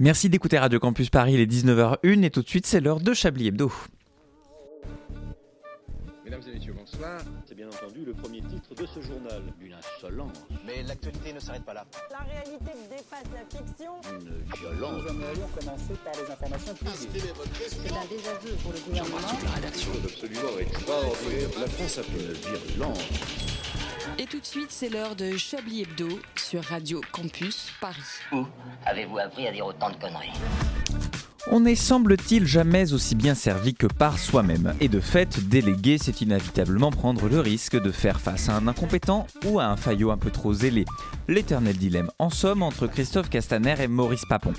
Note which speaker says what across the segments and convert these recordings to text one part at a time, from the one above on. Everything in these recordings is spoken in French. Speaker 1: Merci d'écouter Radio Campus Paris, il est 19h01 et tout de suite c'est l'heure de Chablis Hebdo.
Speaker 2: Mesdames et messieurs, bonsoir.
Speaker 3: C'est bien entendu le premier titre de ce journal. Une insolence,
Speaker 4: Mais l'actualité ne s'arrête pas là.
Speaker 5: La réalité dépasse la fiction.
Speaker 3: une violence.
Speaker 6: Nous aimerions commencer par les informations privées.
Speaker 5: C'est un désaveu pour le gouvernement.
Speaker 7: Et tout de suite, c'est l'heure de Chablis Hebdo sur Radio Campus Paris.
Speaker 8: Où avez-vous appris à dire autant de conneries
Speaker 1: On n'est semble-t-il jamais aussi bien servi que par soi-même. Et de fait, déléguer, c'est inévitablement prendre le risque de faire face à un incompétent ou à un faillot un peu trop zélé. L'éternel dilemme, en somme, entre Christophe Castaner et Maurice Papon.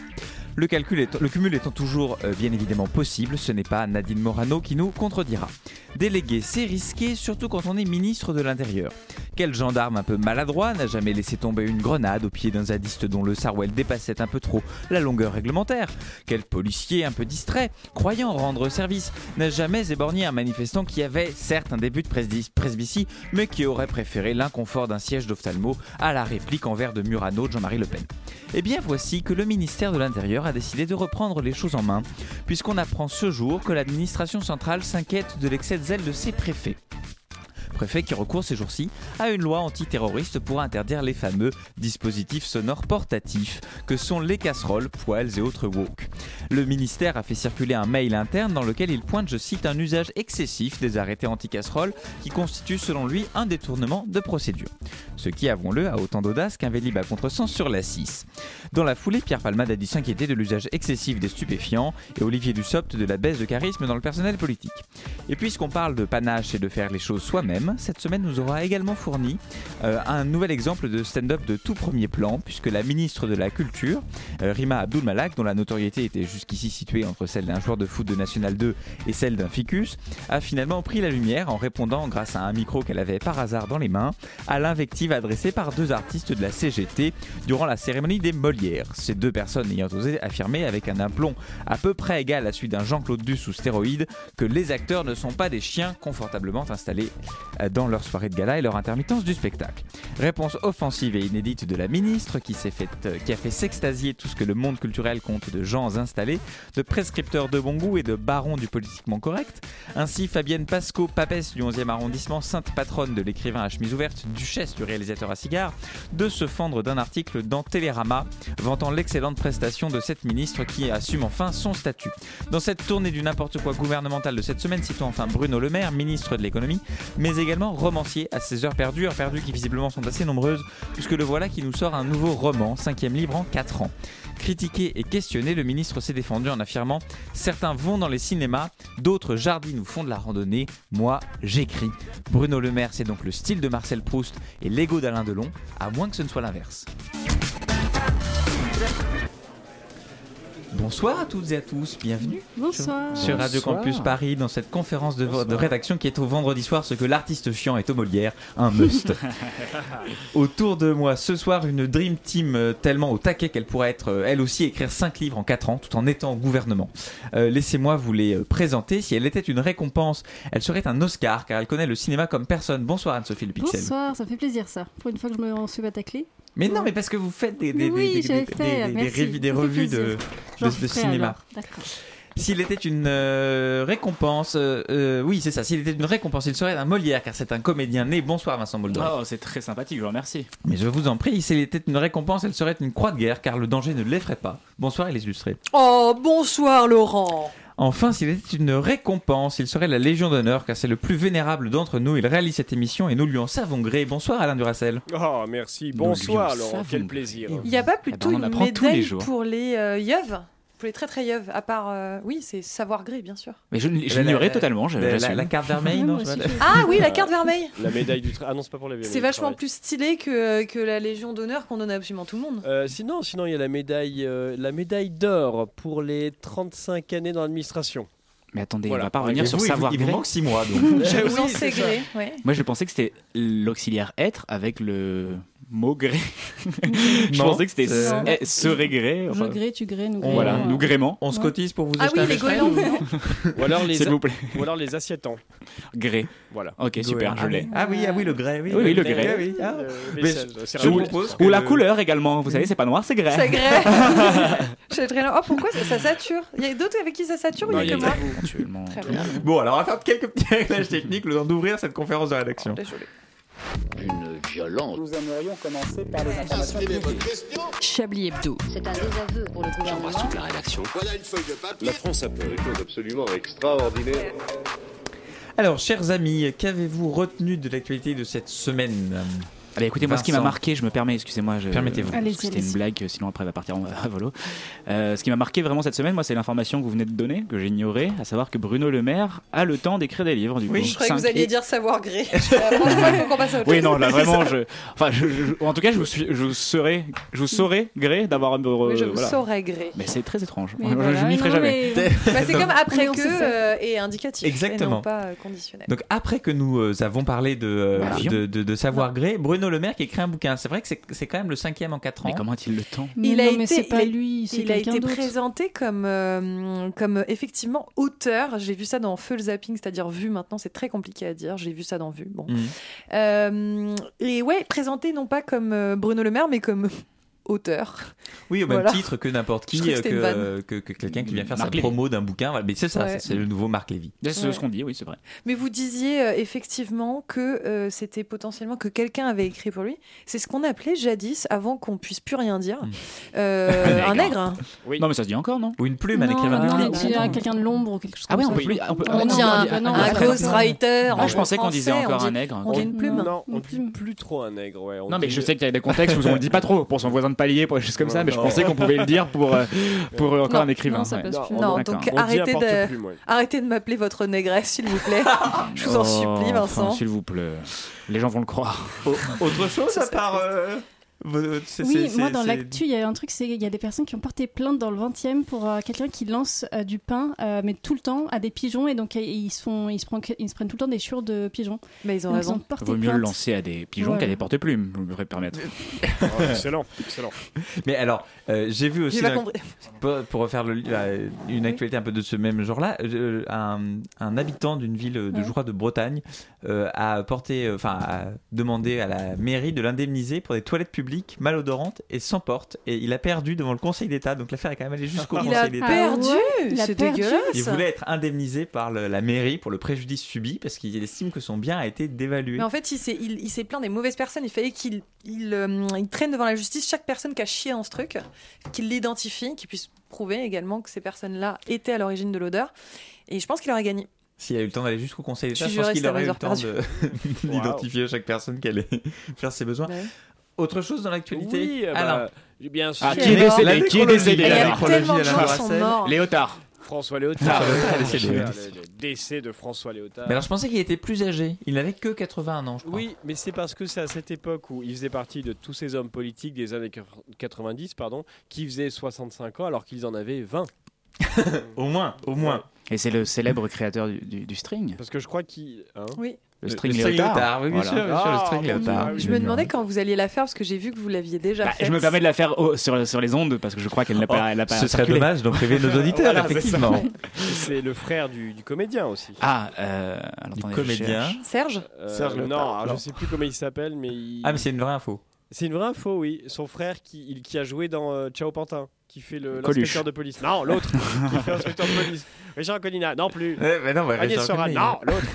Speaker 1: Le, calcul étant- le cumul étant toujours euh, bien évidemment possible, ce n'est pas Nadine Morano qui nous contredira. Déléguer, c'est risqué, surtout quand on est ministre de l'Intérieur. Quel gendarme un peu maladroit n'a jamais laissé tomber une grenade au pied d'un zadiste dont le sarouel dépassait un peu trop la longueur réglementaire Quel policier un peu distrait, croyant rendre service, n'a jamais éborgné un manifestant qui avait certes un début de presbytie, presbytie, mais qui aurait préféré l'inconfort d'un siège d'ophtalmo à la réplique en verre de Murano de Jean-Marie Le Pen Eh bien voici que le ministère de l'Intérieur a décidé de reprendre les choses en main, puisqu'on apprend ce jour que l'administration centrale s'inquiète de l'excès de zèle de ses préfets. Préfet qui recourt ces jours-ci à une loi antiterroriste pour interdire les fameux dispositifs sonores portatifs que sont les casseroles, poêles et autres wok. Le ministère a fait circuler un mail interne dans lequel il pointe, je cite, un usage excessif des arrêtés anti-casseroles qui constitue selon lui un détournement de procédure. Ce qui, avouons-le, a autant d'audace qu'un vélib à contresens sur la 6. Dans la foulée, Pierre Palmade a dû s'inquiéter de l'usage excessif des stupéfiants et Olivier Dussopt de la baisse de charisme dans le personnel politique. Et puisqu'on parle de panache et de faire les choses soi-même, cette semaine nous aura également fourni euh, un nouvel exemple de stand-up de tout premier plan, puisque la ministre de la Culture, euh, Rima Abdul Malak, dont la notoriété était jusqu'ici située entre celle d'un joueur de foot de National 2 et celle d'un ficus, a finalement pris la lumière en répondant, grâce à un micro qu'elle avait par hasard dans les mains, à l'invective adressée par deux artistes de la CGT durant la cérémonie des Molières. Ces deux personnes ayant osé affirmer avec un aplomb à peu près égal à celui d'un Jean-Claude Duss sous stéroïde que les acteurs ne sont pas des chiens confortablement installés euh, dans leur soirée de gala et leur intermittence du spectacle. Réponse offensive et inédite de la ministre qui, s'est fait, euh, qui a fait s'extasier tout ce que le monde culturel compte de gens installés, de prescripteurs de bon goût et de barons du politiquement correct. Ainsi, Fabienne Pasco, papesse du 11e arrondissement, sainte patronne de l'écrivain à chemise ouverte, duchesse du réalisateur à cigare, de se fendre d'un article dans Télérama vantant l'excellente prestation de cette ministre qui assume enfin son statut. Dans cette tournée du n'importe quoi gouvernemental de cette semaine, citons enfin Bruno Le Maire, ministre de l'économie, mais également romancier à ses heures perdues, heures perdues qui visiblement sont assez nombreuses, puisque le voilà qui nous sort un nouveau roman, cinquième livre en 4 ans. Critiqué et questionné, le ministre s'est défendu en affirmant « Certains vont dans les cinémas, d'autres jardinent ou font de la randonnée, moi j'écris ». Bruno Le Maire, c'est donc le style de Marcel Proust et l'ego d'Alain Delon, à moins que ce ne soit l'inverse. Bonsoir à toutes et à tous, bienvenue
Speaker 9: Bonsoir.
Speaker 1: sur Radio Campus Paris dans cette conférence de, de rédaction qui est au vendredi soir ce que l'artiste chiant est au Molière, un must. Autour de moi ce soir une Dream Team euh, tellement au taquet qu'elle pourrait être euh, elle aussi écrire 5 livres en 4 ans tout en étant au gouvernement. Euh, Laissez-moi vous les euh, présenter. Si elle était une récompense, elle serait un Oscar car elle connaît le cinéma comme personne. Bonsoir Anne-Sophie Le Pixel.
Speaker 9: Bonsoir, ça fait plaisir ça. Pour une fois que je me en suis bataclée.
Speaker 1: Mais non mais parce que vous faites des, des,
Speaker 9: Mais oui,
Speaker 1: des-
Speaker 9: j'avais
Speaker 1: des- des-
Speaker 9: fait,
Speaker 1: des
Speaker 9: merci,
Speaker 1: revues- des
Speaker 9: ça fait
Speaker 1: revues de,
Speaker 9: plaisir.
Speaker 1: de- de cinéma.
Speaker 9: D'accord.
Speaker 1: S'il était une euh, récompense, euh, euh, oui c'est ça, s'il était une récompense, il serait un Molière, car c'est un comédien né. Bonsoir Vincent Boldore.
Speaker 10: Oh, c'est très sympathique, je vous remercie.
Speaker 1: Mais je vous en prie, s'il était une récompense, elle serait une croix de guerre, car le danger ne l'effraie pas. Bonsoir les illustrés.
Speaker 11: Oh, bonsoir Laurent
Speaker 1: Enfin, s'il était une récompense, il serait la Légion d'honneur, car c'est le plus vénérable d'entre nous, il réalise cette émission et nous lui en savons gré. Bonsoir Alain Duracel.
Speaker 2: Oh, merci.
Speaker 10: Nous
Speaker 2: Bonsoir,
Speaker 10: lui
Speaker 2: Laurent.
Speaker 10: savons
Speaker 2: Quel
Speaker 10: gré.
Speaker 2: plaisir.
Speaker 11: Il n'y a pas
Speaker 10: Eh
Speaker 11: plutôt
Speaker 10: ben, on
Speaker 11: une
Speaker 10: apprend tous les
Speaker 11: médaille
Speaker 10: jours.
Speaker 11: pour les euh, yeuves Pour les très très yeuves, à part... euh, oui, c'est savoir gré, bien sûr.
Speaker 10: Mais je, je
Speaker 1: La-
Speaker 10: l'ignorais
Speaker 1: la-
Speaker 10: totalement, je-
Speaker 1: La, la-
Speaker 10: j'assume.
Speaker 1: la carte vermeille, non
Speaker 9: Moi
Speaker 1: je sais
Speaker 9: aussi,
Speaker 1: pas.
Speaker 9: je-
Speaker 11: Ah oui, la carte vermeille
Speaker 2: La médaille du travail. Ah non, c'est pas pour la médaille.
Speaker 11: C'est vachement plus stylé que, que la Légion d'honneur qu'on donne à absolument tout le monde.
Speaker 2: Euh, sinon, sinon, il y a la médaille, euh, la médaille d'or pour les 35 années dans l'administration.
Speaker 10: Mais attendez,
Speaker 2: Voilà.
Speaker 10: on va pas
Speaker 1: Et
Speaker 10: revenir sur
Speaker 1: vous, il-
Speaker 10: savoir
Speaker 1: Il vous
Speaker 10: gré.
Speaker 1: manque 6 mois donc.
Speaker 10: Ah
Speaker 2: Oui,
Speaker 11: Vous en
Speaker 2: c'est
Speaker 11: sais
Speaker 2: ça.
Speaker 11: gré, ouais.
Speaker 10: Moi, je pensais que c'était l'auxiliaire être avec le mot gré. je
Speaker 1: Non.
Speaker 10: pensais que c'était
Speaker 1: Euh,
Speaker 10: se- eh, se régré.
Speaker 9: Je gré, tu gré, nous gré.
Speaker 10: Voilà,
Speaker 9: moi.
Speaker 10: nous grément.
Speaker 1: On se
Speaker 9: Ouais.
Speaker 1: cotise pour vous
Speaker 11: Ah
Speaker 1: acheter
Speaker 11: oui,
Speaker 1: un
Speaker 11: les
Speaker 1: Mistral
Speaker 11: goélands.
Speaker 2: Ou alors les,
Speaker 10: S'il vous plaît.
Speaker 2: ou alors les assiettants.
Speaker 10: Gré.
Speaker 2: Voilà.
Speaker 10: Ok, super, je l'ai.
Speaker 1: Ah oui, ah oui, le grès. Oui,
Speaker 10: Oui, oui, le
Speaker 1: grès,
Speaker 10: grès.
Speaker 1: oui. Ah.
Speaker 2: Euh,
Speaker 1: Mais
Speaker 2: message, c'est
Speaker 1: Je vous
Speaker 2: rapide.
Speaker 1: propose
Speaker 10: Ou
Speaker 1: que-
Speaker 10: la couleur également. Vous savez, c'est pas noir, c'est
Speaker 11: C'est
Speaker 10: gré.
Speaker 11: gré. J'ai très Oh, pourquoi ça, ça sature Il y a d'autres avec qui ça sature ou il
Speaker 2: Non,
Speaker 11: n'y a que
Speaker 2: pas
Speaker 11: moi
Speaker 2: vous.
Speaker 10: Éventuellement.
Speaker 11: Très bien.
Speaker 1: Bon, alors on va faire quelques petits réglages techniques le temps d'ouvrir cette conférence de rédaction.
Speaker 11: Désolé.
Speaker 3: Une violente.
Speaker 6: Nous aimerions commencer par les informations publiques.
Speaker 7: Chablis Hebdo.
Speaker 5: C'est un désaveu pour le gouvernement.
Speaker 3: La France a fait des choses absolument extraordinaires.
Speaker 1: Alors, chers amis, qu'avez-vous retenu de l'actualité de cette semaine
Speaker 10: Allez, Ah bah écoutez, moi, ce qui m'a
Speaker 1: Vincent.
Speaker 10: marqué, je me permets, excusez-moi. je-
Speaker 1: Permettez-vous.
Speaker 10: parce
Speaker 9: Allez-y,
Speaker 10: que C'était
Speaker 9: allez-y.
Speaker 10: une blague, sinon après, elle va partir en à volo. Euh, ce qui m'a marqué vraiment cette semaine, moi, c'est l'information que vous venez de donner, que j'ignorais, à savoir que Bruno Le Maire a le temps d'écrire des livres, du
Speaker 1: Oui,
Speaker 10: coup.
Speaker 11: Je croyais que vous
Speaker 10: Cinq-
Speaker 11: alliez dire savoir gré. Je suis la première fois, il faut qu'on passe à autre
Speaker 10: Oui,
Speaker 11: chose.
Speaker 10: non, là vraiment, je. Enfin, je- je- en tout cas, je vous, suis- je vous serai, je vous saurai gré d'avoir. euh,
Speaker 11: Mais je vous
Speaker 10: voilà.
Speaker 11: saurais gré.
Speaker 10: Mais c'est très étrange.
Speaker 9: Mais
Speaker 10: Je-
Speaker 9: voilà,
Speaker 10: je n'y ferai
Speaker 9: non,
Speaker 10: jamais.
Speaker 9: mais-
Speaker 11: Bah, c'est comme après
Speaker 9: Non, c'est
Speaker 11: que
Speaker 9: ça.
Speaker 11: euh, et indicatif. Et
Speaker 1: Exactement.
Speaker 11: non pas euh, conditionnel.
Speaker 1: Donc après que nous euh, avons parlé de, euh,
Speaker 10: Bah, avion.
Speaker 1: de, de- de savoir gré, Bruno Le Maire qui écrit un bouquin. C'est vrai que c'est c'est quand même le cinquième en 4 ans.
Speaker 10: Mais comment a-t-il le temps
Speaker 9: Mais
Speaker 11: Il a
Speaker 9: non, mais
Speaker 11: été-
Speaker 9: c'est pas
Speaker 11: il a-
Speaker 9: lui, c'est
Speaker 11: Il a
Speaker 9: quelqu'un
Speaker 11: été
Speaker 9: d'autre.
Speaker 11: présenté comme, euh, comme euh, effectivement auteur. J'ai vu ça dans Feu le Zapping, c'est-à-dire vu maintenant, c'est très compliqué à dire. J'ai vu ça dans Vu. Bon.
Speaker 1: Mhm.
Speaker 11: Euh, et ouais, présenté non pas comme euh, Bruno Le Maire, mais comme auteur.
Speaker 1: Oui, au même
Speaker 11: Voilà.
Speaker 1: titre que n'importe qui,
Speaker 11: Je croyais que
Speaker 1: euh, que,
Speaker 11: c'était une
Speaker 1: euh, que, que quelqu'un qui vient faire
Speaker 10: Marc
Speaker 1: sa
Speaker 10: Lévy.
Speaker 1: promo d'un bouquin. Voilà, Mais c'est ça,
Speaker 11: Ouais.
Speaker 1: c'est- c'est le nouveau Marc Lévy.
Speaker 10: C'est
Speaker 11: Ouais.
Speaker 10: ce qu'on dit, oui, c'est vrai.
Speaker 11: Mais vous disiez euh, effectivement que euh, c'était potentiellement que quelqu'un avait écrit pour lui. C'est ce qu'on appelait jadis, avant qu'on puisse plus rien dire,
Speaker 1: Mhm.
Speaker 11: euh,
Speaker 10: Un
Speaker 11: un nègre.
Speaker 10: Non, mais ça se dit encore, non
Speaker 1: Ou une plume à
Speaker 9: Non,
Speaker 1: l'écrivain.
Speaker 9: maintenant,
Speaker 11: Non,
Speaker 9: on dit
Speaker 11: non,
Speaker 9: à
Speaker 11: non.
Speaker 9: quelqu'un de l'ombre ou quelque chose
Speaker 10: Ah oui,
Speaker 9: comme
Speaker 10: on
Speaker 9: ça.
Speaker 10: peut plus. on peut-
Speaker 9: Ah
Speaker 11: On
Speaker 9: non,
Speaker 11: dit un,
Speaker 9: bah non,
Speaker 11: un
Speaker 9: bah non.
Speaker 11: ghostwriter.
Speaker 10: Ah,
Speaker 11: en
Speaker 10: je pensais qu'on disait
Speaker 11: français,
Speaker 10: encore
Speaker 11: on
Speaker 10: un
Speaker 11: dit-
Speaker 10: nègre.
Speaker 11: On dit une plume.
Speaker 2: Non, on
Speaker 9: Une
Speaker 2: dit
Speaker 9: plume.
Speaker 2: plus trop un nègre. Ouais. On
Speaker 10: Non, mais
Speaker 2: dit-
Speaker 10: je sais qu'il y a des contextes où on le dit pas trop, pour son voisin de palier, pour des choses comme ça, mais je pensais qu'on pouvait le dire pour, euh, pour euh, encore
Speaker 11: Non,
Speaker 10: un écrivain.
Speaker 9: non, ça
Speaker 10: ouais.
Speaker 9: passe
Speaker 2: Non,
Speaker 9: plus.
Speaker 2: on-
Speaker 11: Non,
Speaker 10: D'accord.
Speaker 11: donc
Speaker 2: on dit
Speaker 11: arrêtez
Speaker 2: apporte
Speaker 11: de,
Speaker 2: plume, ouais.
Speaker 11: arrêtez de m'appeler votre négresse, s'il vous plaît. Je vous en
Speaker 10: Oh,
Speaker 11: supplie,
Speaker 10: enfin,
Speaker 11: Vincent.
Speaker 10: S'il vous plaît, les gens vont le croire.
Speaker 1: Au- Autre chose à part. euh, euh, c'est-
Speaker 9: Oui,
Speaker 1: c'est-
Speaker 9: moi
Speaker 1: c'est-
Speaker 9: dans
Speaker 1: c'est-
Speaker 9: l'actu, il y a un truc, c'est il y a des personnes qui ont porté plainte dans le 20e pour euh, quelqu'un qui lance euh, du pain, euh, mais tout le temps à des pigeons, et donc euh, ils, se font- ils, se prennent, ils se prennent tout le temps des chures de pigeons.
Speaker 11: Mais ils ont
Speaker 9: Donc, ils ont
Speaker 11: raison.
Speaker 9: porté
Speaker 10: Vaut mieux le
Speaker 9: plainte.
Speaker 10: lancer à des pigeons
Speaker 9: Voilà.
Speaker 10: qu'à des porte-plumes, vous me permettre.
Speaker 2: Oh, excellent, excellent.
Speaker 1: Mais alors, euh, j'ai vu aussi.
Speaker 11: J'ai pas
Speaker 1: dans-
Speaker 11: compris.
Speaker 1: Pour, pour refaire le, la- une actualité un peu de ce même genre-là, euh, un, un habitant d'une ville de,
Speaker 9: Ouais.
Speaker 1: je crois, de Bretagne, euh, a porté, euh, enfin, a demandé à la mairie de l'indemniser pour des toilettes publiques malodorantes et sans porte. Et il a perdu devant le Conseil d'État. Donc l'affaire est quand même allée jusqu'au
Speaker 11: Il a
Speaker 1: Conseil d'État.
Speaker 11: perdu.
Speaker 9: il a
Speaker 11: C'est
Speaker 9: perdu.
Speaker 1: Il
Speaker 11: dégueulasse.
Speaker 1: voulait être indemnisé par le- la mairie pour le préjudice subi parce qu'il estime que son bien a été dévalué.
Speaker 11: Mais en fait, il s'est, il, il s'est plaint des mauvaises personnes. Il fallait qu'il il, euh, il traîne devant la justice chaque personne qui a chié dans ce truc, qu'il l'identifie, qu'il puisse prouver également que ces personnes-là étaient à l'origine de l'odeur. Et je pense qu'il aurait gagné.
Speaker 1: S'il a eu le temps d'aller jusqu'au Conseil d'État,
Speaker 11: Je
Speaker 1: je
Speaker 11: suis
Speaker 1: pense
Speaker 11: jurée,
Speaker 1: qu'il
Speaker 11: ça va
Speaker 1: aurait eu le
Speaker 11: avoir
Speaker 1: temps de- d'identifier chaque personne qui allait faire ses besoins. Autre chose dans l'actualité
Speaker 2: Oui, euh,
Speaker 1: Alain.
Speaker 2: bah, bien sûr.
Speaker 10: Ah,
Speaker 11: qui est décédé,
Speaker 1: La
Speaker 10: qui
Speaker 1: nécrologie,
Speaker 10: est décédé,
Speaker 11: Et
Speaker 10: Il
Speaker 11: il y
Speaker 10: a
Speaker 1: la
Speaker 10: la
Speaker 11: a
Speaker 1: nécrologie
Speaker 11: tellement de
Speaker 1: d'Alain
Speaker 11: gens qui sont
Speaker 1: Duracell.
Speaker 11: morts.
Speaker 10: Léotard
Speaker 2: François Léotard.
Speaker 1: Léotard est décédé, oui.
Speaker 2: Le le décès de François Léotard.
Speaker 1: Mais alors je pensais qu'il était plus âgé. Il n'avait que 81 ans, je crois.
Speaker 2: Oui, mais c'est parce que c'est à cette époque où il faisait partie de tous ces hommes politiques des années 90, pardon, qui faisaient 65 ans alors qu'ils en avaient 20.
Speaker 1: Au moins, au moins.
Speaker 10: Et c'est le célèbre créateur du, du- du string.
Speaker 2: Parce que je crois qu'il. hein
Speaker 11: Oui.
Speaker 10: Le string
Speaker 1: le string Léotard,
Speaker 10: Léotard.
Speaker 1: oui, bien
Speaker 10: Voilà.
Speaker 1: sûr, bien sûr, le
Speaker 2: Ah,
Speaker 1: string
Speaker 2: mon Dieu,
Speaker 1: Léotard.
Speaker 2: ah oui.
Speaker 11: Je me demandais quand vous alliez la faire parce que j'ai vu que vous l'aviez déjà
Speaker 10: Bah,
Speaker 11: faite.
Speaker 10: je me permets de la faire au- sur, sur les ondes parce que je crois qu'elle n'a pas, elle n'a pas.
Speaker 1: Ce serait
Speaker 10: circulé.
Speaker 1: dommage d'en priver nos auditeurs,
Speaker 10: Voilà, c'est ça.
Speaker 1: effectivement.
Speaker 2: C'est le frère du, du comédien aussi.
Speaker 10: Ah, euh, alors,
Speaker 1: Du
Speaker 10: attendez, je
Speaker 1: comédien.
Speaker 10: cherche.
Speaker 11: Serge
Speaker 2: Euh,
Speaker 1: Serge
Speaker 2: non,
Speaker 1: Léotard,
Speaker 2: alors,
Speaker 1: non.
Speaker 2: je sais plus comment il s'appelle, mais, il-
Speaker 1: Ah, mais c'est une vraie info.
Speaker 2: c'est une vraie info, oui. Son frère qui, il- qui a joué dans euh, Ciao Pantin, qui fait le-
Speaker 10: Coluche.
Speaker 2: l'inspecteur de police. Non, l'autre, qui fait l'inspecteur de police. Richard Colina, non plus.
Speaker 1: mais non, bah,
Speaker 2: Agnès Sora, non, l'autre.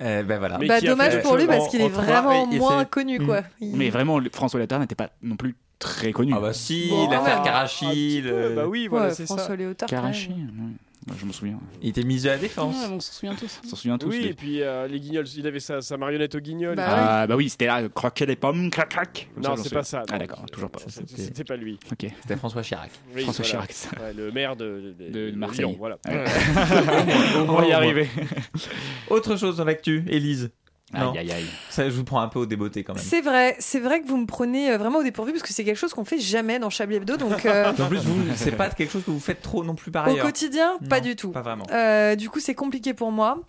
Speaker 1: ben voilà.
Speaker 2: Mais
Speaker 11: Bah,
Speaker 2: qui a fait
Speaker 11: dommage
Speaker 2: la
Speaker 11: pour lui
Speaker 2: chose
Speaker 11: parce
Speaker 1: en-
Speaker 11: qu'il
Speaker 1: en
Speaker 11: est
Speaker 1: trois,
Speaker 11: vraiment
Speaker 1: et- et
Speaker 11: moins
Speaker 1: c'est-
Speaker 11: connu,
Speaker 1: Mm.
Speaker 11: quoi. Il-
Speaker 10: Mais vraiment, le- François Léotard n'était pas non plus très connu.
Speaker 1: Ah bah si,
Speaker 11: Bon,
Speaker 1: l'affaire euh,
Speaker 11: ouais.
Speaker 2: Oh, Un petit
Speaker 1: Karachi.
Speaker 2: peu,
Speaker 1: le-
Speaker 2: Bah oui,
Speaker 11: Ouais,
Speaker 2: voilà, c'est ça.
Speaker 11: François Léotard.
Speaker 10: Karachi,
Speaker 11: ouais.
Speaker 10: ouais. Bah, je m'en souviens.
Speaker 1: Il était mis à la
Speaker 9: Ouais,
Speaker 1: défense.
Speaker 9: on s'en souvient tous.
Speaker 10: On s'en souvient tous.
Speaker 2: Oui,
Speaker 10: les-
Speaker 2: et puis euh, les guignols, il avait sa, sa marionnette aux guignols.
Speaker 11: Bah
Speaker 10: Ah, bah oui, c'était là, croquer des pommes, clac clac. Comme
Speaker 2: non,
Speaker 10: j'en
Speaker 2: c'est
Speaker 10: souviens.
Speaker 2: pas ça.
Speaker 10: Ah
Speaker 2: non.
Speaker 10: d'accord, toujours pas.
Speaker 2: C'était-
Speaker 1: C'était-
Speaker 2: C'était pas lui.
Speaker 10: Ok.
Speaker 1: C'était François Chirac.
Speaker 2: Oui,
Speaker 10: François
Speaker 2: voilà.
Speaker 10: Chirac, ça.
Speaker 2: Ouais, le maire de,
Speaker 10: De Marseille.
Speaker 2: Lyon, voilà.
Speaker 10: On va y arriver.
Speaker 1: Autre chose dans l'actu, Élise. Non.
Speaker 10: Aïe aïe aïe.
Speaker 1: Ça, je vous prends un peu au débeauté quand même.
Speaker 11: C'est vrai, c'est vrai que vous me prenez euh, vraiment au dépourvu parce que c'est quelque chose qu'on fait jamais dans Chablis Hebdo. Donc euh,
Speaker 1: En plus, vous, c'est pas quelque chose que vous faites trop non plus par
Speaker 11: au
Speaker 1: ailleurs.
Speaker 11: quotidien, pas
Speaker 1: Non,
Speaker 11: du tout.
Speaker 1: Pas vraiment.
Speaker 11: Euh, du coup, c'est compliqué pour moi.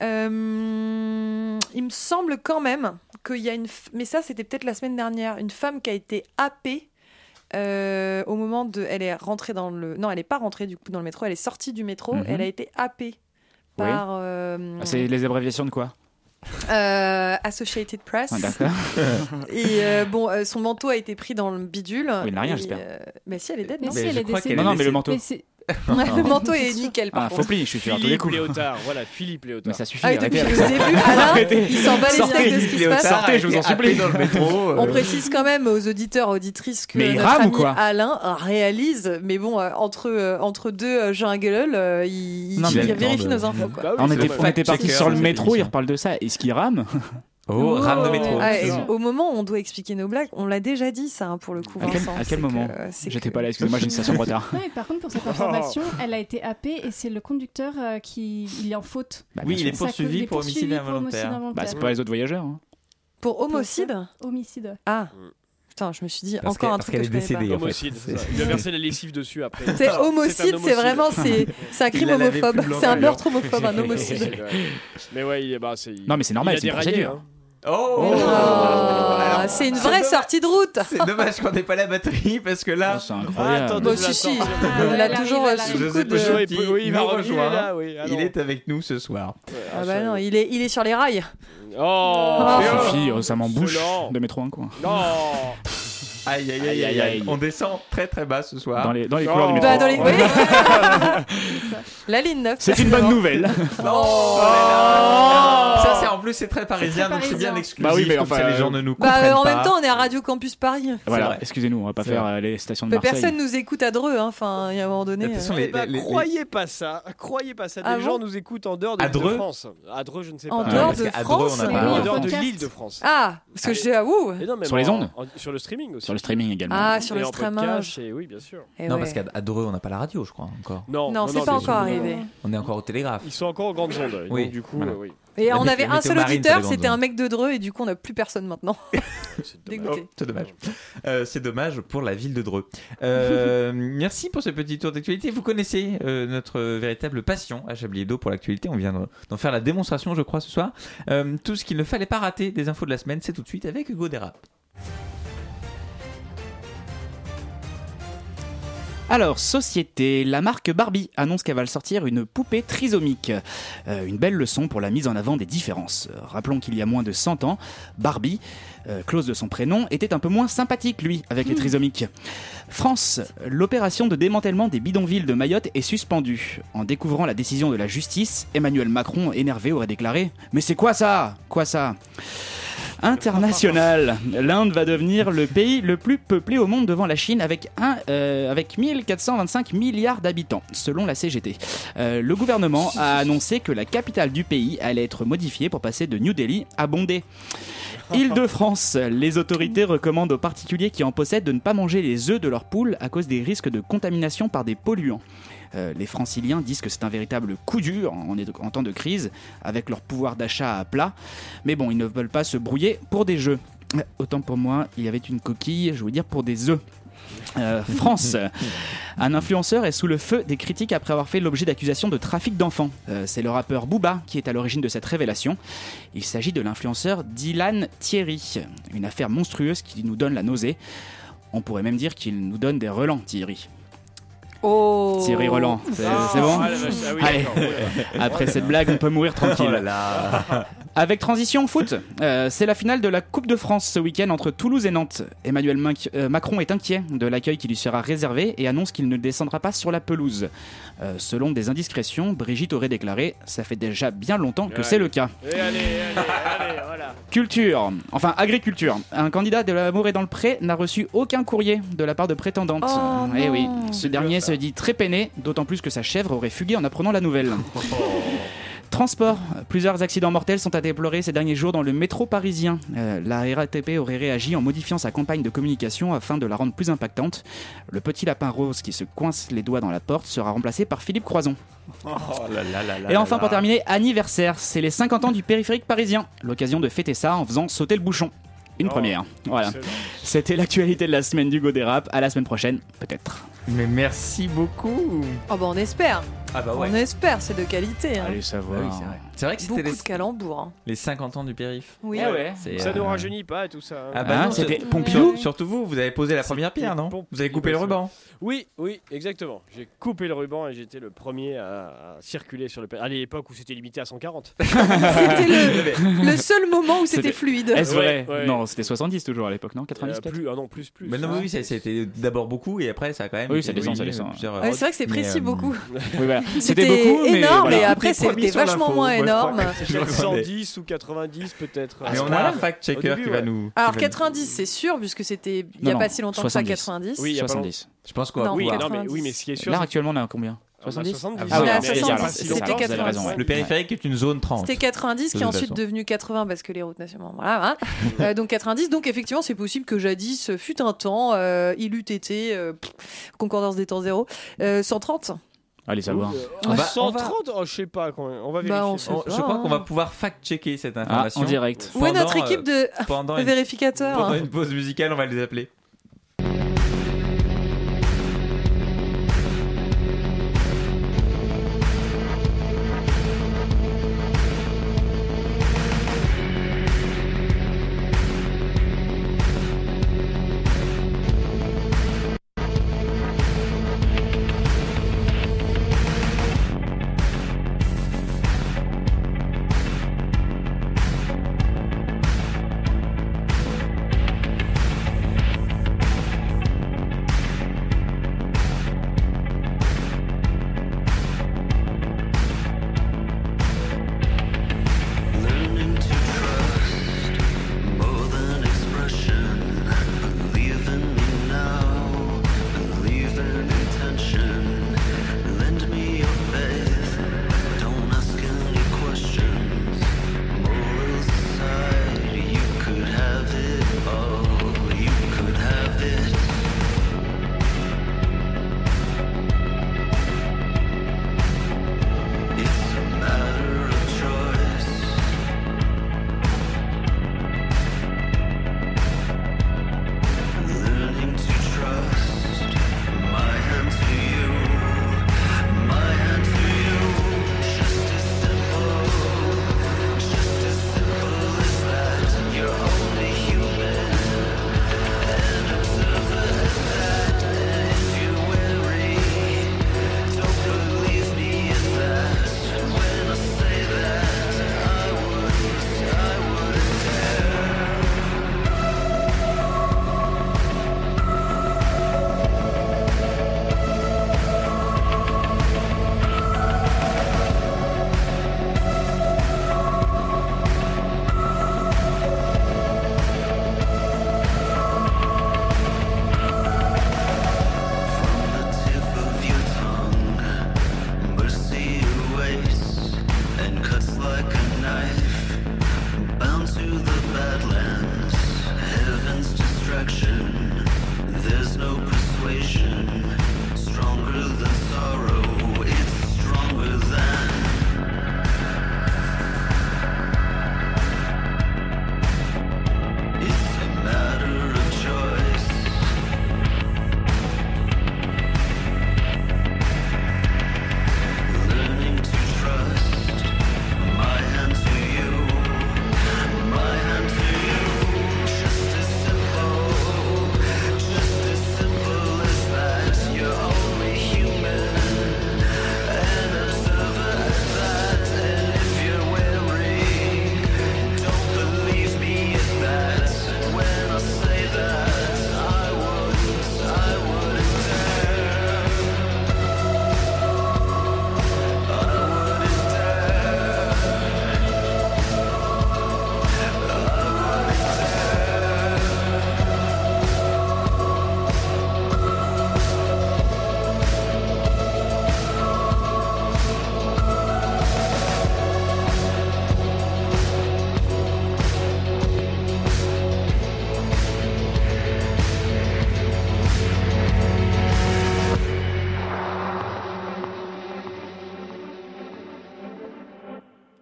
Speaker 11: Euh, il me semble quand même qu'il y a une. f- Mais ça, c'était peut-être la semaine dernière. Une femme qui a été happée euh, au moment de. Elle est rentrée dans le. Non, elle n'est pas rentrée du coup dans le métro. Elle est sortie du métro.
Speaker 10: Mhm.
Speaker 11: Elle a été happée
Speaker 10: Oui. Ah,
Speaker 11: par euh,
Speaker 10: C'est les abréviations de quoi
Speaker 11: euh, Associated Press.
Speaker 10: Ah, D'accord.
Speaker 11: Et euh, bon, euh, son manteau a été pris dans le bidule.
Speaker 10: Oui, il n'a rien,
Speaker 11: Et,
Speaker 10: j'espère.
Speaker 11: euh, mais si, elle est dead, non
Speaker 9: Mais si,
Speaker 1: Mais
Speaker 9: elle
Speaker 1: je
Speaker 9: est
Speaker 1: crois
Speaker 9: décédée.
Speaker 1: qu'elle est
Speaker 10: Non, non, mais le
Speaker 1: décédée.
Speaker 10: manteau.
Speaker 9: Mais c'est-
Speaker 11: Le manteau est nickel, par
Speaker 10: Ah,
Speaker 11: contre.
Speaker 10: faux pli, je suis sûr, à tous les
Speaker 2: Philippe
Speaker 10: coups.
Speaker 2: Léotard, voilà, Philippe Léotard.
Speaker 10: Mais ça suffit.
Speaker 11: Ah, et
Speaker 10: arrêtez
Speaker 11: depuis
Speaker 10: avec
Speaker 11: le
Speaker 10: ça.
Speaker 11: début, Alain,
Speaker 10: Arrêtez.
Speaker 11: il s'en bat les
Speaker 10: Sortez,
Speaker 11: steaks de ce qui se passe.
Speaker 10: Sortez, je vous en supplie.
Speaker 1: dans le métro. euh.
Speaker 11: On précise quand même aux auditeurs, auditrices que
Speaker 10: Euh, Mais il
Speaker 11: notre
Speaker 10: rame ou
Speaker 11: ami
Speaker 10: quoi
Speaker 11: Alain euh, réalise, mais bon, euh, entre, euh, entre deux euh, Jean Gueulel, euh, il,
Speaker 10: Non,
Speaker 11: il
Speaker 10: mais-
Speaker 11: vérifie
Speaker 1: Attends,
Speaker 11: nos infos.
Speaker 2: Bah
Speaker 11: Quoi.
Speaker 2: oui,
Speaker 10: On
Speaker 2: c'est
Speaker 10: était,
Speaker 2: vrai.
Speaker 10: on était parti
Speaker 2: Fact-checker,
Speaker 10: sur le
Speaker 2: cette
Speaker 10: métro, il
Speaker 2: émission.
Speaker 10: reparle de ça. Est-ce qu'il rame
Speaker 1: Oh, rame de métro.
Speaker 11: Ah, et
Speaker 2: excellent.
Speaker 11: au moment où on doit expliquer nos blagues, on l'a déjà dit ça hein, pour le coup.
Speaker 10: À quel-
Speaker 11: Vincent,
Speaker 10: à quel
Speaker 11: c'est que,
Speaker 10: moment
Speaker 11: euh, c'est
Speaker 10: J'étais
Speaker 11: que-
Speaker 10: pas là, excusez-moi, j'ai une station de retard.
Speaker 9: Non, mais par contre, pour cette information, elle a été happée et c'est le conducteur euh, qui il est en faute.
Speaker 10: Bah,
Speaker 1: Oui,
Speaker 10: bien
Speaker 1: il est
Speaker 10: sûr.
Speaker 9: Ça,
Speaker 1: poursuivi
Speaker 9: il est
Speaker 1: pour homicide
Speaker 9: poursuivi pour homicide
Speaker 1: involontaire.
Speaker 10: Bah,
Speaker 9: involontaire.
Speaker 10: c'est pas les autres voyageurs. hein.
Speaker 11: Pour homicide
Speaker 9: Homicide.
Speaker 11: Ah,
Speaker 2: Mm.
Speaker 11: putain, je me suis dit
Speaker 1: Parce
Speaker 11: encore
Speaker 1: que-
Speaker 11: un
Speaker 1: parce
Speaker 11: truc que
Speaker 1: qu'elle
Speaker 11: je
Speaker 1: est
Speaker 11: connais pas.
Speaker 1: décédée. en fait.
Speaker 2: Homicide, c'est ça.
Speaker 1: C'est-
Speaker 2: il a versé la lessive dessus après.
Speaker 11: C'est
Speaker 2: Ah, un
Speaker 11: homicide, c'est vraiment c'est c'est un crime
Speaker 1: l'avait plus
Speaker 11: homophobe,
Speaker 1: blanc
Speaker 11: c'est un
Speaker 1: que
Speaker 11: meurtre homophobe, un homicide.
Speaker 2: Homicide, ouais. Mais ouais, il est bah c'est.
Speaker 10: Non, mais c'est normal,
Speaker 2: il a
Speaker 10: c'est une
Speaker 2: déraillé,
Speaker 10: procédure.
Speaker 2: hein.
Speaker 1: Oh,
Speaker 11: Oh,
Speaker 1: Alors,
Speaker 11: c'est une vraie sortie de route.
Speaker 1: C'est dommage qu'on n'ait pas la batterie parce que
Speaker 10: Oh,
Speaker 1: là,
Speaker 10: C'est
Speaker 2: Ah, attends,
Speaker 10: incroyable.
Speaker 2: donc-
Speaker 11: Bon, si, si,
Speaker 7: Ah,
Speaker 11: il l'a
Speaker 7: elle
Speaker 11: toujours
Speaker 7: arrive, elle
Speaker 11: sous le
Speaker 1: arrive.
Speaker 11: coude.
Speaker 1: Je sais
Speaker 2: Oui,
Speaker 1: pas,
Speaker 11: de-
Speaker 1: Le
Speaker 2: il- oui, il va
Speaker 1: nous
Speaker 2: rejoindre.
Speaker 1: rejoint.
Speaker 2: Il est là, oui. Ah non.
Speaker 1: il est avec nous ce soir.
Speaker 2: Ouais,
Speaker 11: Ah bah
Speaker 2: ça-
Speaker 11: non, il est, il est sur les rails. Ah.
Speaker 2: Oh,
Speaker 10: Ça
Speaker 2: mais oh.
Speaker 10: suffit, oh, ça m'embouche
Speaker 2: Excellent.
Speaker 10: de mettre un coin.
Speaker 2: Non.
Speaker 1: Aïe aïe aïe aïe aïe. On descend très très bas ce soir.
Speaker 10: Dans les, dans les
Speaker 2: Oh.
Speaker 10: couleurs du métro.
Speaker 11: Bah, dans les...
Speaker 2: Oh.
Speaker 11: oui. La ligne 9.
Speaker 10: C'est une bonne nouvelle.
Speaker 1: Oh, là là. Ça c'est en plus c'est très parisien
Speaker 9: très
Speaker 1: donc c'est bien
Speaker 9: parisien.
Speaker 1: exclusif.
Speaker 10: Bah oui, mais
Speaker 1: comme
Speaker 10: enfin,
Speaker 1: ça, les
Speaker 10: euh,
Speaker 1: gens ne nous comprennent
Speaker 11: Bah, euh, en
Speaker 1: pas.
Speaker 11: même temps, on est à Radio Campus Paris.
Speaker 1: vrai.
Speaker 10: Voilà, excusez-nous, on va pas
Speaker 1: C'est
Speaker 10: faire euh, les stations de
Speaker 11: Bah,
Speaker 10: Marseille.
Speaker 11: personne nous écoute à Dreux, hein. enfin, il y a un moment donné.
Speaker 1: De toute
Speaker 11: euh,
Speaker 1: façon,
Speaker 2: Eh
Speaker 1: les-
Speaker 2: ben,
Speaker 1: les- les-
Speaker 2: croyez pas ça, croyez pas ça. Des
Speaker 11: Ah
Speaker 2: gens
Speaker 11: bon
Speaker 2: nous écoutent en dehors de,
Speaker 1: À
Speaker 2: l'île de
Speaker 1: Dreux
Speaker 2: France. À Dreux, je ne sais pas.
Speaker 11: En
Speaker 1: Ouais,
Speaker 11: dehors
Speaker 1: parce
Speaker 11: de
Speaker 1: qu'à Dreux,
Speaker 11: France,
Speaker 1: on n'a
Speaker 9: Ah,
Speaker 2: En
Speaker 9: oui,
Speaker 1: pas-
Speaker 9: en
Speaker 2: dehors de
Speaker 9: podcast.
Speaker 2: l'île de France.
Speaker 11: Ah, parce que j'ai. Ah, ouh
Speaker 2: Et non, même
Speaker 10: Sur les
Speaker 2: en-
Speaker 10: ondes
Speaker 2: en- Sur le streaming aussi.
Speaker 10: Sur le streaming également.
Speaker 11: Ah, sur
Speaker 2: Et
Speaker 11: le
Speaker 2: en
Speaker 11: streamage.
Speaker 2: podcast, et Oui, bien sûr.
Speaker 11: Eh
Speaker 1: Non
Speaker 11: ouais.
Speaker 1: parce qu'à à Dreux on n'a pas la radio je crois encore.
Speaker 2: Non,
Speaker 11: Non, c'est pas
Speaker 2: bien
Speaker 11: encore
Speaker 2: sûr.
Speaker 11: arrivé.
Speaker 9: Euh,
Speaker 1: On est encore au télégraphe.
Speaker 2: Ils sont encore aux grandes ondes.
Speaker 1: Oui,
Speaker 2: Donc, du coup,
Speaker 1: voilà.
Speaker 2: euh, oui.
Speaker 11: Et
Speaker 1: La
Speaker 11: on
Speaker 1: mé-
Speaker 11: avait
Speaker 1: la
Speaker 11: un
Speaker 1: météo
Speaker 11: seul
Speaker 1: marine,
Speaker 11: auditeur,
Speaker 1: ça dépend
Speaker 11: c'était
Speaker 1: de-
Speaker 11: un mec de Dreux, et du coup, on n'a plus personne maintenant.
Speaker 2: C'est dommage.
Speaker 11: Dégoûté.
Speaker 1: C'est dommage. Euh, c'est dommage pour la ville de Dreux. Euh, merci pour ce petit tour d'actualité. Vous connaissez euh, notre véritable passion à Chablis Hebdo pour l'actualité. On vient de- d'en faire la démonstration, je crois, ce soir. Euh, tout ce qu'il ne fallait pas rater des infos de la semaine, c'est tout de suite avec Hugo Dérap.
Speaker 10: Alors, société, la marque Barbie annonce qu'elle va le sortir une poupée trisomique. Euh, une belle leçon pour la mise en avant des différences. Euh, Rappelons qu'il y a moins de 100 ans, Barbie, euh, Klaus de son prénom, était un peu moins sympathique, lui, avec les trisomiques. France, l'opération de démantèlement des bidonvilles de Mayotte est suspendue. En découvrant la décision de la justice, Emmanuel Macron, énervé, aurait déclaré Mais c'est quoi ça Quoi ça International. L'Inde va devenir le pays le plus peuplé au monde devant la Chine avec, un, euh, avec 1425 milliards d'habitants, selon la CGT. Euh, le gouvernement a annoncé que la capitale du pays allait être modifiée pour passer de New Delhi à Bondé. Île-de-France, les autorités recommandent aux particuliers qui en possèdent de ne pas manger les œufs de leurs poules à cause des risques de contamination par des polluants. Euh, les franciliens disent que c'est un véritable coup dur en, en temps de crise, avec leur pouvoir d'achat à plat. Mais bon, ils ne veulent pas se brouiller pour des jeux. Euh, Autant pour moi, il y avait une coquille, je veux dire, pour des œufs. Euh, France. Un influenceur est sous le feu des critiques après avoir fait l'objet d'accusations de trafic d'enfants. Euh, c'est le rappeur Booba qui est à l'origine de cette révélation. Il s'agit de l'influenceur Dylan Thierry. Une affaire monstrueuse qui nous donne la nausée. On pourrait même dire qu'il nous donne des relents, Thierry.
Speaker 11: Oh.
Speaker 10: Thierry Roland, c'est
Speaker 2: Ah,
Speaker 10: c'est bon
Speaker 2: ah, la vache, ah oui,
Speaker 10: Allez.
Speaker 2: d'accord, ouais.
Speaker 10: Après cette blague, on peut mourir tranquille. Avec transition foot, euh, c'est la finale de la Coupe de France ce week-end entre Toulouse et Nantes. Emmanuel Mac- euh, Macron est inquiet de l'accueil qui lui sera réservé et annonce qu'il ne descendra pas sur la pelouse. Euh, selon des indiscrétions, Brigitte aurait déclaré Ça fait déjà bien longtemps que c'est le cas.
Speaker 2: Et allez, allez, allez, voilà.
Speaker 10: Culture, enfin agriculture. Un candidat de l'amour et dans le pré n'a reçu aucun courrier de la part de prétendante.
Speaker 11: Oh,
Speaker 10: Eh oui,
Speaker 11: non.
Speaker 10: ce dernier se dit très peiné, d'autant plus que sa chèvre aurait fugué en apprenant la nouvelle. Transport. Plusieurs accidents mortels sont à déplorer ces derniers jours dans le métro parisien. Euh, la RATP aurait réagi en modifiant sa campagne de communication afin de la rendre plus impactante. Le petit lapin rose qui se coince les doigts dans la porte sera remplacé par Philippe Croison. Et enfin, pour terminer, anniversaire. C'est les 50 ans du périphérique parisien. L'occasion de fêter ça en faisant sauter le bouchon. Une
Speaker 2: Oh.
Speaker 10: première. Voilà.
Speaker 2: Excellent.
Speaker 10: C'était l'actualité de la semaine du Godérap. À la semaine prochaine, peut-être.
Speaker 1: Mais merci beaucoup.
Speaker 11: Oh, bah, on espère.
Speaker 1: Ah bah Ah
Speaker 11: On espère, c'est de qualité. hein.
Speaker 2: Allez savoir.
Speaker 1: C'est vrai que
Speaker 11: Beaucoup
Speaker 1: c'était les,
Speaker 11: de calembours. hein. Ah
Speaker 1: les 50 ans du périph.
Speaker 11: Oui.
Speaker 10: Ah
Speaker 1: C'est,
Speaker 2: Ça
Speaker 1: euh,
Speaker 2: ne rajeunit pas tout ça. hein.
Speaker 1: Ah bah
Speaker 10: Hein,
Speaker 1: non,
Speaker 10: c'était
Speaker 1: c'est-
Speaker 10: Pompidou
Speaker 1: sur- Surtout vous, vous avez posé la première pierre, non
Speaker 2: Pompidou,
Speaker 1: Vous avez coupé le
Speaker 2: c'est-
Speaker 1: ruban.
Speaker 2: Oui, oui, exactement. J'ai coupé le ruban et j'étais le premier à, à circuler sur le périph. À l'époque où c'était limité à 140.
Speaker 11: C'était le, le seul moment où
Speaker 10: C'était-
Speaker 11: c'était fluide.
Speaker 10: Est-ce vrai
Speaker 2: Ouais, ouais.
Speaker 10: Non, c'était 70 toujours à l'époque, non 90
Speaker 2: Euh, plus, ah non, plus, plus.
Speaker 1: Mais non, mais oui, ça, ça a été d'abord beaucoup et après ça a quand même.
Speaker 10: Oui,
Speaker 1: été-
Speaker 10: ça descend, ça descend.
Speaker 1: plusieurs
Speaker 11: Ouais, Ah, c'est vrai que c'est
Speaker 1: mais,
Speaker 11: précis
Speaker 1: euh,
Speaker 11: beaucoup.
Speaker 10: Oui, voilà.
Speaker 11: C'était énorme et après c'était vachement moins énorme.
Speaker 2: Peut-être 110 ou 90 peut-être.
Speaker 11: Ah,
Speaker 2: Ah,
Speaker 1: Mais on a un fact-checker
Speaker 2: Au début,
Speaker 1: qui va
Speaker 2: ouais.
Speaker 1: nous. qui
Speaker 11: Alors
Speaker 1: va nous-
Speaker 11: 90 c'est sûr puisque c'était il n'y a
Speaker 10: Non,
Speaker 11: pas
Speaker 10: non,
Speaker 11: si longtemps que ça
Speaker 10: 70.
Speaker 11: 90.
Speaker 2: Oui, il y a pas
Speaker 10: 70.
Speaker 1: Je pense qu'on va
Speaker 11: Non,
Speaker 2: Oui,
Speaker 1: pouvoir.
Speaker 2: non, mais, oui, mais ce qui est sûr,
Speaker 10: Là,
Speaker 2: c'est
Speaker 10: actuellement, on a combien
Speaker 2: qu'on a
Speaker 10: 70
Speaker 2: 70.
Speaker 11: Ah oui,
Speaker 2: mais
Speaker 11: on a
Speaker 2: c'est pas si
Speaker 11: 70,
Speaker 2: longtemps.
Speaker 11: c'était 80.
Speaker 10: ouais.
Speaker 1: Le périphérique est une zone 30.
Speaker 11: C'était 90
Speaker 1: De
Speaker 11: qui est
Speaker 1: toute
Speaker 11: ensuite
Speaker 1: façon.
Speaker 11: devenu 80 parce que les routes nationales. Voilà, hein. Euh, donc 90. Donc effectivement, c'est possible que jadis fut un temps, euh, il eût été euh, pff, concordance des temps zéro, euh, 130.
Speaker 10: Allez, savoir.
Speaker 1: On va-
Speaker 2: 130 oh, Je sais pas quand même. On va
Speaker 11: Bah, on
Speaker 2: vérifier.
Speaker 11: sait
Speaker 1: On-
Speaker 11: pas,
Speaker 1: je crois
Speaker 11: hein.
Speaker 1: qu'on va pouvoir fact-checker cette
Speaker 10: Ah,
Speaker 1: information.
Speaker 10: en direct.
Speaker 11: Où est notre
Speaker 1: Pendant,
Speaker 11: équipe de
Speaker 1: euh, pendant une-
Speaker 11: vérificateurs
Speaker 1: pendant une pause musicale, on va les appeler.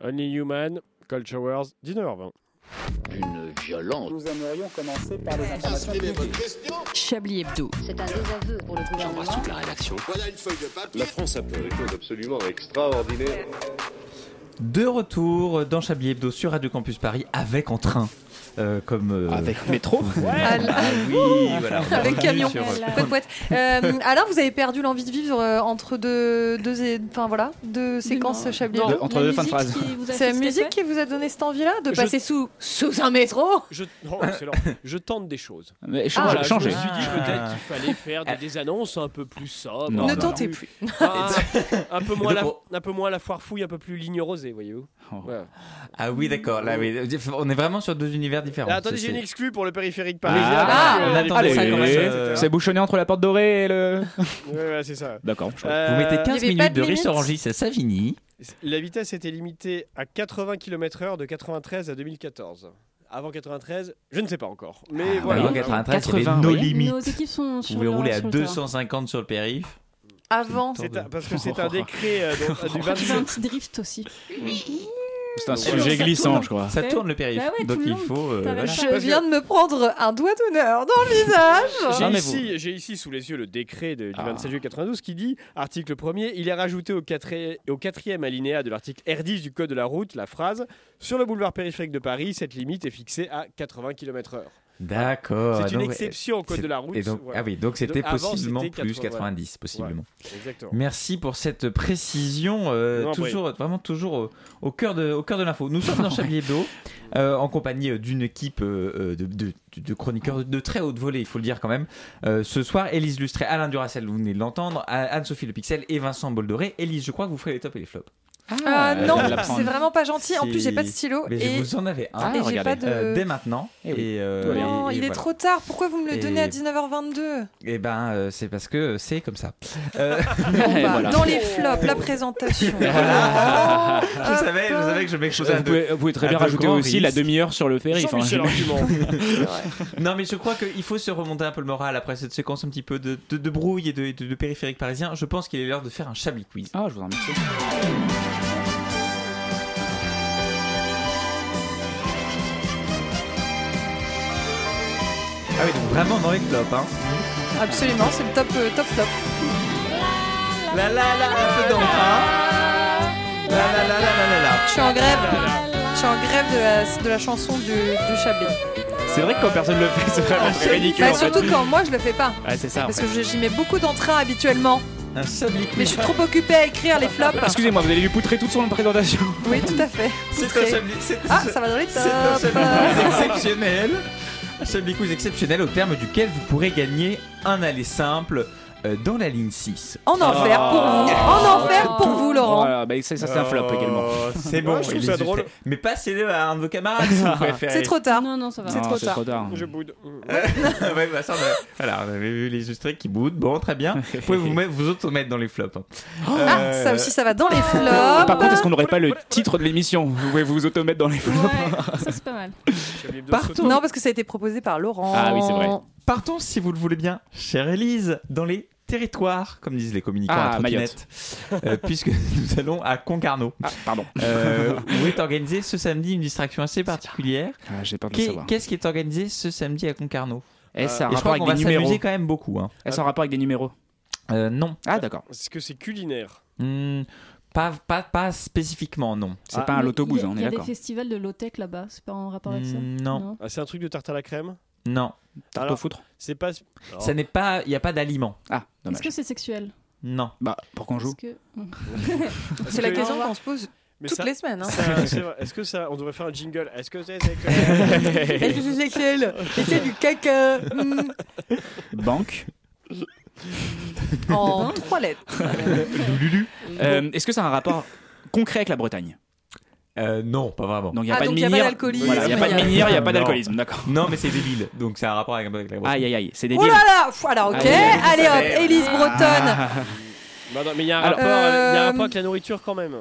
Speaker 2: Only Human, Culture Wars, 19h20.
Speaker 8: Une violence.
Speaker 6: Nous aimerions commencer par les informations publiques.
Speaker 7: Chablis Hebdo.
Speaker 5: C'est un désaveu pour le gouvernement.
Speaker 8: la rédaction.
Speaker 3: Voilà une feuille de papier. La France a fait des choses absolument extraordinaires.
Speaker 1: De retour dans Chablis Hebdo sur Radio Campus Paris avec en train. euh, comme euh,
Speaker 10: Avec métro
Speaker 2: Ouais.
Speaker 11: Al-
Speaker 1: ah oui, voilà, on est
Speaker 11: Avec
Speaker 1: revenu
Speaker 11: camion.
Speaker 1: sur-
Speaker 9: Elle,
Speaker 11: Pouette, pouette. Euh, alors, vous avez perdu l'envie de vivre euh, entre deux, deux, é- enfin voilà, deux séquences Chablis.
Speaker 10: Non. Entre deux fins de phrase.
Speaker 11: C'est la musique qui vous a donné cette envie-là de
Speaker 2: Je-
Speaker 11: passer sous sous un métro
Speaker 2: Je, non, c'est lent. je tente des choses.
Speaker 10: Mais
Speaker 11: Ah,
Speaker 10: change-
Speaker 2: Voilà,
Speaker 10: changer.
Speaker 2: Je me suis dit peut-être
Speaker 1: Ah.
Speaker 2: qu'il fallait faire des, des annonces un peu plus sobres.
Speaker 1: Non,
Speaker 11: Ne
Speaker 1: non,
Speaker 11: tentez plus.
Speaker 2: Ah, un, peu moins
Speaker 1: Et
Speaker 2: la,
Speaker 1: donc,
Speaker 2: un peu moins la foire fouille, un peu plus ligne rosée, voyez-vous.
Speaker 10: Oh.
Speaker 2: Voilà.
Speaker 1: Ah oui, d'accord. Là, oui. On est vraiment sur deux univers différents.
Speaker 2: Ah, attendez,
Speaker 1: C'est-
Speaker 2: j'ai une exclue pour le périphérique
Speaker 10: Ah,
Speaker 2: parisien.
Speaker 11: Ah,
Speaker 2: parce que-
Speaker 1: on attendait
Speaker 2: euh, les-
Speaker 1: ça quand même.
Speaker 2: etc.
Speaker 10: C'est bouchonné entre la porte dorée et le.
Speaker 2: Ouais, ouais, c'est ça.
Speaker 10: D'accord. je crois.
Speaker 1: Vous
Speaker 2: Euh,
Speaker 1: mettez 15
Speaker 11: il y avait pas
Speaker 1: minutes
Speaker 11: de
Speaker 1: de riche
Speaker 11: limite.
Speaker 1: orangiste à Savigny.
Speaker 2: La vitesse était limitée à 80 km/h de 93 à 2014. Avant 93, je ne sais pas encore. Mais voilà.
Speaker 1: Voilà, en 93, il y avait
Speaker 10: 80,
Speaker 1: nos
Speaker 10: oui.
Speaker 9: Nos
Speaker 1: limites.
Speaker 9: équipes sont
Speaker 1: Vous
Speaker 9: sur
Speaker 1: pouvez
Speaker 9: le-
Speaker 1: rouler à
Speaker 9: sur le terrain.
Speaker 1: 250 sur le périph.
Speaker 11: Avant,
Speaker 2: C'est un- parce que c'est un décret euh, donc, euh,
Speaker 9: Je fais
Speaker 2: du 27
Speaker 9: un petit drift aussi.
Speaker 10: C'est un
Speaker 1: non, ça
Speaker 10: sujet glissant,
Speaker 9: tourne.
Speaker 10: je crois.
Speaker 1: Ça tourne le périph.
Speaker 9: Bah ouais,
Speaker 1: Donc
Speaker 9: tout le
Speaker 1: il
Speaker 9: long.
Speaker 1: faut. euh,
Speaker 9: T'as
Speaker 1: voilà.
Speaker 9: raison.
Speaker 11: je viens de me prendre un doigt d'honneur dans le visage.
Speaker 2: J'ai
Speaker 10: mais
Speaker 2: ici, j'ai ici sous les yeux le décret de- du
Speaker 10: Ah.
Speaker 2: 27 juillet 92 qui dit, article 1er, il est rajouté au, quatré- au quatrième alinéa de l'article R10 du Code de la route la phrase Sur le boulevard périphérique de Paris, cette limite est fixée à 80 km/h.
Speaker 1: D'accord.
Speaker 2: c'est une
Speaker 1: donc,
Speaker 2: exception au Code
Speaker 1: c'est-
Speaker 2: de la route.
Speaker 1: Et donc,
Speaker 2: voilà.
Speaker 1: Ah oui, donc c'était
Speaker 2: Donc, avant,
Speaker 1: possiblement
Speaker 2: c'était
Speaker 1: plus
Speaker 2: 80,
Speaker 1: 90, possiblement.
Speaker 2: Exactement.
Speaker 1: Merci pour cette précision, euh,
Speaker 2: Non, après-
Speaker 1: toujours, vraiment toujours au, au cœur de, au cœur de l'info. Nous sommes dans Chablis Hebdo, euh, en compagnie d'une équipe euh, euh, de, de- de chroniqueurs de très haute volée, il faut le dire quand même. Euh, ce soir, Élise Lustré, Alain Duracel, vous venez de l'entendre, A- Anne-Sophie Le Pixel et Vincent Boldoré. Élise, je crois que vous ferez les tops et les flops.
Speaker 11: Ah, non,
Speaker 10: je vais Euh, la prendre.
Speaker 11: c'est vraiment pas gentil. En
Speaker 1: Si.
Speaker 11: plus, j'ai pas de stylo
Speaker 1: Mais
Speaker 11: et,
Speaker 1: vous en avez un.
Speaker 10: Ah,
Speaker 11: et j'ai
Speaker 10: regardez.
Speaker 11: pas de.
Speaker 1: euh, dès maintenant
Speaker 10: Eh oui.
Speaker 1: et, euh,
Speaker 11: non,
Speaker 1: et- et
Speaker 11: il est
Speaker 1: voilà.
Speaker 11: trop tard. Pourquoi vous me le
Speaker 1: Et-
Speaker 11: donnez à 19h22
Speaker 1: Eh ben euh, c'est parce que c'est comme ça. Euh,
Speaker 11: Bon, bah,
Speaker 10: Voilà.
Speaker 11: Dans les flops, la présentation.
Speaker 1: Voilà.
Speaker 11: Oh,
Speaker 1: je savais, je savais que je m'exposais à
Speaker 10: Vous
Speaker 1: deux.
Speaker 10: pouvez, vous pouvez très
Speaker 1: un
Speaker 10: bien
Speaker 1: peu
Speaker 10: rajouter
Speaker 1: grand
Speaker 10: aussi la
Speaker 1: risque.
Speaker 10: demi-heure sur le ferry. enfin,
Speaker 2: Jean-Michel Argument.
Speaker 1: Non, mais je crois qu'il faut se remonter un peu le moral après cette séquence un petit peu de, de, de brouille et de, de, de périphérique parisien. Je pense qu'il est l'heure de faire un Chablis quiz.
Speaker 10: Ah, je vous en remercie.
Speaker 1: Ah oui, donc vraiment dans les flops, hein.
Speaker 11: Absolument, c'est le top, euh, top flop.
Speaker 1: La la la, un peu dans le train. La la la la la la la.
Speaker 11: Je suis en grève. Je suis en grève de la, de la chanson du, du Chablis.
Speaker 10: C'est vrai que quand personne le fait, c'est vraiment très ridicule.
Speaker 11: Bah,
Speaker 10: en fait. Ah,
Speaker 11: surtout quand moi je le fais pas.
Speaker 10: Ouais, c'est ça. en
Speaker 11: Parce
Speaker 10: fait.
Speaker 11: que j'y mets beaucoup d'entrain habituellement.
Speaker 1: Un Chablis quiz.
Speaker 11: Mais je suis trop occupée à écrire les flops.
Speaker 10: Excusez-moi, vous allez lui poutrer toute son présentation.
Speaker 11: Oui, tout à fait.
Speaker 1: C'est un
Speaker 11: Outré.
Speaker 1: Chablis. C'est
Speaker 11: Ah, ça va dans les
Speaker 1: c'est un Chablis
Speaker 11: tops. Euh,
Speaker 1: quiz exceptionnel. Un Chablis quiz exceptionnel au terme duquel vous pourrez gagner un aller simple euh, dans la ligne 6.
Speaker 11: En enfer pour vous.
Speaker 10: Ah.
Speaker 11: En enfer Ah, pour vous, Laurent.
Speaker 10: Voilà, bah, ça, ça, c'est un
Speaker 1: Euh,
Speaker 10: flop également.
Speaker 1: C'est
Speaker 2: Euh, bon,
Speaker 1: bon,
Speaker 2: je trouve ça drôle.
Speaker 1: Mais passez-le à un de vos camarades si vous préférez.
Speaker 11: C'est trop tard.
Speaker 9: Non, non, ça va.
Speaker 11: C'est
Speaker 10: Non,
Speaker 11: trop tard.
Speaker 2: Je boude.
Speaker 1: Ouais, bah ça, on a- voilà, on avait vu les illustrés qui boudent. Bon, très bien. Vous pouvez vous, mettre- vous auto-mettre dans les flops. hein.
Speaker 11: Ah,
Speaker 1: Euh,
Speaker 11: ça aussi, ça va dans les
Speaker 10: Ah, Par contre,
Speaker 11: flops.
Speaker 10: est-ce qu'on n'aurait pas le titre de l'émission Vous pouvez vous automettre dans les flops.
Speaker 9: Ouais, ça c'est pas mal.
Speaker 1: Partons,
Speaker 11: Non, parce que ça a été proposé par Laurent.
Speaker 10: Ah oui, c'est vrai.
Speaker 1: partons, si vous le voulez bien, chère Élise, dans les territoires, comme disent les communicants
Speaker 10: Ah,
Speaker 1: à trottinette. Euh, puisque nous allons à Concarneau,
Speaker 10: Ah, pardon.
Speaker 1: euh, où est organisée ce samedi une distraction assez particulière.
Speaker 10: Ah, J'ai peur de le
Speaker 1: Qu'est-
Speaker 10: savoir.
Speaker 1: Qu'est-ce qui est organisé ce samedi à Concarneau
Speaker 10: Est-ce en
Speaker 1: Et je
Speaker 10: rapport
Speaker 1: crois
Speaker 10: avec
Speaker 1: qu'on
Speaker 10: des
Speaker 1: va
Speaker 10: numéros
Speaker 1: s'amuser quand même beaucoup. hein.
Speaker 10: Est-ce en rapport avec des numéros
Speaker 1: Euh, non,
Speaker 10: Ah, d'accord.
Speaker 2: Est-ce que c'est culinaire
Speaker 1: Hmm, pas, pas, pas spécifiquement, non.
Speaker 10: C'est
Speaker 2: Ah,
Speaker 10: pas un
Speaker 9: Mais
Speaker 10: lotobus,
Speaker 9: il y a-
Speaker 10: on
Speaker 9: Il
Speaker 10: est
Speaker 9: y a des
Speaker 10: d'accord.
Speaker 9: festivals de low-tech là-bas, c'est pas en rapport avec ça
Speaker 1: Hmm, non,
Speaker 9: Non.
Speaker 2: Ah, C'est un truc de tarte à la crème
Speaker 1: non.
Speaker 10: Tarte au
Speaker 2: Alors-
Speaker 10: foutre
Speaker 2: C'est pas. Alors,
Speaker 1: Ça n'est pas, il n'y a pas d'aliment.
Speaker 10: Ah,
Speaker 9: Est-ce
Speaker 10: dommage.
Speaker 9: que c'est sexuel
Speaker 1: Non.
Speaker 10: Bah, pour qu'on joue.
Speaker 9: Est-ce que-
Speaker 2: est-ce
Speaker 11: C'est la
Speaker 2: que-
Speaker 11: question qu'on se pose
Speaker 2: Mais
Speaker 11: toutes
Speaker 2: ça-
Speaker 11: les semaines. hein.
Speaker 2: ça- c'est vrai. Est-ce que ça. On devrait faire un jingle. Est-ce que c'est. c'est que-
Speaker 11: Est-ce que c'est sexuel Est-ce que c'est du caca Hmm.
Speaker 10: Banque.
Speaker 11: En trois lettres.
Speaker 10: Euh, Est-ce que ça a un rapport concret avec la Bretagne
Speaker 1: Euh, non, pas vraiment.
Speaker 10: Donc, il n'y a
Speaker 11: Ah,
Speaker 10: pas de
Speaker 11: donc il y a pas
Speaker 10: minière.
Speaker 11: d'alcoolisme,
Speaker 10: Voilà, Il n'y a pas de
Speaker 11: il y a-
Speaker 10: minière, il n'y a pas
Speaker 1: Non.
Speaker 10: d'alcoolisme, d'accord.
Speaker 1: Non, mais c'est débile, donc ça a un rapport avec, avec la boîte.
Speaker 10: Aïe, aïe, aïe, c'est
Speaker 11: Oh
Speaker 10: débile.
Speaker 11: là là Pff, Alors, ok.
Speaker 10: Allez, allez,
Speaker 11: Allez hop,
Speaker 1: allez.
Speaker 10: Ah.
Speaker 11: Élise Bretonne.
Speaker 2: Bah non, mais il y a un
Speaker 10: Alors-
Speaker 2: rapport avec- il y a un rapport
Speaker 11: Euh,
Speaker 2: avec la nourriture quand même.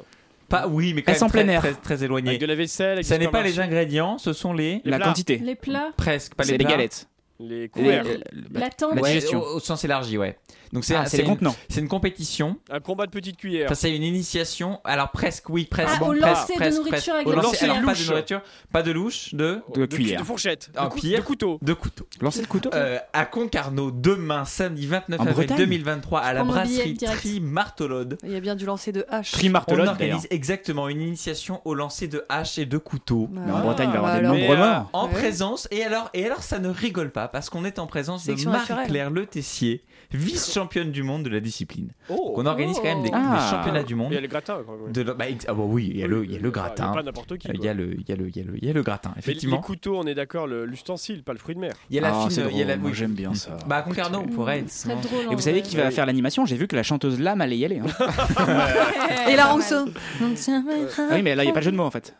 Speaker 1: Pas, oui, mais quand
Speaker 10: Elles
Speaker 1: même
Speaker 10: sont en
Speaker 1: très,
Speaker 10: plein air.
Speaker 1: très, très éloigné.
Speaker 2: Avec de la vaisselle. avec
Speaker 1: Ça
Speaker 2: du
Speaker 1: n'est pas les
Speaker 2: supermarché.
Speaker 1: ingrédients, ce sont les
Speaker 2: Les
Speaker 10: La
Speaker 2: plats.
Speaker 10: quantité.
Speaker 9: Les plats
Speaker 1: presque pas les
Speaker 10: C'est des
Speaker 1: plats.
Speaker 10: galettes.
Speaker 2: Les couverts.
Speaker 10: Les- le- le-
Speaker 9: L'attente.
Speaker 10: euh, bah, La
Speaker 1: Ouais,
Speaker 10: digestion.
Speaker 1: au, au sens élargi, ouais. Donc c'est
Speaker 10: Ah, c'est les
Speaker 1: une,
Speaker 10: contenants.
Speaker 1: c'est une compétition.
Speaker 2: Un combat de petites cuillères.
Speaker 1: Enfin, c'est une initiation. Alors presque, oui, presque.
Speaker 9: Ah,
Speaker 1: bon,
Speaker 9: au
Speaker 1: presque,
Speaker 9: lancer de
Speaker 1: presque,
Speaker 9: nourriture
Speaker 1: presque.
Speaker 9: avec
Speaker 1: Au
Speaker 9: des
Speaker 1: lancer-
Speaker 9: cuillères.
Speaker 1: alors, pas de
Speaker 2: Louche.
Speaker 1: nourriture, pas de louche, de
Speaker 10: De cuillère. Ah,
Speaker 2: De fourchette.
Speaker 1: Un
Speaker 2: de, cou-
Speaker 1: cuillère.
Speaker 2: de couteau.
Speaker 1: de couteau.
Speaker 10: Lancer le couteau.
Speaker 1: Euh, à Concarneau, demain, samedi 29
Speaker 10: En
Speaker 1: avril
Speaker 10: Bretagne
Speaker 1: 2023, à la
Speaker 9: prends mon billet
Speaker 1: brasserie
Speaker 9: direct.
Speaker 1: Trimartolode.
Speaker 11: Il y a bien du lancer de hache.
Speaker 1: On
Speaker 10: Trimartelode d'ailleurs.
Speaker 1: organise exactement une initiation au lancer de haches et de couteaux.
Speaker 10: Mais en Bretagne, il va y avoir
Speaker 11: bah
Speaker 10: des
Speaker 11: alors.
Speaker 10: nombreux
Speaker 2: Mais, euh,
Speaker 10: morts.
Speaker 1: En
Speaker 11: Ouais.
Speaker 1: présence, et alors, et alors ça ne rigole pas, parce qu'on est en présence de
Speaker 11: Sélection
Speaker 1: Marie-Claire Le Tessier, vice-championne du monde de la discipline.
Speaker 2: Oh.
Speaker 1: On organise quand même des,
Speaker 10: Ah.
Speaker 1: des championnats du
Speaker 2: Il y a
Speaker 1: monde.
Speaker 2: le gratin. quand même.
Speaker 1: De la- bah, ex- ah bah oui, il y a le, il y a le
Speaker 2: Ah, Il y a
Speaker 1: gratin.
Speaker 2: pas n'importe qui.
Speaker 1: Euh, Il
Speaker 2: quoi.
Speaker 1: y a le, il y a le, il y a le, il y a le gratin,
Speaker 2: Mais
Speaker 1: effectivement.
Speaker 2: Les couteaux, on est d'accord, le- l'ustensile, pas le fruit de mer.
Speaker 1: Il y a la
Speaker 10: Ah,
Speaker 1: fine,
Speaker 10: c'est
Speaker 1: il y a la
Speaker 10: drôle, moi,
Speaker 1: oui.
Speaker 10: j'aime bien ça.
Speaker 1: Bah, euh, à Concarneau, on pourrait.
Speaker 9: hmm, Ce serait drôle. hein.
Speaker 10: Et vous savez qui va faire l'animation J'ai vu que la chanteuse Lame allait y aller. hein.
Speaker 11: Et la rançon.
Speaker 10: Ah oui, mais là, il n'y a pas de jeu de mots en fait.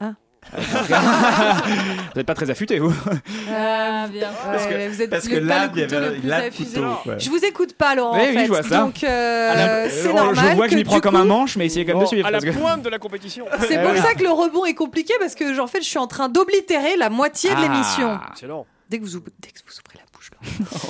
Speaker 11: Ah.
Speaker 10: vous n'êtes pas très affûté, vous.
Speaker 9: Ah, bien.
Speaker 11: Parce que, vous êtes
Speaker 1: Parce
Speaker 11: vous
Speaker 1: que
Speaker 11: êtes
Speaker 1: là,
Speaker 11: pas le
Speaker 1: il y
Speaker 11: couteau le
Speaker 1: avait
Speaker 11: plus
Speaker 1: là, le
Speaker 11: affûté.
Speaker 1: couteau. ouais.
Speaker 11: Je vous écoute pas, Laurent.
Speaker 10: Oui,
Speaker 11: en
Speaker 10: oui,
Speaker 11: fait.
Speaker 10: je vois ça.
Speaker 11: Donc, euh, c'est
Speaker 10: Oh,
Speaker 11: normal.
Speaker 10: je vois que, je m'y
Speaker 11: du
Speaker 10: prends comme
Speaker 11: coup,
Speaker 10: un Eh manche, mais essayez quand même de
Speaker 2: Oh,
Speaker 10: suivre.
Speaker 2: à la
Speaker 10: parce que-
Speaker 2: pointe de la compétition. Eh
Speaker 11: C'est pour ça que le rebond est compliqué parce que, genre, en fait, je suis en train d'oblitérer la moitié de
Speaker 10: Ah.
Speaker 11: l'émission.
Speaker 2: Excellent.
Speaker 11: Dès que vous ouvrez, dès que vous ouvrez la bouche. là.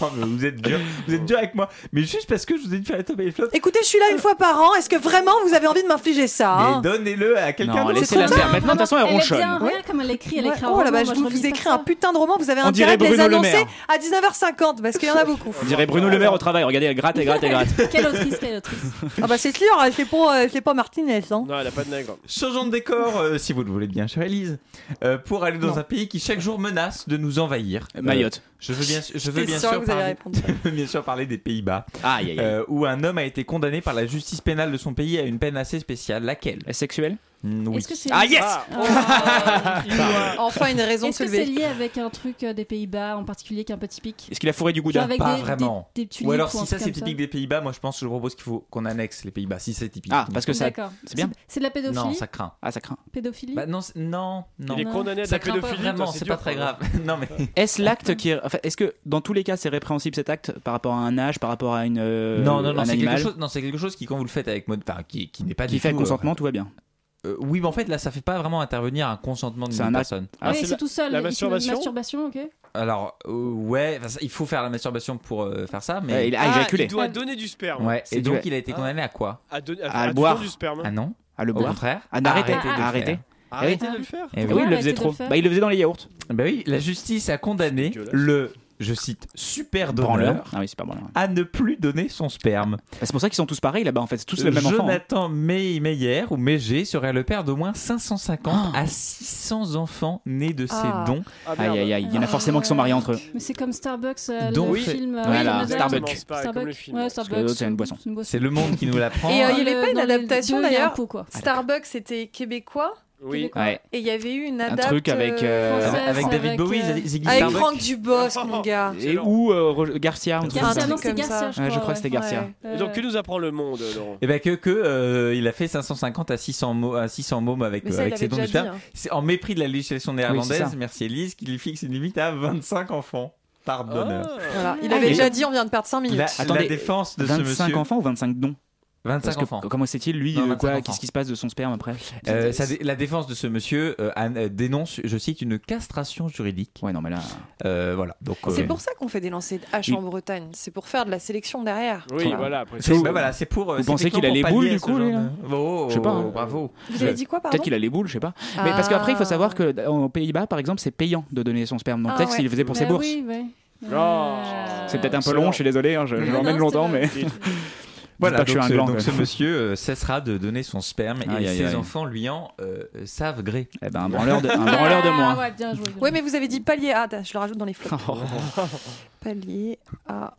Speaker 1: Oh, mais vous êtes dur, vous êtes dur avec moi. Mais juste parce que je vous ai dit de faire la top et les flops.
Speaker 11: Écoutez, je suis là une fois par an. Est-ce que vraiment vous avez envie de m'infliger ça hein
Speaker 1: Mais donnez-le à quelqu'un
Speaker 10: Ah. Non,
Speaker 1: d'autre.
Speaker 10: laissez-la
Speaker 11: trop
Speaker 10: faire. Maintenant, de toute façon,
Speaker 9: Elle
Speaker 10: elle
Speaker 9: est bien
Speaker 10: ronchonne.
Speaker 9: rien comme elle écrit. Elle
Speaker 11: Ouais,
Speaker 9: écrit un
Speaker 11: Oh là
Speaker 9: roman,
Speaker 11: bas, je
Speaker 9: moi,
Speaker 11: vous,
Speaker 9: relis
Speaker 11: vous
Speaker 9: pas
Speaker 11: écris
Speaker 9: ça.
Speaker 11: un putain de roman. Vous avez intérêt
Speaker 10: dirait
Speaker 11: de les
Speaker 10: Bruno Le
Speaker 11: annoncer
Speaker 10: Maire.
Speaker 11: à 19h50 parce qu'il y en a beaucoup.
Speaker 10: On dirait Bruno Le Maire au travail. Regardez, elle gratte, elle gratte, elle gratte.
Speaker 9: Quelle autrice, quelle autrice.
Speaker 11: Ah bah c'est sûr, je l'ai pas, je l'ai pas Martinez. Hein.
Speaker 2: Non, elle a pas de nègre.
Speaker 1: Changeons de décor, euh, si vous le voulez bien, chère Elise, pour aller dans un pays qui chaque jour menace de nous envahir. Euh,
Speaker 10: Mayotte.
Speaker 1: je veux bien, je veux
Speaker 11: J'étais
Speaker 1: bien
Speaker 11: sûre
Speaker 1: sûr
Speaker 11: que vous allez
Speaker 1: parler,
Speaker 11: répondre ça.
Speaker 1: je veux bien sûr parler des Pays-Bas,
Speaker 10: Aïe, aïe, aïe.
Speaker 1: euh, où un homme a été condamné par la justice pénale de son pays à une peine assez spéciale. Laquelle
Speaker 10: Est-ce Sexuel
Speaker 1: Mm, Oui.
Speaker 9: Est-ce que c'est
Speaker 10: Ah, yes
Speaker 2: Ah,
Speaker 11: Oh.
Speaker 9: Ah.
Speaker 2: il doit-
Speaker 11: Enfin une raison de
Speaker 9: Est-ce
Speaker 11: se
Speaker 9: que c'est
Speaker 11: lever.
Speaker 9: lié avec un truc euh, des Pays-Bas en particulier qui est un peu typique
Speaker 10: Est-ce qu'il a fourré du
Speaker 9: Genre
Speaker 10: gouda
Speaker 9: avec
Speaker 1: pas
Speaker 9: des,
Speaker 1: vraiment.
Speaker 9: Des, des tulipes
Speaker 1: Ou alors
Speaker 9: un
Speaker 1: si ça
Speaker 9: truc
Speaker 1: c'est
Speaker 9: comme
Speaker 1: typique des Pays-Bas, moi je pense que je propose qu'il faut qu'on annexe les Pays-Bas si c'est typique.
Speaker 10: Ah, parce que ça.
Speaker 9: D'accord.
Speaker 10: c'est bien.
Speaker 9: C'est de la pédophilie
Speaker 1: non, ça craint.
Speaker 10: Ah, ça craint.
Speaker 9: Pédophilie
Speaker 1: Bah non, c'est- non, non.
Speaker 2: Il est condamné à de
Speaker 1: Ça
Speaker 2: la
Speaker 1: craint pas
Speaker 2: pédophilie.
Speaker 1: vraiment,
Speaker 2: toi,
Speaker 1: c'est
Speaker 2: dur,
Speaker 1: pas très
Speaker 2: quoi.
Speaker 1: grave. non mais
Speaker 10: Est-ce l'acte qui. est- enfin, Est-ce que dans tous les cas, c'est répréhensible cet acte par rapport à un âge, par rapport à une. euh,
Speaker 1: non, non, non,
Speaker 10: un
Speaker 1: c'est quelque
Speaker 10: animal
Speaker 1: chose. Non, c'est quelque chose qui quand vous le faites avec mode, enfin, qui, qui n'est pas
Speaker 10: qui
Speaker 1: du
Speaker 10: fait
Speaker 1: tout, euh,
Speaker 10: consentement, tout va bien.
Speaker 1: euh, oui, mais en fait là, ça fait pas vraiment intervenir un consentement d'une
Speaker 10: C'est un acte.
Speaker 1: personne.
Speaker 10: Ah,
Speaker 9: Oui,
Speaker 2: c'est
Speaker 9: c'est
Speaker 2: la-
Speaker 9: tout seul.
Speaker 2: la
Speaker 9: Il fait une
Speaker 2: masturbation
Speaker 9: masturbation, ok.
Speaker 1: Alors euh, ouais, enfin, ça- il faut faire la masturbation pour euh, faire ça,
Speaker 10: Euh,
Speaker 1: mais
Speaker 10: il a
Speaker 2: Ah,
Speaker 10: éjaculé.
Speaker 2: Il doit
Speaker 9: Ah.
Speaker 2: donner du sperme. hein.
Speaker 1: ouais.
Speaker 10: c'est
Speaker 1: Et
Speaker 10: du-
Speaker 1: donc il a été condamné à quoi
Speaker 2: À, donner- à,
Speaker 10: À
Speaker 2: à
Speaker 10: le
Speaker 2: donner
Speaker 10: boire.
Speaker 2: du sperme. hein. Ah,
Speaker 1: Ah non,
Speaker 10: À le
Speaker 1: au
Speaker 10: boire.
Speaker 1: contraire.
Speaker 10: Euh, bah, À n'arrêter.
Speaker 1: Arrêtez de le
Speaker 10: À arrêter.
Speaker 1: faire.
Speaker 2: Arrêtez de le faire.
Speaker 1: Eh
Speaker 10: Eh
Speaker 1: oui.
Speaker 10: oui, il le
Speaker 9: arrêtez
Speaker 10: faisait
Speaker 9: de
Speaker 10: trop.
Speaker 9: le faire.
Speaker 10: bah, il le faisait dans les yaourts.
Speaker 1: Bah oui, la justice a condamné
Speaker 2: dégueulasse.
Speaker 1: le, je cite, super donneur
Speaker 10: Ah oui, c'est pas branleur.
Speaker 1: à ne plus donner son sperme.
Speaker 10: Bah, c'est pour ça qu'ils sont tous pareils là-bas en fait. C'est tous le même enfant. hein.
Speaker 1: Jonathan May- Meyer ou Meyer serait le père d'au moins
Speaker 10: Oh.
Speaker 1: 550 à 600 enfants nés de
Speaker 11: Ah.
Speaker 1: ses dons.
Speaker 2: Ah, merde.
Speaker 10: Aïe aïe aïe, il y en a
Speaker 9: Ah,
Speaker 10: forcément qui sont mariés entre eux.
Speaker 9: Mais c'est comme Starbucks, euh,
Speaker 1: Donc,
Speaker 9: le
Speaker 1: oui.
Speaker 9: film. euh,
Speaker 10: Voilà,
Speaker 9: Madame-
Speaker 10: Starbucks.
Speaker 2: Exactement, c'est pas comme le film.
Speaker 9: Ouais,
Speaker 10: que
Speaker 9: Starbucks.
Speaker 10: l'autre, c'est une boisson.
Speaker 9: C'est une boisson.
Speaker 1: C'est le monde qui nous l'apprend.
Speaker 11: Et, euh, il y
Speaker 9: Dans
Speaker 11: avait
Speaker 9: le-
Speaker 11: pas une
Speaker 9: dans les
Speaker 11: adaptation,
Speaker 9: deux, il y a un
Speaker 11: d'ailleurs
Speaker 9: pot, quoi.
Speaker 11: Starbucks c'était québécois
Speaker 2: Oui.
Speaker 1: Ah.
Speaker 10: Ouais.
Speaker 11: et il y avait eu une
Speaker 10: Un
Speaker 11: adapte
Speaker 10: truc avec. euh,
Speaker 9: française.
Speaker 1: avec
Speaker 9: avec,
Speaker 1: David Bowie,
Speaker 9: euh,
Speaker 1: Ziggy
Speaker 11: avec
Speaker 1: Stardust.
Speaker 11: Franck Dubosc mon gars.
Speaker 10: Et ou euh, Ro- Garcia. un truc
Speaker 9: Garcia,
Speaker 10: comme
Speaker 9: non,
Speaker 10: ça.
Speaker 9: c'est
Speaker 11: comme ça.
Speaker 9: Garcia, je crois.
Speaker 10: Ouais, je crois que
Speaker 9: ouais.
Speaker 10: c'était Garcia.
Speaker 11: Ouais.
Speaker 9: Euh,
Speaker 2: Donc que nous apprend le monde, Laurent
Speaker 1: Et ben que, que euh, il a fait 550 à 600 mo- à 600 mômes avec
Speaker 11: Mais
Speaker 1: euh,
Speaker 11: ça il
Speaker 1: avec ses
Speaker 11: avait
Speaker 1: dons de
Speaker 11: déjà dit.
Speaker 1: sperme.
Speaker 11: hein.
Speaker 1: C'est en mépris de la législation néerlandaise.
Speaker 10: ça.
Speaker 1: merci Elise qui lui fixe une limite à 25 enfants par donneur.
Speaker 2: Ah.
Speaker 11: Voilà, il
Speaker 9: Ah,
Speaker 11: avait
Speaker 9: mais-
Speaker 11: déjà dit on vient de perdre 5
Speaker 1: La,
Speaker 11: minutes.
Speaker 1: la
Speaker 10: Oh, Attendez,
Speaker 1: défense de ce
Speaker 10: 25
Speaker 1: monsieur.
Speaker 10: enfants ou 25 dons Parce
Speaker 1: 25
Speaker 10: que,
Speaker 1: enfants.
Speaker 10: Comment sait-il lui
Speaker 1: Non,
Speaker 10: euh,
Speaker 1: 25
Speaker 10: quoi
Speaker 1: enfants.
Speaker 10: Qu'est-ce qui se passe de son sperme après
Speaker 1: Euh, sa dé- la défense de ce monsieur euh, Anne, euh, dénonce, je cite, une castration juridique.
Speaker 10: Ouais, non, mais là.
Speaker 1: Euh, voilà. Donc euh,
Speaker 11: C'est pour ça qu'on fait des lancers de hache
Speaker 10: Il-
Speaker 11: en Bretagne, c'est pour faire de la sélection derrière.
Speaker 2: Oui,
Speaker 10: Voilà.
Speaker 2: voilà. après
Speaker 1: C'est
Speaker 2: ça,
Speaker 1: bah, voilà, c'est pour. euh,
Speaker 10: Vous
Speaker 1: c'est
Speaker 10: pensez qu'il a
Speaker 1: effectivement
Speaker 10: les
Speaker 1: pour
Speaker 10: boules,
Speaker 1: pallier
Speaker 10: du
Speaker 1: à
Speaker 10: coup,
Speaker 1: ce genre
Speaker 10: lui, là
Speaker 1: de- Oh,
Speaker 10: Je sais pas, hein.
Speaker 1: Bravo.
Speaker 11: Vous avez dit quoi pardon
Speaker 10: Peut-être qu'il a les boules, je sais pas. Mais parce
Speaker 11: Ah.
Speaker 10: qu'après, il faut savoir qu'aux Pays-Bas, par exemple, c'est payant de donner son sperme. Donc
Speaker 11: Ah
Speaker 10: peut-être
Speaker 11: ouais.
Speaker 10: s'il le faisait pour
Speaker 9: bah
Speaker 10: ses bourses.
Speaker 9: oui, ouais.
Speaker 2: Non.
Speaker 9: Euh,
Speaker 10: C'est peut-être un peu
Speaker 2: Excellent.
Speaker 10: long, je suis désolé, hein, je, je
Speaker 9: Non,
Speaker 10: l'emmène
Speaker 9: non,
Speaker 10: longtemps,
Speaker 9: c'était
Speaker 10: mais.
Speaker 9: pas-
Speaker 1: Voilà.
Speaker 10: pas
Speaker 1: Donc,
Speaker 10: que je suis un
Speaker 1: ce,
Speaker 10: gland,
Speaker 1: donc
Speaker 10: quoi.
Speaker 1: ce monsieur euh, cessera de donner son sperme et
Speaker 10: Aïe, aïe,
Speaker 1: ses
Speaker 10: aïe.
Speaker 1: enfants lui en euh, savent gré.
Speaker 10: Eh ben, un branleur de, un branleur de
Speaker 9: Ah
Speaker 10: moins.
Speaker 9: ouais, bien joué. bien
Speaker 11: Oui,
Speaker 9: joué.
Speaker 11: mais vous avez dit palier A, Attends, je le rajoute dans les flops.
Speaker 10: Oh.
Speaker 11: Palier A.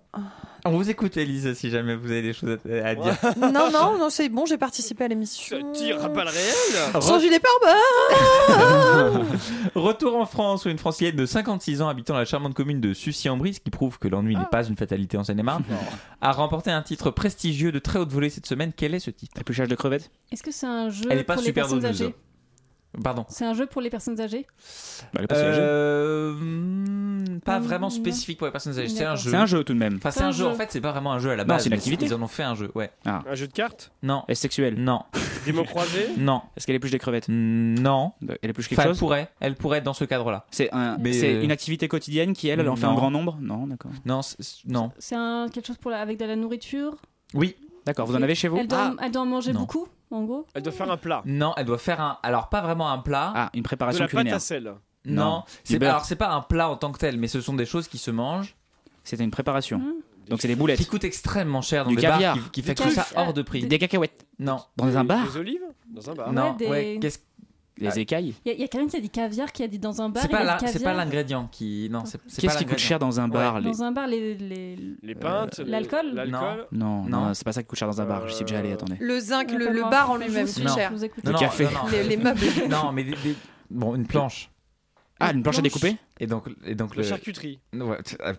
Speaker 1: On vous écoute, Elise, si jamais vous avez des choses à, à dire.
Speaker 11: Non, non, non, c'est bon, j'ai participé à
Speaker 2: Ça
Speaker 11: l'émission.
Speaker 2: tire à balles réelles
Speaker 11: Sans gilet pare-balles
Speaker 1: Retour en France où une Francilienne de 56 ans habitant la charmante commune de Sucy-en-Brie, ce qui prouve que l'ennui n'est pas une fatalité en Seine-et-Marne, a remporté un titre prestigieux de très haute volée cette semaine. Quel est ce titre
Speaker 10: Épluchage de crevettes
Speaker 9: Est-ce que c'est un jeu
Speaker 1: Elle est pas
Speaker 9: pour les
Speaker 1: super
Speaker 9: personnes
Speaker 1: donneuse.
Speaker 9: âgées
Speaker 1: Pardon.
Speaker 9: C'est un jeu pour les personnes âgées
Speaker 10: Bah, les personnages âgés.
Speaker 1: Euh, hmm, pas
Speaker 9: Hum,
Speaker 1: vraiment
Speaker 9: non.
Speaker 1: spécifique pour les personnes âgées. C'est un
Speaker 9: D'accord.
Speaker 1: jeu.
Speaker 10: C'est un jeu tout de même.
Speaker 1: Enfin, c'est
Speaker 9: Pas
Speaker 1: un
Speaker 9: un
Speaker 1: jeu.
Speaker 9: jeu.
Speaker 1: En fait, c'est pas vraiment un jeu à la
Speaker 10: Non,
Speaker 1: base.
Speaker 10: c'est une
Speaker 1: mais
Speaker 10: activité.
Speaker 1: Ils en ont fait un jeu. Ouais.
Speaker 2: Un jeu de cartes
Speaker 1: Non.
Speaker 10: Est sexuelle.
Speaker 1: Non.
Speaker 2: Des mots croisés
Speaker 1: Non.
Speaker 10: Est-ce qu'elle épluche des crevettes
Speaker 1: Non.
Speaker 10: Elle épluche
Speaker 1: Mm.
Speaker 10: quelque
Speaker 1: Enfin, elle
Speaker 10: chose
Speaker 1: pourrait. Elle pourrait être dans ce cadre-là.
Speaker 10: C'est un-
Speaker 1: Mais,
Speaker 10: c'est
Speaker 1: euh,
Speaker 10: une activité quotidienne qui elle, elle en fait
Speaker 1: non.
Speaker 10: un grand nombre Non, d'accord.
Speaker 1: Non. c'est- c'est- Non.
Speaker 9: C'est un- quelque chose pour la- avec de la nourriture
Speaker 1: Oui.
Speaker 10: D'accord, vous en avez chez vous
Speaker 9: elle doit, elle doit en manger
Speaker 1: Non.
Speaker 9: beaucoup, en gros
Speaker 2: Elle doit faire un plat.
Speaker 1: Non. Elle doit faire un. Alors pas vraiment un plat.
Speaker 10: Ah, une
Speaker 2: De
Speaker 10: préparation
Speaker 2: la pâte
Speaker 10: culinaire.
Speaker 2: à sel.
Speaker 1: Non.
Speaker 10: Non. Du
Speaker 1: C'est
Speaker 10: beurre.
Speaker 1: alors c'est pas un plat en tant que tel, mais ce sont des choses qui se mangent,
Speaker 10: C'était une préparation.
Speaker 9: Hein
Speaker 10: Donc c'est des
Speaker 1: qui
Speaker 10: boulettes,
Speaker 1: coûtent extrêmement cher dans
Speaker 10: Du
Speaker 1: des
Speaker 10: caviar.
Speaker 1: bars, qui, qui fait
Speaker 9: Du
Speaker 1: que ça
Speaker 9: caviar.
Speaker 1: hors de prix.
Speaker 10: des cacahuètes,
Speaker 1: Non.
Speaker 10: dans un bar,
Speaker 2: Des olives Dans un
Speaker 10: Euh,
Speaker 2: bar.
Speaker 1: Non.
Speaker 9: des-
Speaker 1: Ouais. Qu'est-ce
Speaker 10: des écailles.
Speaker 9: Il y a, il y a quelqu'un qui a dit caviar, qui a dit dans un bar.
Speaker 1: C'est
Speaker 9: il y a
Speaker 1: pas,
Speaker 9: du
Speaker 1: la- c'est pas
Speaker 9: caviar.
Speaker 1: l'ingrédient qui. Non, c'est c'est pas
Speaker 10: Qu'est-ce qui coûte
Speaker 1: l'ingrédient.
Speaker 10: cher dans un bar les-
Speaker 9: Dans un bar, les. les-
Speaker 2: Les pintes le-
Speaker 9: L'alcool
Speaker 2: L'alcool
Speaker 10: Non, non,
Speaker 1: Non.
Speaker 10: c'est pas ça qui coûte cher dans un bar. Je suis déjà allé,
Speaker 2: Euh,
Speaker 10: attendez.
Speaker 11: Le zinc,
Speaker 9: on
Speaker 11: le,
Speaker 9: va
Speaker 11: le
Speaker 9: voir.
Speaker 11: bar en
Speaker 9: Je
Speaker 11: lui-même,
Speaker 9: vous
Speaker 11: c'est
Speaker 9: suis-
Speaker 11: cher.
Speaker 9: je vous écoute.
Speaker 10: Le café.
Speaker 11: Les, les meubles.
Speaker 1: Non, mais des- des- bon, une planche.
Speaker 10: Ah, une planche à découper
Speaker 1: Et donc, et donc
Speaker 2: La
Speaker 1: le.
Speaker 2: charcuterie.
Speaker 1: Ouais, t- euh,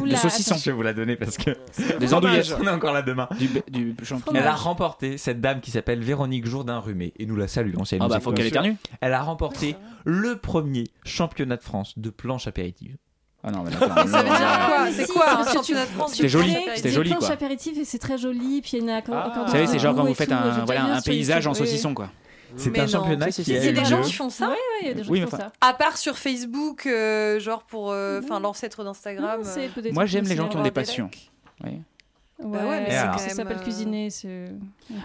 Speaker 9: Oula,
Speaker 10: saucisson.
Speaker 1: je vais vous la donner parce que
Speaker 10: Des andouillettes,
Speaker 1: on est encore là demain.
Speaker 10: du, be- du champignon.
Speaker 1: Elle a remporté cette dame qui s'appelle Véronique Jourdain Rumé et nous la saluons. si elle,
Speaker 10: Ah
Speaker 1: nous
Speaker 10: bah
Speaker 1: écoute.
Speaker 10: faut qu'elle éternue.
Speaker 1: Elle a remporté le premier championnat de France de planche apéritive.
Speaker 10: Ah non, mais d'accord.
Speaker 11: Ça veut dire
Speaker 9: Ah,
Speaker 11: quoi
Speaker 9: mais
Speaker 11: C'est
Speaker 9: si,
Speaker 11: quoi
Speaker 9: c'est
Speaker 11: un
Speaker 9: parce que tu-
Speaker 11: championnat de France
Speaker 10: C'était
Speaker 11: du
Speaker 10: joli,
Speaker 11: planche
Speaker 10: c'était
Speaker 9: Des
Speaker 10: joli,
Speaker 9: planches
Speaker 10: quoi.
Speaker 9: apéritifs et c'est très joli. Puis il y a une accor-
Speaker 2: Ah.
Speaker 9: accordéon
Speaker 10: Vous savez, c'est genre quand
Speaker 9: et
Speaker 10: vous faites
Speaker 9: tout, j'ai
Speaker 10: un,
Speaker 9: déjà
Speaker 10: voilà,
Speaker 9: vu
Speaker 10: un
Speaker 9: sur YouTube,
Speaker 10: paysage en
Speaker 9: oui.
Speaker 10: saucisson, quoi.
Speaker 1: C'est
Speaker 11: Mais
Speaker 1: un
Speaker 11: non,
Speaker 1: championnat
Speaker 10: si, si,
Speaker 1: qui a
Speaker 11: C'est
Speaker 1: eu
Speaker 11: des
Speaker 1: lieu-
Speaker 11: gens qui font ça
Speaker 9: Ouais, ouais, il y a des gens
Speaker 10: Oui,
Speaker 9: qui
Speaker 10: mais
Speaker 9: font ça.
Speaker 11: À part sur Facebook, euh, genre pour, euh, enfin l'ancêtre d'Instagram.
Speaker 9: Non, c'est peut-être
Speaker 10: Moi, j'aime les gens
Speaker 11: euh,
Speaker 10: qui ont des
Speaker 11: Laura Pellec.
Speaker 10: passions.
Speaker 9: Ouais,
Speaker 11: Bah ouais, mais
Speaker 1: c'est
Speaker 9: ça
Speaker 1: quand
Speaker 9: ça
Speaker 11: même,
Speaker 9: s'appelle
Speaker 11: euh,
Speaker 9: cuisiner. c'est-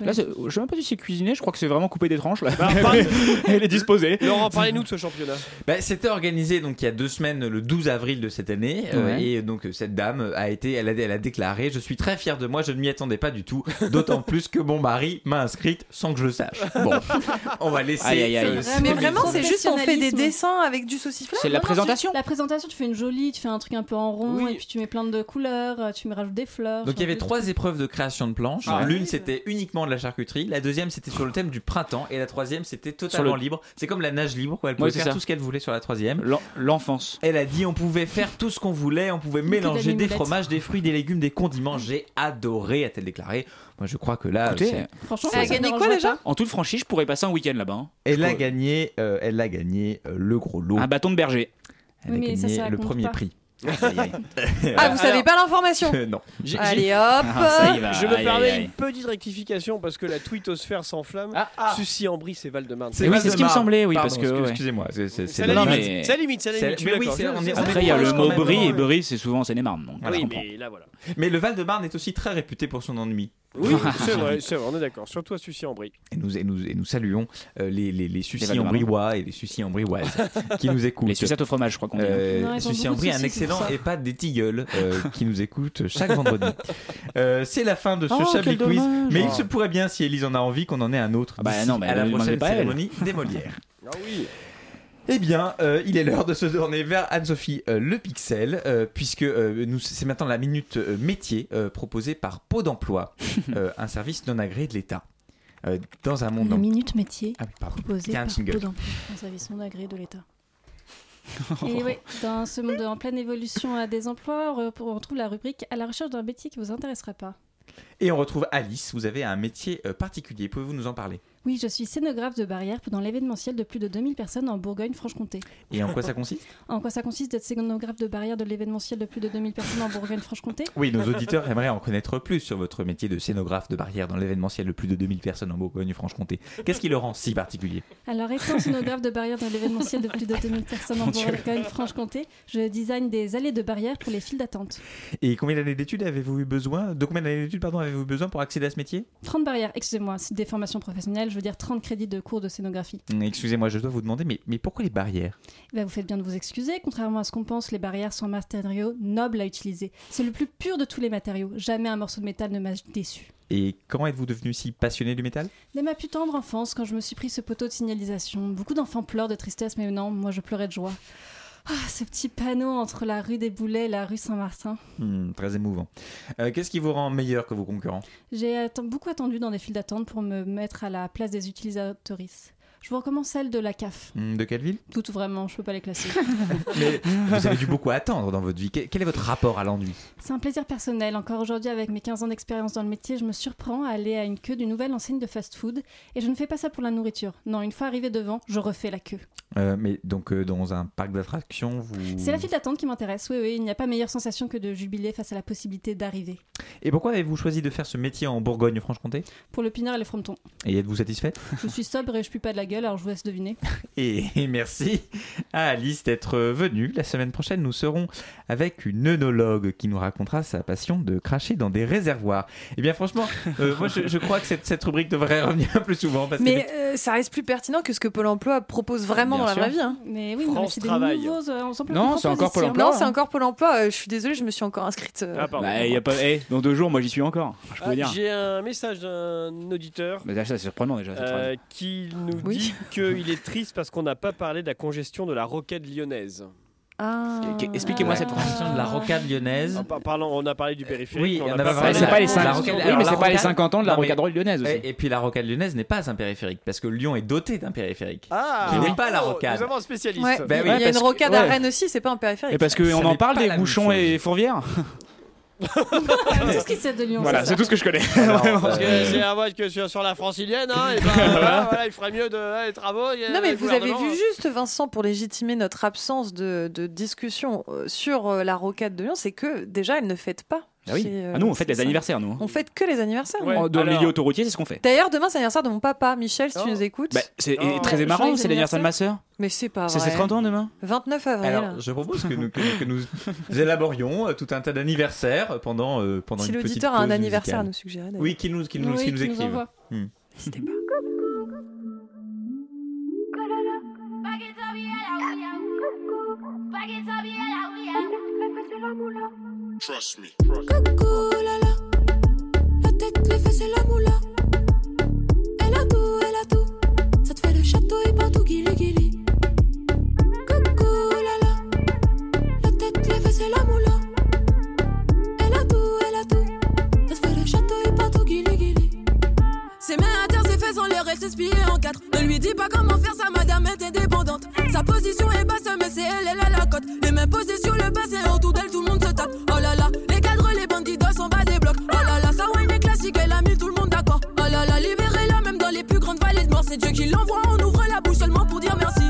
Speaker 10: Là, c'est- je sais même pas si c'est cuisiné, je crois que c'est vraiment couper des tranches, là.
Speaker 2: Bah, parle-
Speaker 10: Elle est disposée.
Speaker 2: Laurent, parlez-nous de ce championnat.
Speaker 1: Bah, C'était organisé donc il y a deux semaines, le 12 avril de cette année, euh,
Speaker 10: Ouais.
Speaker 1: et donc euh, cette dame a été, elle a, elle a déclaré, je suis très fière de moi, je ne m'y attendais pas du tout, d'autant plus que mon mari m'a inscrite sans que je le sache. Bon, on va laisser.
Speaker 10: Aïe, aïe, aïe.
Speaker 1: euh,
Speaker 9: C'est
Speaker 11: Mais
Speaker 9: Comme
Speaker 11: vraiment,
Speaker 9: du
Speaker 11: c'est juste on fait des
Speaker 9: professionnalisme.
Speaker 11: dessins avec du sauciflard.
Speaker 10: C'est la
Speaker 9: Non, non,
Speaker 10: présentation.
Speaker 9: tu- La présentation, tu fais une jolie, tu fais un truc un peu en rond,
Speaker 2: Oui.
Speaker 9: et puis tu mets plein de couleurs, euh, tu me rajoutes des fleurs.
Speaker 1: Donc il y avait trois épreuves de création de planches.
Speaker 10: Ouais.
Speaker 1: L'une c'était uniquement de la charcuterie, la deuxième c'était sur le thème du printemps et la troisième c'était totalement
Speaker 10: le-
Speaker 1: libre. C'est comme la nage libre, quoi. elle pouvait
Speaker 10: c'est
Speaker 1: faire
Speaker 10: ça.
Speaker 1: tout ce qu'elle voulait sur la troisième.
Speaker 10: L'en- L'enfance.
Speaker 1: Elle a dit on pouvait faire tout ce qu'on voulait, on pouvait
Speaker 9: C'était
Speaker 1: mélanger
Speaker 9: de la
Speaker 1: des
Speaker 9: mimolette.
Speaker 1: fromages, des fruits, des légumes, des condiments. J'ai adoré, a-t-elle déclaré. Moi je crois que là,
Speaker 10: Écoutez,
Speaker 1: c'est-
Speaker 9: Franchement,
Speaker 11: Elle a
Speaker 9: ça me
Speaker 11: gagné Ah, quoi,
Speaker 9: dérangerait
Speaker 11: déjà
Speaker 9: pas.
Speaker 10: en toute franchise, je pourrais passer un week-end là-bas. hein.
Speaker 1: elle a
Speaker 10: trouve-
Speaker 1: gagné, euh, elle a gagné euh, le gros lot.
Speaker 10: Un bâton de berger.
Speaker 1: Elle a
Speaker 9: Oui, mais
Speaker 1: gagné
Speaker 9: ça, ça
Speaker 1: le
Speaker 9: compte
Speaker 1: premier
Speaker 9: pas.
Speaker 1: prix.
Speaker 10: Aïe, aïe.
Speaker 11: Ah, vous savez
Speaker 2: Alors-
Speaker 11: pas l'information.
Speaker 1: Euh, non.
Speaker 2: J'ai- j'ai-
Speaker 11: Allez hop.
Speaker 10: Ah, ça y va.
Speaker 2: Je me
Speaker 10: aïe,
Speaker 2: permets
Speaker 10: aïe, aïe.
Speaker 2: une petite rectification parce que la tweetosphère s'enflamme.
Speaker 1: Ah,
Speaker 2: Sucy en brie, c'est Val-de-Marne.
Speaker 10: Eh oui, c'est ce qui me
Speaker 1: Valdemar.
Speaker 10: semblait, oui,
Speaker 1: Pardon,
Speaker 10: parce que,
Speaker 1: excuse-
Speaker 10: ouais.
Speaker 1: Excusez-moi, c'est- c'est
Speaker 2: C'est
Speaker 1: c'est
Speaker 2: la
Speaker 10: Non,
Speaker 2: limite.
Speaker 10: mais-
Speaker 2: C'est la limite, c'est la
Speaker 1: C'est-
Speaker 2: limite. je
Speaker 1: mais
Speaker 2: suis
Speaker 1: oui,
Speaker 2: d'accord.
Speaker 1: c'est- on est- on est
Speaker 10: Après, il y a le
Speaker 1: proche quand
Speaker 10: mot
Speaker 1: même.
Speaker 10: brie et brie, c'est souvent en Seine-et-Marne. donc, je
Speaker 2: Oui,
Speaker 10: comprends.
Speaker 2: mais là voilà.
Speaker 1: Mais le Val-de-Marne est aussi très réputé pour son ennui.
Speaker 2: Oui, c'est vrai, c'est vrai, on est d'accord. Surtout à Sucy en brie.
Speaker 1: Et nous, et nous, et nous saluons euh, les, les, les sucis
Speaker 10: Les
Speaker 1: en
Speaker 10: Val-de-Marne.
Speaker 1: briois et les sucis en brioises qui nous écoutent.
Speaker 10: Les sucettes au fromage, je crois qu'on dit.
Speaker 1: Euh,
Speaker 9: Non, ils ont
Speaker 1: sucis en
Speaker 9: beaucoup de
Speaker 1: brie, un
Speaker 9: sucis, c'est pour
Speaker 1: excellent
Speaker 9: ça.
Speaker 1: et pas des tilleuls euh, qui nous écoutent chaque vendredi. Euh, c'est la fin de ce
Speaker 10: Oh,
Speaker 1: Chablis
Speaker 10: quel
Speaker 1: Quiz.
Speaker 10: dommage.
Speaker 1: Mais
Speaker 10: Oh.
Speaker 1: il se pourrait bien, si Elise en a envie, qu'on en ait un autre
Speaker 10: Ah bah
Speaker 1: d'ici
Speaker 10: non, mais
Speaker 1: à la
Speaker 10: elle
Speaker 1: prochaine
Speaker 10: demandait pas, elle.
Speaker 1: cérémonie des Molières.
Speaker 2: Ah oui.
Speaker 1: Eh bien, euh, il est l'heure de se tourner vers Anne-Sophie euh, Le Pixel, euh, puisque euh, nous, c'est maintenant la minute euh, métier euh, proposée par Pôle d'emploi, euh, un service non agréé de l'État. Euh, dans un monde.
Speaker 9: La
Speaker 1: en-
Speaker 9: minute métier
Speaker 1: Ah oui, pardon.
Speaker 9: proposée
Speaker 1: Il y a un
Speaker 9: par
Speaker 1: jingle.
Speaker 9: Pôle emploi, un service non agréé de l'État. Et oui, dans ce monde en pleine évolution à des emplois, on re- on retrouve la rubrique à la recherche d'un métier qui vous intéressera pas.
Speaker 1: Et on retrouve Alice, vous avez un métier euh, particulier, pouvez-vous nous en parler
Speaker 9: Oui, je suis scénographe de barrière dans l'événementiel de plus de 2000 personnes en Bourgogne-Franche-Comté.
Speaker 1: Et en quoi ça consiste
Speaker 9: En quoi ça consiste d'être scénographe de barrière de l'événementiel de plus de 2000 personnes en Bourgogne-Franche-Comté
Speaker 1: Oui, nos auditeurs aimeraient en connaître plus sur votre métier de scénographe de barrière dans l'événementiel de plus de 2000 personnes en Bourgogne-Franche-Comté. Qu'est-ce qui le rend si particulier
Speaker 9: Alors, étant scénographe de barrières dans l'événementiel de plus de 2000 personnes en
Speaker 10: Mon Dieu.
Speaker 9: Bourgogne-Franche-Comté, je design des allées de barrières pour les files d'attente.
Speaker 1: Et combien d'années d'études avez-vous eu besoin De combien d'années d'études pardon avez-vous eu besoin pour accéder à ce métier
Speaker 9: 30 barrières, excusez-moi, c'est des formations professionnelles, je veux dire 30 crédits de cours de scénographie.
Speaker 1: Hum, Excusez-moi, je dois vous demander, mais, mais pourquoi les barrières
Speaker 9: Eh ben, vous faites bien de vous excuser, contrairement à ce qu'on pense, les barrières sont un matériau noble à utiliser. C'est le plus pur de tous les matériaux, jamais un morceau de métal ne m'a déçu.
Speaker 1: Et comment êtes-vous devenu si passionné du métal
Speaker 9: Dès ma plus tendre enfance, quand je me suis pris ce poteau de signalisation, beaucoup d'enfants pleurent de tristesse, mais non, moi je pleurais de joie. Ah, ce petit panneau entre la rue des Boulets et la rue Saint-Martin.
Speaker 1: Hum, Très émouvant. Euh, Qu'est-ce qui vous rend meilleur que vos concurrents
Speaker 9: J'ai atten- beaucoup attendu dans des files d'attente pour me mettre à la place des utilisatrices.
Speaker 12: Je vous recommande celle de la CAF.
Speaker 1: Hmm, De quelle ville
Speaker 12: Toutes vraiment, je peux pas les classer.
Speaker 1: Mais vous avez dû beaucoup attendre dans votre vie. Que- Quel est votre rapport à l'ennui
Speaker 12: C'est un plaisir personnel. Encore aujourd'hui, avec mes 15 ans d'expérience dans le métier, je me surprends à aller à une queue d'une nouvelle enseigne de fast-food. Et je ne fais pas ça pour la nourriture. Non, une fois arrivé devant, je refais la queue.
Speaker 1: Euh, Mais donc euh, dans un parc d'attractions, vous...
Speaker 10: Mmh.
Speaker 12: C'est la file d'attente qui m'intéresse. Oui, oui, il n'y a pas meilleure sensation que de jubiler face à la possibilité d'arriver.
Speaker 1: Et pourquoi avez-vous choisi de faire ce métier en Bourgogne-Franche-Comté
Speaker 12: Pour le pinard et le frometon.
Speaker 1: Et êtes-vous satisfait
Speaker 12: Je suis sobre et je pue pas de la gueule, alors je vous laisse deviner.
Speaker 1: Et et merci à Alice d'être venue. La semaine prochaine, nous serons avec une œnologue qui nous racontera sa passion de cracher dans des réservoirs. Et bien franchement, euh, moi je, je crois que cette, cette rubrique devrait revenir plus souvent. Parce que-
Speaker 11: Mais euh, ça reste plus pertinent que ce que Pôle emploi propose vraiment
Speaker 10: Bien
Speaker 11: dans la
Speaker 10: sûr.
Speaker 11: vraie vie. hein.
Speaker 12: Mais oui,
Speaker 2: France
Speaker 12: non, mais c'est des
Speaker 2: Travail.
Speaker 12: nouveaux euh, ensembles
Speaker 10: Non,
Speaker 12: qu'on
Speaker 10: c'est
Speaker 12: propose
Speaker 10: encore Pôle
Speaker 12: ici, hein.
Speaker 10: emploi.
Speaker 11: Non, c'est encore Pôle emploi. euh, je suis désolée, je me suis encore inscrite. euh,
Speaker 2: Ah, pardon.
Speaker 10: Bah, y a pas... eh, dans deux jours, moi j'y suis encore. Je peux
Speaker 2: Ah,
Speaker 10: vous dire.
Speaker 2: J'ai un message d'un auditeur
Speaker 10: Mais ça, c'est surprenant déjà. cette phrase.
Speaker 2: euh, qui nous
Speaker 11: Oui.
Speaker 2: dit qu'il est triste parce qu'on n'a pas parlé de la congestion de la rocade lyonnaise.
Speaker 11: ah.
Speaker 10: Qu- expliquez-moi cette
Speaker 1: Question de la rocade lyonnaise.
Speaker 10: Ah,
Speaker 2: En par- parlant, on a parlé du périphérique.
Speaker 1: Oui,
Speaker 2: mais on
Speaker 1: on
Speaker 2: n'a
Speaker 1: a pas
Speaker 2: pas
Speaker 10: Ouais,
Speaker 2: parlé.
Speaker 10: c'est
Speaker 1: vraiment-
Speaker 10: pas les
Speaker 1: la
Speaker 10: 50
Speaker 1: rocade-
Speaker 10: oui,
Speaker 1: alors,
Speaker 10: mais
Speaker 1: la
Speaker 10: c'est pas les
Speaker 1: rocade-
Speaker 10: 50 ans de la
Speaker 1: Non, mais-
Speaker 10: rocade lyonnaise aussi.
Speaker 1: Et, et puis la rocade lyonnaise n'est pas un périphérique parce que Lyon est doté d'un périphérique.
Speaker 2: Ah,
Speaker 1: Qui n'est
Speaker 2: oui.
Speaker 1: pas la
Speaker 2: Oh,
Speaker 1: rocade.
Speaker 2: Nous avons un spécialiste.
Speaker 11: Ouais.
Speaker 1: Ben
Speaker 11: Il
Speaker 1: oui,
Speaker 11: y a
Speaker 1: parce
Speaker 11: une
Speaker 1: que-
Speaker 11: rocade à
Speaker 10: ouais.
Speaker 11: Rennes aussi, c'est pas un
Speaker 10: Et
Speaker 11: périphérique.
Speaker 10: parce
Speaker 1: Ça
Speaker 10: qu'on
Speaker 1: n'est
Speaker 10: en
Speaker 1: pas
Speaker 10: parle des
Speaker 1: la même
Speaker 10: bouchons
Speaker 1: chose.
Speaker 10: et fourvières
Speaker 12: C'est ce qui se fait de Lyon.
Speaker 10: Voilà,
Speaker 12: c'est
Speaker 10: c'est
Speaker 12: ça.
Speaker 10: tout ce que je connais.
Speaker 1: Alors,
Speaker 2: Parce que
Speaker 1: euh,
Speaker 2: c'est à voir que sur, sur la francilienne, hein, et ben, voilà, voilà, il ferait mieux de là, les travaux. il y a-
Speaker 11: Non, mais
Speaker 2: le
Speaker 11: vous avez
Speaker 2: gouvernement,
Speaker 11: vu
Speaker 2: hein.
Speaker 11: juste, Vincent, pour légitimer notre absence de, de discussion euh, sur euh, la rocade de Lyon, c'est que déjà, elle ne fête pas.
Speaker 10: Ah oui.
Speaker 11: C'est, euh,
Speaker 10: Ah, nous, on fait
Speaker 11: c'est
Speaker 10: les
Speaker 11: ça.
Speaker 10: anniversaires, nous. hein.
Speaker 11: On fête que les anniversaires.
Speaker 2: Ouais.
Speaker 1: Oh,
Speaker 10: En- Dans le
Speaker 2: alors-
Speaker 10: milieu autoroutier, c'est ce qu'on fait.
Speaker 11: D'ailleurs, demain, c'est l'anniversaire de mon papa, Michel, si
Speaker 2: Oh.
Speaker 11: tu nous écoutes.
Speaker 10: Bah, c'est et
Speaker 2: Oh.
Speaker 10: très
Speaker 12: Joyeux
Speaker 10: marrant, c'est l'anniversaire
Speaker 12: anniversaire.
Speaker 10: de ma sœur.
Speaker 11: mais c'est pas
Speaker 10: C'est
Speaker 11: vrai.
Speaker 10: ses 30 ans demain.
Speaker 11: 29 avril. hein.
Speaker 1: Alors, je propose que nous, que, nous- que nous élaborions euh, tout un tas d'anniversaires pendant, euh, pendant
Speaker 11: si
Speaker 1: une petite
Speaker 11: l'auditeur a un
Speaker 1: pause
Speaker 11: anniversaire à
Speaker 1: musicale.
Speaker 11: nous suggérer, d'ailleurs.
Speaker 1: Oui, qui nous, qui nous,
Speaker 12: Oui,
Speaker 1: qui nous
Speaker 12: qui nous
Speaker 1: écrivent.
Speaker 12: envoie.
Speaker 11: n'hésitez pas.
Speaker 13: Trust me.
Speaker 9: La tête, les fesses et la moula. Elle a tout, elle a tout. Ça te fait le château et partout, guili guili. Coucou, la la. La tête, les fesses et la moula. Elle a tout, elle a tout. Ça te fait le château et partout, guili guili. Ses mains à terre, ses fesses en l'air, elle s'expire en quatre. Ne lui dis pas comment faire, sa madame est indépendante. Sa position est basse, mais c'est elle, elle a la cote. Les mains posées sur le bassin, autour d'elle, tout le monde se tape. Oh là là, les cadres, les bandits doivent s'en bas des blocs. Oh là là, sa wine est classique, elle a mis tout le monde d'accord. Oh là là, libérez-la, même dans les plus grandes vallées de mort. C'est Dieu qui l'envoie, on ouvre la bouche seulement pour dire merci.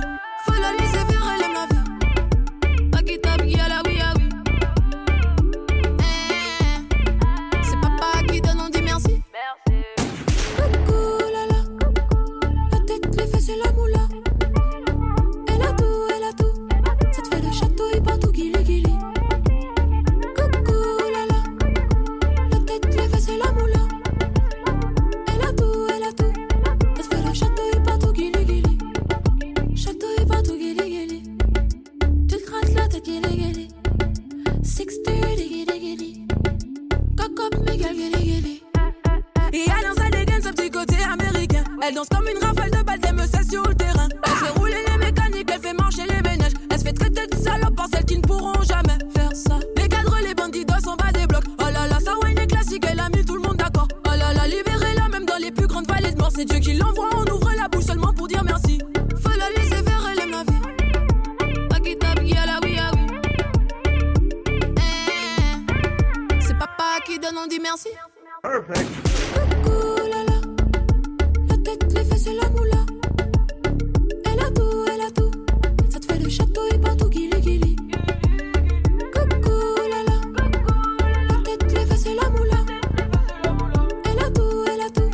Speaker 9: Faut la laisser faire, elle aime la vie. Pas qui tape, qui a la oui, ah oui. Eh, C'est papa qui donne, on dit merci. Coucou, la la. La tête, les fesses et la moula. Elle a tout, elle a tout. Ça te fait le château et partout, guili guili. Coucou, la la. La tête, les fesses et la moula. Elle a tout, elle a tout. Ça te fait le château et partout, guili guili. Château et partout, guili guili. Tu te grattes la tête, guili guili. Six, two, guili guili. Cocotte, méga, guili guili. Et elle danse, elle dégaine ce petit côté américain. Elle danse comme une rafale de balles, elle me sait sur le terrain. Elle fait rouler les mécaniques, elle fait marcher les ménages. Elle se fait traiter de salope par celles qui ne pourront jamais faire ça. Les cadres, les bandits doivent s'en bas des blocs. Oh là là, sa wine est classique, elle a mis tout le monde d'accord. Oh là là, libérez-la, même dans les plus grandes vallées de mort. C'est Dieu qui l'envoie, on ouvre la bouche seulement pour dire merci. Faut la laisser faire, elle aime la vie. Pas qui tape, qui a la oui, ah oui. Eh, C'est papa qui donne, on dit merci. Coucou, la la. La tête, les fesses et la moula. Elle a tout, elle a tout. Ça te fait le château et partout, guili guili. Coucou, la la. La tête, les fesses et la moula. Elle a tout, elle a tout.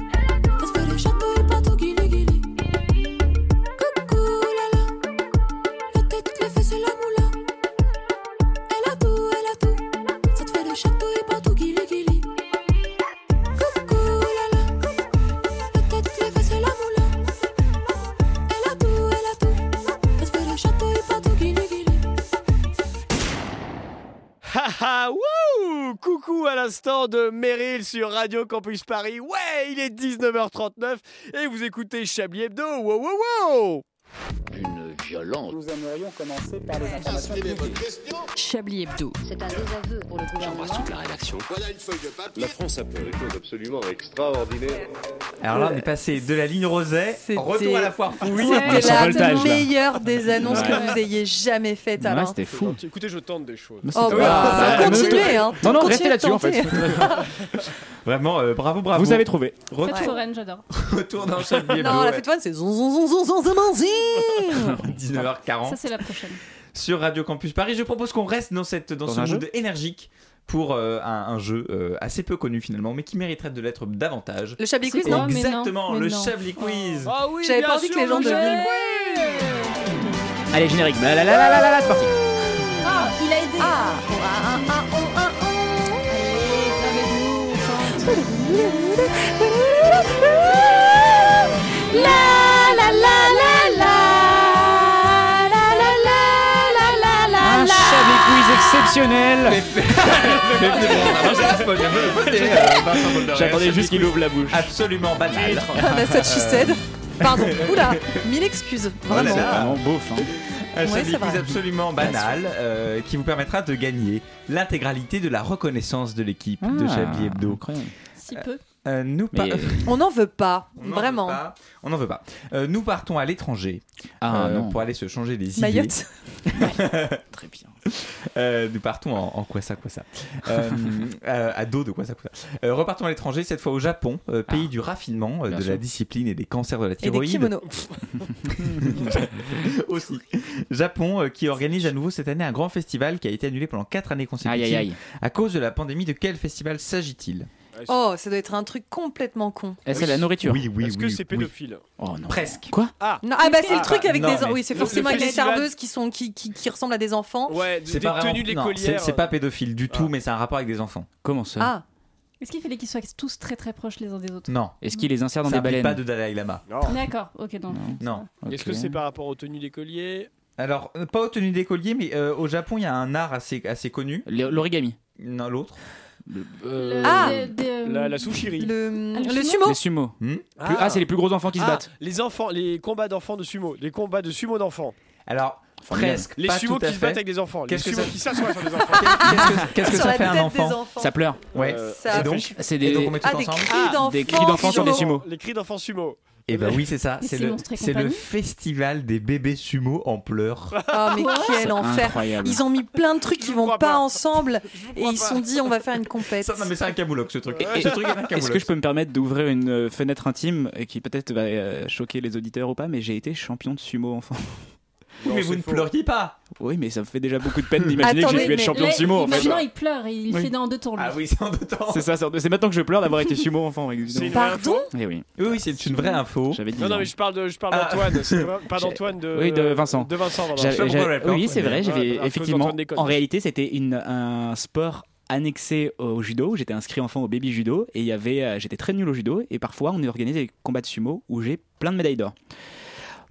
Speaker 9: Ça te fait le château et partout, guili guili. Coucou, la la. La tête, les fesses et la moula. Elle a tout, elle a tout. Ça te fait le château et partout, guili guili. Coucou, la la. La tête, les fesses et la moula. Elle a tout, elle a tout. Elle se fait le château et partout, guili guili.
Speaker 2: Ha ha, wouh Coucou à l'instant de Meryl sur Radio Campus Paris. Ouais, il est 19h39 et vous écoutez Chablis Hebdo. Wow, wow, wow
Speaker 8: d'une violente.
Speaker 6: Nous aimerions commencer par les informations publiques.
Speaker 7: Chablis Hebdo.
Speaker 5: C'est un désaveu pour le gouvernement.
Speaker 3: la rédaction. Voilà une feuille de papier. La France a fait des choses absolument extraordinaires.
Speaker 1: Alors là, on est passé de la ligne rosée, retour à la foire fouille.
Speaker 10: Ah,
Speaker 11: C'était
Speaker 1: Sans
Speaker 11: la
Speaker 1: voltage, là.
Speaker 11: meilleure des annonces
Speaker 1: Ouais.
Speaker 11: que vous ayez jamais faites, Alain.
Speaker 10: fou.
Speaker 2: Écoutez, je tente des choses.
Speaker 11: Oh, bah,
Speaker 1: Ah,
Speaker 11: continuez, hein.
Speaker 10: bah, Non, non,
Speaker 11: Continuez
Speaker 10: restez
Speaker 11: de
Speaker 10: là-dessus, en
Speaker 11: tenter.
Speaker 10: fait.
Speaker 1: Vraiment, euh, bravo, bravo.
Speaker 10: Vous avez trouvé.
Speaker 9: Fête
Speaker 1: Retour,
Speaker 9: foraine, j'adore.
Speaker 1: retour dans chaque
Speaker 11: Non, la fête fun, c'est zon zon zon zon zon zon zon, zin.
Speaker 1: 19h40
Speaker 9: Ça, c'est la prochaine.
Speaker 1: sur Radio Campus Paris. Je propose qu'on reste dans, cette, dans,
Speaker 10: Dans
Speaker 1: ce
Speaker 10: un
Speaker 1: monde énergique pour euh, un, un jeu euh, assez peu connu finalement, mais qui mériterait de l'être davantage.
Speaker 11: Le Chablis Quiz,
Speaker 9: C'est
Speaker 11: non
Speaker 9: quoi mais non,
Speaker 1: Exactement,
Speaker 9: mais
Speaker 1: le
Speaker 9: non.
Speaker 1: Chablis Quiz.
Speaker 2: Ah oui,
Speaker 11: J'avais
Speaker 2: bien
Speaker 11: pas envie que
Speaker 2: sûr,
Speaker 11: les gens
Speaker 2: le
Speaker 11: devinent.
Speaker 10: Allez, générique. Blalalala, c'est parti.
Speaker 9: Ah, il a aidé.
Speaker 11: Ah,
Speaker 5: Ah
Speaker 10: Un Chablis Quiz exceptionnel.
Speaker 1: Ah, euh,
Speaker 10: J'attendais juste qu'il ouvre la bouche.
Speaker 1: Absolument banal.
Speaker 11: ah, bah, ça, she said. Pardon. Oula, mille excuses.
Speaker 1: Voilà.
Speaker 11: Vraiment.
Speaker 10: beauf. hein.
Speaker 1: Un
Speaker 11: Ouais,
Speaker 1: Chablis
Speaker 11: c'est
Speaker 1: Quiz
Speaker 11: vrai.
Speaker 1: absolument banal euh, qui vous permettra de gagner l'intégralité de la reconnaissance de l'équipe de
Speaker 10: Ah,
Speaker 1: Chablis Hebdo.
Speaker 10: incroyable.
Speaker 9: Si peu.
Speaker 1: Euh, nous par-
Speaker 10: Mais-
Speaker 11: On n'en veut pas,
Speaker 1: On n'en
Speaker 11: vraiment.
Speaker 1: veut pas. On n'en veut pas. Euh, nous partons à l'étranger
Speaker 10: Ah
Speaker 1: euh,
Speaker 10: non.
Speaker 1: pour aller se changer des idées.
Speaker 11: Mayotte.
Speaker 10: Très bien.
Speaker 1: Euh, nous partons en, en quoi ça, quoi ça. Euh, euh, à dos de quoi ça, quoi ça. Euh, repartons à l'étranger, cette fois au Japon, euh, pays du raffinement, euh,
Speaker 10: Ah. bien
Speaker 1: de
Speaker 10: sûr.
Speaker 1: la discipline et des cancers de la
Speaker 11: Et des
Speaker 1: thyroïde.
Speaker 11: kimonos.
Speaker 1: aussi. Japon euh, qui organise à nouveau cette année un grand festival qui a été annulé pendant 4 années
Speaker 10: Aïe,
Speaker 1: consécutives.
Speaker 10: aïe, aïe.
Speaker 1: À cause de la pandémie, de quel festival s'agit-il
Speaker 11: Oh, ça doit être un truc complètement con.
Speaker 10: Eh, C'est la nourriture.
Speaker 1: oui,
Speaker 2: Est-ce que c'est pédophile
Speaker 10: Oh non.
Speaker 1: Presque.
Speaker 10: Quoi
Speaker 2: Ah
Speaker 11: Non, ah bah c'est
Speaker 2: Ah,
Speaker 11: le truc
Speaker 2: bah,
Speaker 11: avec
Speaker 1: non,
Speaker 11: des.
Speaker 1: mais-
Speaker 11: Oui, c'est
Speaker 2: Le-
Speaker 11: forcément
Speaker 2: le
Speaker 11: avec des
Speaker 2: festival-
Speaker 11: serveuses qui, sont, qui, qui, qui ressemblent à des enfants.
Speaker 2: Ouais, des,
Speaker 1: C'est
Speaker 2: des
Speaker 1: pas vraiment-
Speaker 2: tenues de
Speaker 1: non, c'est-
Speaker 2: l'écolière.
Speaker 1: C'est pas pédophile du tout,
Speaker 2: Ah.
Speaker 1: mais c'est un rapport avec des enfants.
Speaker 10: Comment ça
Speaker 11: Ah,
Speaker 9: Est-ce qu'il fallait qu'ils soient tous très très proches les uns des autres
Speaker 1: Non.
Speaker 10: Est-ce qu'il les insère dans
Speaker 1: ça
Speaker 10: des
Speaker 1: implique
Speaker 10: baleines
Speaker 1: pas de Dalai Lama.
Speaker 2: Non.
Speaker 9: D'accord, ok, donc.
Speaker 2: Ah.
Speaker 10: Non.
Speaker 1: Non.
Speaker 10: Ok.
Speaker 2: Est-ce que c'est par rapport aux tenues d'écolier
Speaker 1: Alors, euh, pas aux tenues d'écolier, mais euh, au Japon, il y a un art assez, assez connu.
Speaker 10: Le- L'origami.
Speaker 1: Non, l'autre.
Speaker 10: Euh,
Speaker 9: Le-
Speaker 11: Ah
Speaker 9: des- euh, des-
Speaker 2: La, la sushiri.
Speaker 11: le,
Speaker 9: Ah, le
Speaker 11: le
Speaker 9: sumo
Speaker 11: sumo.
Speaker 10: Les sumo.
Speaker 1: Hmm
Speaker 10: Plus- Ah, c'est les plus gros enfants qui se
Speaker 2: Ah,
Speaker 10: battent.
Speaker 2: Les enfants, les combats d'enfants de sumo, les combats de sumo d'enfants,
Speaker 1: Alors,
Speaker 10: Formidable.
Speaker 1: presque.
Speaker 2: les
Speaker 1: pas
Speaker 2: sumo
Speaker 1: tout
Speaker 2: qui
Speaker 1: à
Speaker 2: se
Speaker 1: fait.
Speaker 2: battent avec des enfants, les
Speaker 1: Qu'est-ce que
Speaker 2: sumo
Speaker 1: ça-
Speaker 2: qui s'assoient sur des enfants.
Speaker 1: Qu'est-ce que, qu'est-ce que
Speaker 11: Sur
Speaker 1: ça
Speaker 11: la
Speaker 1: fait
Speaker 11: tête
Speaker 1: un
Speaker 11: des
Speaker 1: enfant
Speaker 11: enfants.
Speaker 10: Ça pleure.
Speaker 1: Ouais.
Speaker 2: Euh,
Speaker 11: Ça-
Speaker 1: et donc,
Speaker 10: Ah, C'est
Speaker 1: et
Speaker 10: des.
Speaker 1: donc on met tout
Speaker 11: Ah, des
Speaker 1: ensemble.
Speaker 11: cris d'enfants. Oh,
Speaker 10: des cris d'enfants sur des
Speaker 11: sumo.
Speaker 10: sumo.
Speaker 2: Les cris d'enfants sumo.
Speaker 1: Et ben oui, c'est ça.
Speaker 9: Les
Speaker 1: C'est le,
Speaker 9: monstres et
Speaker 1: c'est le
Speaker 9: compagnie.
Speaker 1: festival des bébés sumo en pleurs.
Speaker 11: Ah, mais quel enfer.
Speaker 10: Incroyable.
Speaker 11: Ils ont mis plein de trucs
Speaker 2: Je
Speaker 11: qui
Speaker 2: vous
Speaker 11: vont
Speaker 2: crois
Speaker 11: pas,
Speaker 2: pas.
Speaker 11: ensemble
Speaker 2: Je vous
Speaker 11: et
Speaker 2: crois
Speaker 11: ils
Speaker 2: pas.
Speaker 11: se sont dit on va faire une compète.
Speaker 1: Ça, non, mais c'est un camoulox ce truc.
Speaker 2: Et- et-
Speaker 1: ce truc est un camoulox.
Speaker 10: Est-ce que je peux me permettre d'ouvrir une euh, fenêtre intime et qui peut-être va euh, choquer les auditeurs ou pas, mais j'ai été champion de sumo enfant.
Speaker 1: Oui, mais vous ne pleuriez pas.
Speaker 10: Oui, mais ça me fait déjà beaucoup de peine d'imaginer que j'ai
Speaker 11: Attendez,
Speaker 10: pu être
Speaker 11: mais
Speaker 10: champion de
Speaker 9: Là,
Speaker 10: sumo en fait.
Speaker 9: Maintenant, il pleure, et il
Speaker 10: Oui.
Speaker 9: fait dans deux tours. lui.
Speaker 1: Ah oui, c'est en deux temps.
Speaker 10: C'est ça, c'est c'est maintenant que je pleure d'avoir été sumo enfant,
Speaker 2: C'est une
Speaker 10: évidemment.
Speaker 2: vraie
Speaker 11: Pardon
Speaker 2: info
Speaker 10: Eh oui,
Speaker 1: Oui, oui, c'est une vraie info.
Speaker 10: j'avais dit. hein.
Speaker 2: Non, non, mais je parle de, je parle
Speaker 1: Ah.
Speaker 2: d'Antoine, c'est vrai- pas d'Antoine de,
Speaker 10: Oui, de Vincent.
Speaker 2: de Vincent, pardon.
Speaker 1: J'avais- pourquoi on l'appelle
Speaker 10: oui, c'est
Speaker 1: Antoine.
Speaker 10: vrai,
Speaker 2: Ouais,
Speaker 10: j'avais
Speaker 2: à cause
Speaker 10: effectivement.
Speaker 2: d'Antoine Déconne.
Speaker 10: En réalité, c'était une- un sport annexé au judo. J'étais inscrit enfant au baby judo et il y avait, euh, j'étais très nul au judo et parfois on organisait des combats de sumo où j'ai plein de médailles d'or.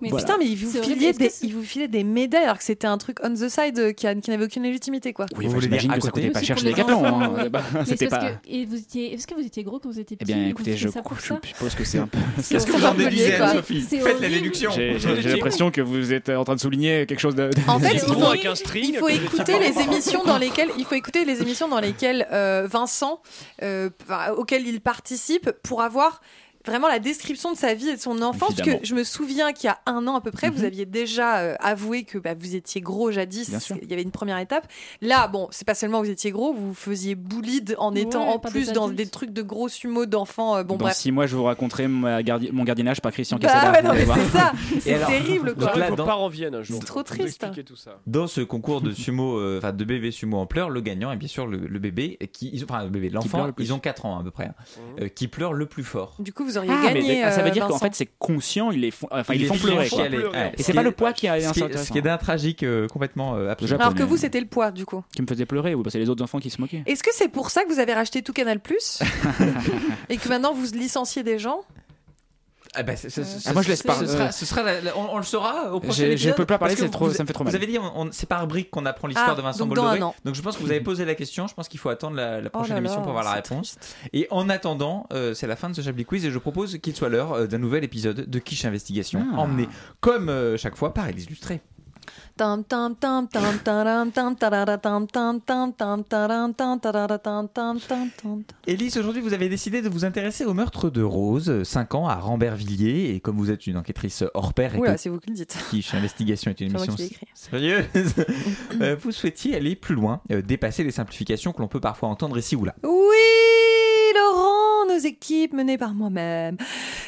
Speaker 9: Mais
Speaker 10: Voilà.
Speaker 11: Putain, mais ils vous,
Speaker 9: C'est horrible,
Speaker 11: filaient
Speaker 9: est-ce que
Speaker 11: des,
Speaker 9: c'est-
Speaker 11: ils vous filaient des médailles alors que c'était un truc on the side euh, qui, a- qui n'avait aucune légitimité quoi.
Speaker 1: Oui, Vous voulez
Speaker 10: j'imagine
Speaker 1: dire à
Speaker 10: que ça
Speaker 1: côté
Speaker 10: coûtait pas
Speaker 9: aussi
Speaker 10: cher
Speaker 9: pour
Speaker 10: chez
Speaker 9: les
Speaker 10: Decathlon.
Speaker 9: enfants,
Speaker 10: hein. Bah,
Speaker 9: Mais
Speaker 10: C'était
Speaker 9: c'est parce
Speaker 10: pas.
Speaker 9: que- et vous étiez- Est-ce que vous étiez gros quand vous étiez
Speaker 10: Eh
Speaker 9: petit
Speaker 10: bien,
Speaker 9: ou vous
Speaker 10: écoutez,
Speaker 9: faisiez
Speaker 10: je,
Speaker 9: ça pour
Speaker 10: je
Speaker 9: ça
Speaker 10: suppose que c'est un peu.
Speaker 1: Qu'est-ce que vous
Speaker 11: C'est
Speaker 1: en déduisez,
Speaker 11: horrible, quoi.
Speaker 1: Anne-Sophie
Speaker 9: C'est
Speaker 1: Faites la
Speaker 9: horrible.
Speaker 1: déduction.
Speaker 10: J'ai j'ai- j'ai l'impression que vous êtes en train de souligner quelque chose de.
Speaker 11: En fait,
Speaker 2: Des
Speaker 11: il
Speaker 2: citrons
Speaker 11: faut-
Speaker 2: avec un string.
Speaker 11: Il faut
Speaker 2: que vous étiez
Speaker 11: écouter
Speaker 2: pas-
Speaker 11: les émissions dans lesquelles il faut écouter les émissions dans lesquelles euh, Vincent euh, enfin, auquel il participe pour avoir vraiment la description de sa vie et de son enfance parce
Speaker 10: Évidemment. Mhm.
Speaker 11: que je me souviens qu'il y a un an à peu près vous aviez déjà euh, avoué que bah, vous étiez gros jadis
Speaker 10: Bien sûr.
Speaker 11: il y avait une première étape là bon c'est pas seulement vous étiez gros vous faisiez boulide en
Speaker 9: Ouais,
Speaker 11: étant en
Speaker 9: par
Speaker 11: plus
Speaker 9: des
Speaker 11: dans
Speaker 9: adultes.
Speaker 11: des trucs de gros sumo d'enfants euh, bon
Speaker 10: Dans
Speaker 11: bref
Speaker 10: six mois, je vous raconterai ma gardi- mon gardinage par Christian
Speaker 11: bah
Speaker 10: Cassada. Ah,
Speaker 11: ouais, non,
Speaker 10: Vous allez
Speaker 11: mais
Speaker 10: voir.
Speaker 11: c'est ça
Speaker 1: Et
Speaker 11: c'est
Speaker 1: alors-
Speaker 11: terrible
Speaker 1: Donc
Speaker 11: quoi
Speaker 1: là,
Speaker 2: Faudrait qu'on
Speaker 1: dans-
Speaker 2: part en Vienne un jour.
Speaker 11: C'est trop
Speaker 2: pour
Speaker 11: triste.
Speaker 2: vous expliquer tout ça.
Speaker 1: Dans ce concours de sumo, euh, enfin de bébé sumo en pleurs, le gagnant est bien sûr le, le bébé qui, ils ont- enfin le bébé,
Speaker 10: pleure
Speaker 1: l'enfant,
Speaker 10: le plus.
Speaker 1: ils ont 4 ans à peu près, hein,
Speaker 2: Mhm.
Speaker 1: euh, qui pleure le plus fort.
Speaker 11: du coup vous auriez
Speaker 10: Ah, mais
Speaker 11: gagné
Speaker 10: d'ac- ah, ça veut
Speaker 11: euh,
Speaker 10: dire qu'en
Speaker 11: Vincent.
Speaker 10: fait, c'est conscient, ils les font, enfin, ils
Speaker 1: Il
Speaker 10: les
Speaker 1: est
Speaker 10: font pleurer.
Speaker 1: fiché
Speaker 10: quoi.
Speaker 1: à les-
Speaker 2: Pleurer.
Speaker 1: ouais.
Speaker 10: Et
Speaker 1: Ce
Speaker 10: c'est
Speaker 1: qui
Speaker 10: pas
Speaker 1: est-
Speaker 10: le poids qui a
Speaker 1: ce qui, est- ce qui est d'un tragique euh, complètement euh, absolu.
Speaker 11: alors que
Speaker 10: Japonais.
Speaker 11: vous c'était le poids du coup
Speaker 10: qui me faisait pleurer, oui, parce que c'est les autres enfants qui se moquaient.
Speaker 11: Est-ce que c'est pour ça que vous avez racheté tout Canal Plus et que maintenant vous licenciez des gens
Speaker 1: Ah bah, c'est-
Speaker 11: Euh,
Speaker 1: c'est- c'est-
Speaker 10: Ah, moi, je laisse
Speaker 1: c'est-
Speaker 10: pas.
Speaker 1: Ce sera, ce sera la- la- on, on le saura au prochain
Speaker 10: Je- je
Speaker 1: épisode.
Speaker 10: peux pas
Speaker 1: Parce
Speaker 10: parler,
Speaker 1: que
Speaker 10: c'est
Speaker 1: vous-
Speaker 10: trop-
Speaker 1: vous-
Speaker 10: ça me fait trop mal.
Speaker 1: Vous avez dit, on- on- c'est par briques qu'on apprend l'histoire
Speaker 11: Ah,
Speaker 1: de Vincent
Speaker 11: donc dans un
Speaker 1: Bolloré.
Speaker 11: an.
Speaker 1: Donc je pense que vous avez posé la question. Je pense qu'il faut attendre la, la
Speaker 11: Oh
Speaker 1: prochaine
Speaker 11: là
Speaker 1: émission
Speaker 11: là,
Speaker 1: pour avoir la
Speaker 11: c'est
Speaker 1: réponse.
Speaker 11: triste.
Speaker 1: Et en attendant, euh, c'est la fin de ce Chablis Quiz et je propose qu'il soit l'heure euh, d'un nouvel épisode de Quiche Investigation,
Speaker 10: Ah.
Speaker 1: emmené comme euh, chaque fois par Élise Lustré.
Speaker 11: Tam tam tam tam taram tam tarara tam tam tam tam taram tam tarara tam tam tam tam.
Speaker 1: Élise, aujourd'hui, vous avez décidé de vous intéresser au meurtre de Rose, 5 ans, à Rambervilliers. Et comme vous êtes une enquêtrice hors pair et
Speaker 11: Oula,
Speaker 1: que
Speaker 11: c'est vous qui le dites.
Speaker 1: Quiche Investigation est une
Speaker 11: C'est moi
Speaker 1: émission
Speaker 11: qui l'ai écrit.
Speaker 1: sérieuse, euh, vous souhaitiez aller plus loin, euh, dépasser les simplifications que l'on peut parfois entendre ici ou là.
Speaker 11: Oui, Laurent, nos équipes menées par moi-même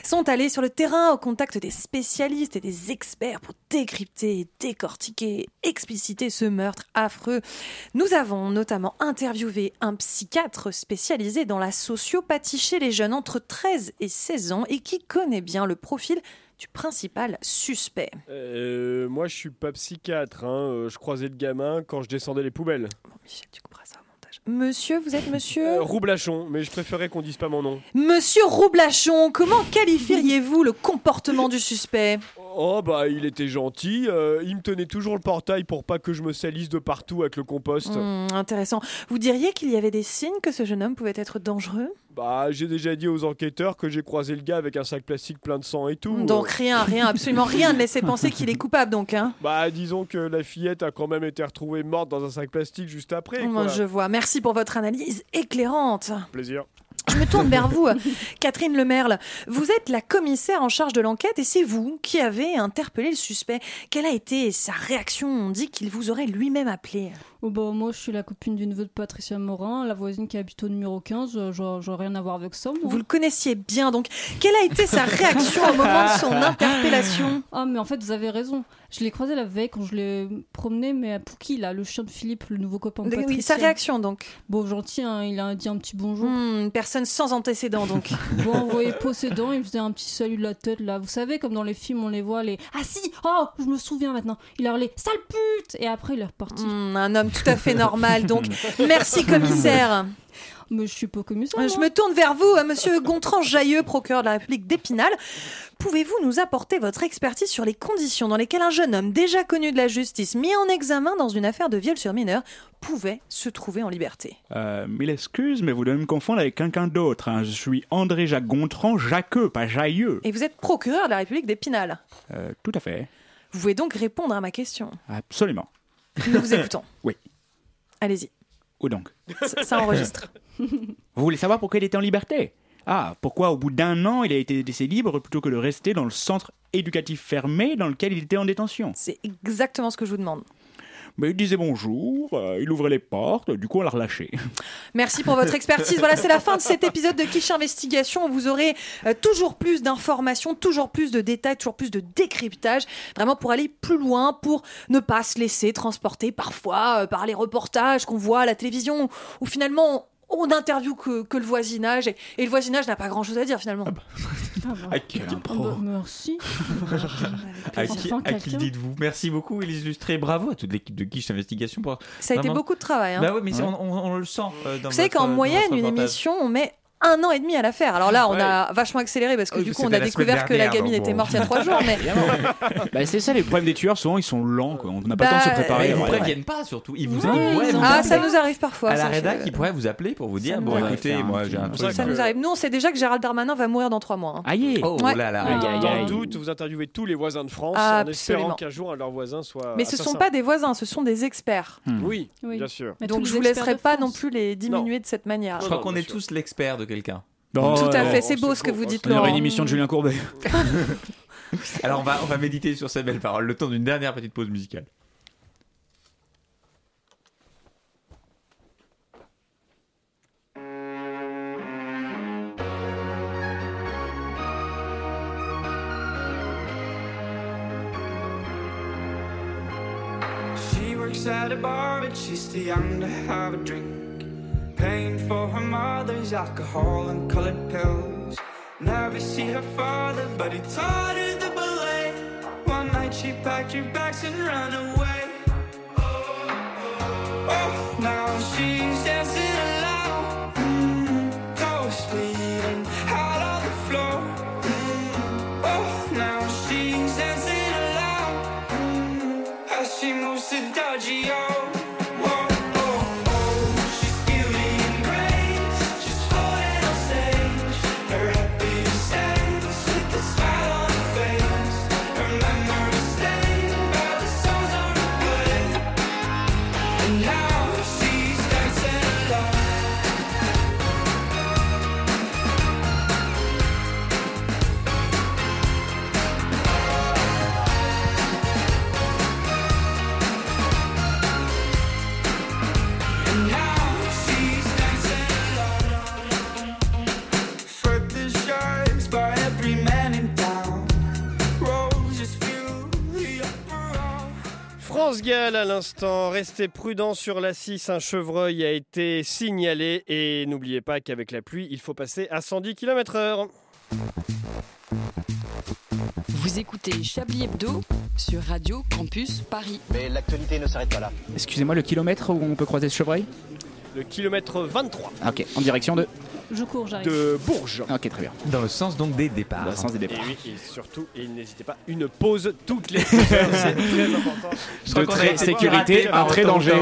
Speaker 11: sont allées sur le terrain au contact des spécialistes et des experts pour décrypter, décortiquer, expliciter ce meurtre affreux. Nous avons notamment interviewé un psychiatre spécialisé dans la sociopathie chez les jeunes entre 13 et 16 ans et qui connaît bien le profil du principal suspect.
Speaker 2: Euh, moi, je suis pas psychiatre. hein. Euh, Je croisais le gamin quand je descendais les poubelles.
Speaker 11: Monsieur, vous êtes monsieur
Speaker 2: Euh, Roublachon, mais je préférais qu'on dise pas mon nom.
Speaker 11: Monsieur Roublachon, comment qualifieriez-vous le comportement du suspect
Speaker 2: Oh bah il était gentil, euh, il me tenait toujours le portail pour pas que je me salisse de partout avec le compost.
Speaker 11: Hmm, Intéressant. Vous diriez qu'il y avait des signes que ce jeune homme pouvait être dangereux
Speaker 2: Bah j'ai déjà dit aux enquêteurs que j'ai croisé le gars avec un sac plastique plein de sang et tout.
Speaker 11: Donc rien, rien, absolument rien ne laissait penser qu'il est coupable donc. Hein
Speaker 2: Bah disons que la fillette a quand même été retrouvée morte dans un sac plastique juste après.
Speaker 11: Moi,
Speaker 2: quoi.
Speaker 11: je vois. Merci pour votre analyse éclairante.
Speaker 2: Plaisir.
Speaker 11: Je me tourne vers vous, Catherine Lemerle. Vous êtes la commissaire en charge de l'enquête et c'est vous qui avez interpellé le suspect. Quelle a été sa réaction On dit qu'il vous aurait lui-même appelé.
Speaker 9: Oh bah, moi, je suis la copine du neveu de Patricia Morin, la voisine qui habite au numéro 15. euh, j'aurais j'aurais rien à voir avec ça, moi.
Speaker 11: Vous le connaissiez bien, donc quelle a été sa réaction au moment de son interpellation
Speaker 9: Ah, mais en fait, vous avez raison. Je l'ai croisé la veille quand je l'ai promené, mais à Pouki, là, le chien de Philippe, le nouveau copain de
Speaker 11: Oui,
Speaker 9: Patricia.
Speaker 11: sa réaction, donc.
Speaker 9: Bon, gentil, hein, il a dit un petit bonjour.
Speaker 11: Hmm, une personne sans antécédent, donc.
Speaker 9: Bon, on voyait possédant, il me faisait un petit salut de la tête, là. Vous savez, comme dans les films, on les voit, les. Ah si Oh, je me souviens maintenant. Il a hurlé Sale pute Et après, il est reparti.
Speaker 11: Hmm, un homme tout à fait normal, donc. Merci, commissaire.
Speaker 9: Mais je suis pas commissaire.
Speaker 11: Ah, Euh, Je me tourne vers vous, hein, monsieur Gontran Jailleux, procureur de la République d'Épinal. Pouvez-vous nous apporter votre expertise sur les conditions dans lesquelles un jeune homme déjà connu de la justice, mis en examen dans une affaire de viol sur mineur, pouvait se trouver en liberté
Speaker 14: Euh, mille excuses, mais vous devez me confondre avec quelqu'un d'autre. hein. Je suis André-Jacques Gontran, Jacqueux, pas Jailleux.
Speaker 11: Et vous êtes procureur de la République d'Épinal.
Speaker 14: Euh, tout à fait.
Speaker 11: Vous pouvez donc répondre à ma question.
Speaker 14: Absolument.
Speaker 11: Nous vous écoutons.
Speaker 14: Oui.
Speaker 11: Allez-y,
Speaker 14: Où donc
Speaker 11: ça, ça enregistre.
Speaker 14: Vous voulez savoir pourquoi il était en liberté Ah, pourquoi au bout d'un an, il a été laissé libre plutôt que de rester dans le centre éducatif fermé dans lequel il était en détention
Speaker 11: C'est exactement ce que je vous demande.
Speaker 14: Mais il disait bonjour, euh, il ouvrait les portes, du coup on l'a relâché.
Speaker 11: Merci pour votre expertise. Voilà, c'est la fin de cet épisode de Quiche Investigation. Vous aurez euh, toujours plus d'informations, toujours plus de détails, toujours plus de décryptage, vraiment pour aller plus loin, pour ne pas se laisser transporter parfois euh, par les reportages qu'on voit à la télévision, où finalement on interviewe que, que le voisinage, et, et le voisinage n'a pas grand-chose à dire
Speaker 1: Ah
Speaker 11: finalement.
Speaker 1: bah. À qui,
Speaker 9: Ah, Bah, Merci.
Speaker 1: Ah, à qui,
Speaker 11: Enfin,
Speaker 1: à qui
Speaker 11: quelqu'un.
Speaker 1: dites-vous Merci beaucoup, Élise Lustré. Bravo à toute l'équipe de Quiche Investigation. Pour...
Speaker 11: Ça a été
Speaker 1: Vraiment.
Speaker 11: beaucoup de travail. hein.
Speaker 1: Bah oui, mais c'est- on, on- on le sent. euh, dans
Speaker 11: Vous savez
Speaker 1: votre-
Speaker 11: qu'en
Speaker 1: dans
Speaker 11: moyenne,
Speaker 1: votre
Speaker 11: une
Speaker 1: reportage.
Speaker 11: émission, on met un an et demi à la faire. Alors là, on
Speaker 1: Ouais.
Speaker 11: a vachement accéléré parce que
Speaker 1: Oui,
Speaker 11: du
Speaker 1: parce
Speaker 11: coup,
Speaker 1: que
Speaker 11: on a
Speaker 1: c'était la
Speaker 11: découvert
Speaker 1: semaine
Speaker 11: que la
Speaker 1: dernière,
Speaker 11: gamine
Speaker 1: donc
Speaker 11: était
Speaker 1: bon.
Speaker 11: morte il y a trois jours. Mais
Speaker 10: Bah, c'est ça, les problèmes des tueurs, souvent ils sont lents, quoi. on n'a
Speaker 11: Bah,
Speaker 10: pas le temps de se préparer.
Speaker 1: Ils vous
Speaker 10: Ouais.
Speaker 1: préviennent pas surtout. Ils vous
Speaker 10: Ouais,
Speaker 1: ils pourraient
Speaker 10: ils
Speaker 1: vous
Speaker 10: ont-
Speaker 11: ah,
Speaker 1: appeler.
Speaker 11: ça nous arrive parfois.
Speaker 1: À la
Speaker 11: ça, je-
Speaker 1: rédac, ils pourraient vous appeler pour vous dire
Speaker 11: nous
Speaker 1: bon,
Speaker 10: arrive.
Speaker 1: écoutez, moi j'ai un truc.
Speaker 11: Ça nous arrive. Nous, on sait déjà que Gérald Darmanin va mourir dans trois mois. hein.
Speaker 10: Aïe
Speaker 1: Oh
Speaker 11: Ouais.
Speaker 1: là là.
Speaker 11: Aïe, aïe,
Speaker 2: Dans
Speaker 11: aïe.
Speaker 2: le doute, vous interviewez tous les voisins de France en
Speaker 11: Absolument.
Speaker 2: espérant qu'un jour un de leurs voisins soit.
Speaker 11: Mais ce ne sont
Speaker 2: assassin.
Speaker 11: pas des voisins, ce sont des experts.
Speaker 2: Oui,
Speaker 9: Oui.
Speaker 2: bien sûr.
Speaker 9: Mais
Speaker 11: Donc
Speaker 9: tous
Speaker 11: je
Speaker 9: les
Speaker 11: vous
Speaker 9: experts
Speaker 11: laisserai
Speaker 9: de
Speaker 11: pas
Speaker 9: France.
Speaker 11: non plus les diminuer de cette manière.
Speaker 1: Je crois qu'on est tous l'expert de quelqu'un.
Speaker 14: Non,
Speaker 11: Tout à
Speaker 14: euh,
Speaker 11: fait, c'est beau ce que vous dites,
Speaker 14: On aurait
Speaker 11: Laurent.
Speaker 14: une émission de Julien Courbet.
Speaker 1: Alors on va, on va méditer sur ces belles paroles, le temps d'une dernière petite pause musicale.
Speaker 15: She works at a bar, but she's too young to have a drink. Paying for her mother's alcohol and colored pills. Never see her father, but he taught her the ballet. One night she packed her bags and ran away. Oh, now she's dancing alone. Mm, toes bleeding out on the floor. Mm, oh, now she's dancing alone. As she moves to dodgy, oh, whoa, oh, oh. She's beauty and grace. She's floating on stage. Her happiest days with a smile on her face. Her memory stained by the songs of
Speaker 2: France Gall à l'instant, restez prudents sur la 6, un chevreuil a été signalé et n'oubliez pas qu'avec la pluie, il faut passer à 110 km/h.
Speaker 7: Vous écoutez Chablis Hebdo sur Radio Campus Paris.
Speaker 4: Mais l'actualité ne s'arrête pas là.
Speaker 10: Excusez-moi, le kilomètre où on peut croiser ce chevreuil
Speaker 2: Le kilomètre 23
Speaker 10: Ah, Ok, en direction de.
Speaker 9: Je cours, j'arrive.
Speaker 2: de Bourges.
Speaker 10: Ok, très bien.
Speaker 1: Dans le sens donc des départs.
Speaker 10: Dans le sens Ah, des départs.
Speaker 2: Et oui, et surtout, et n'hésitez pas, une pause toutes les deux heures, c'est très important.
Speaker 10: De très sécurité à très danger.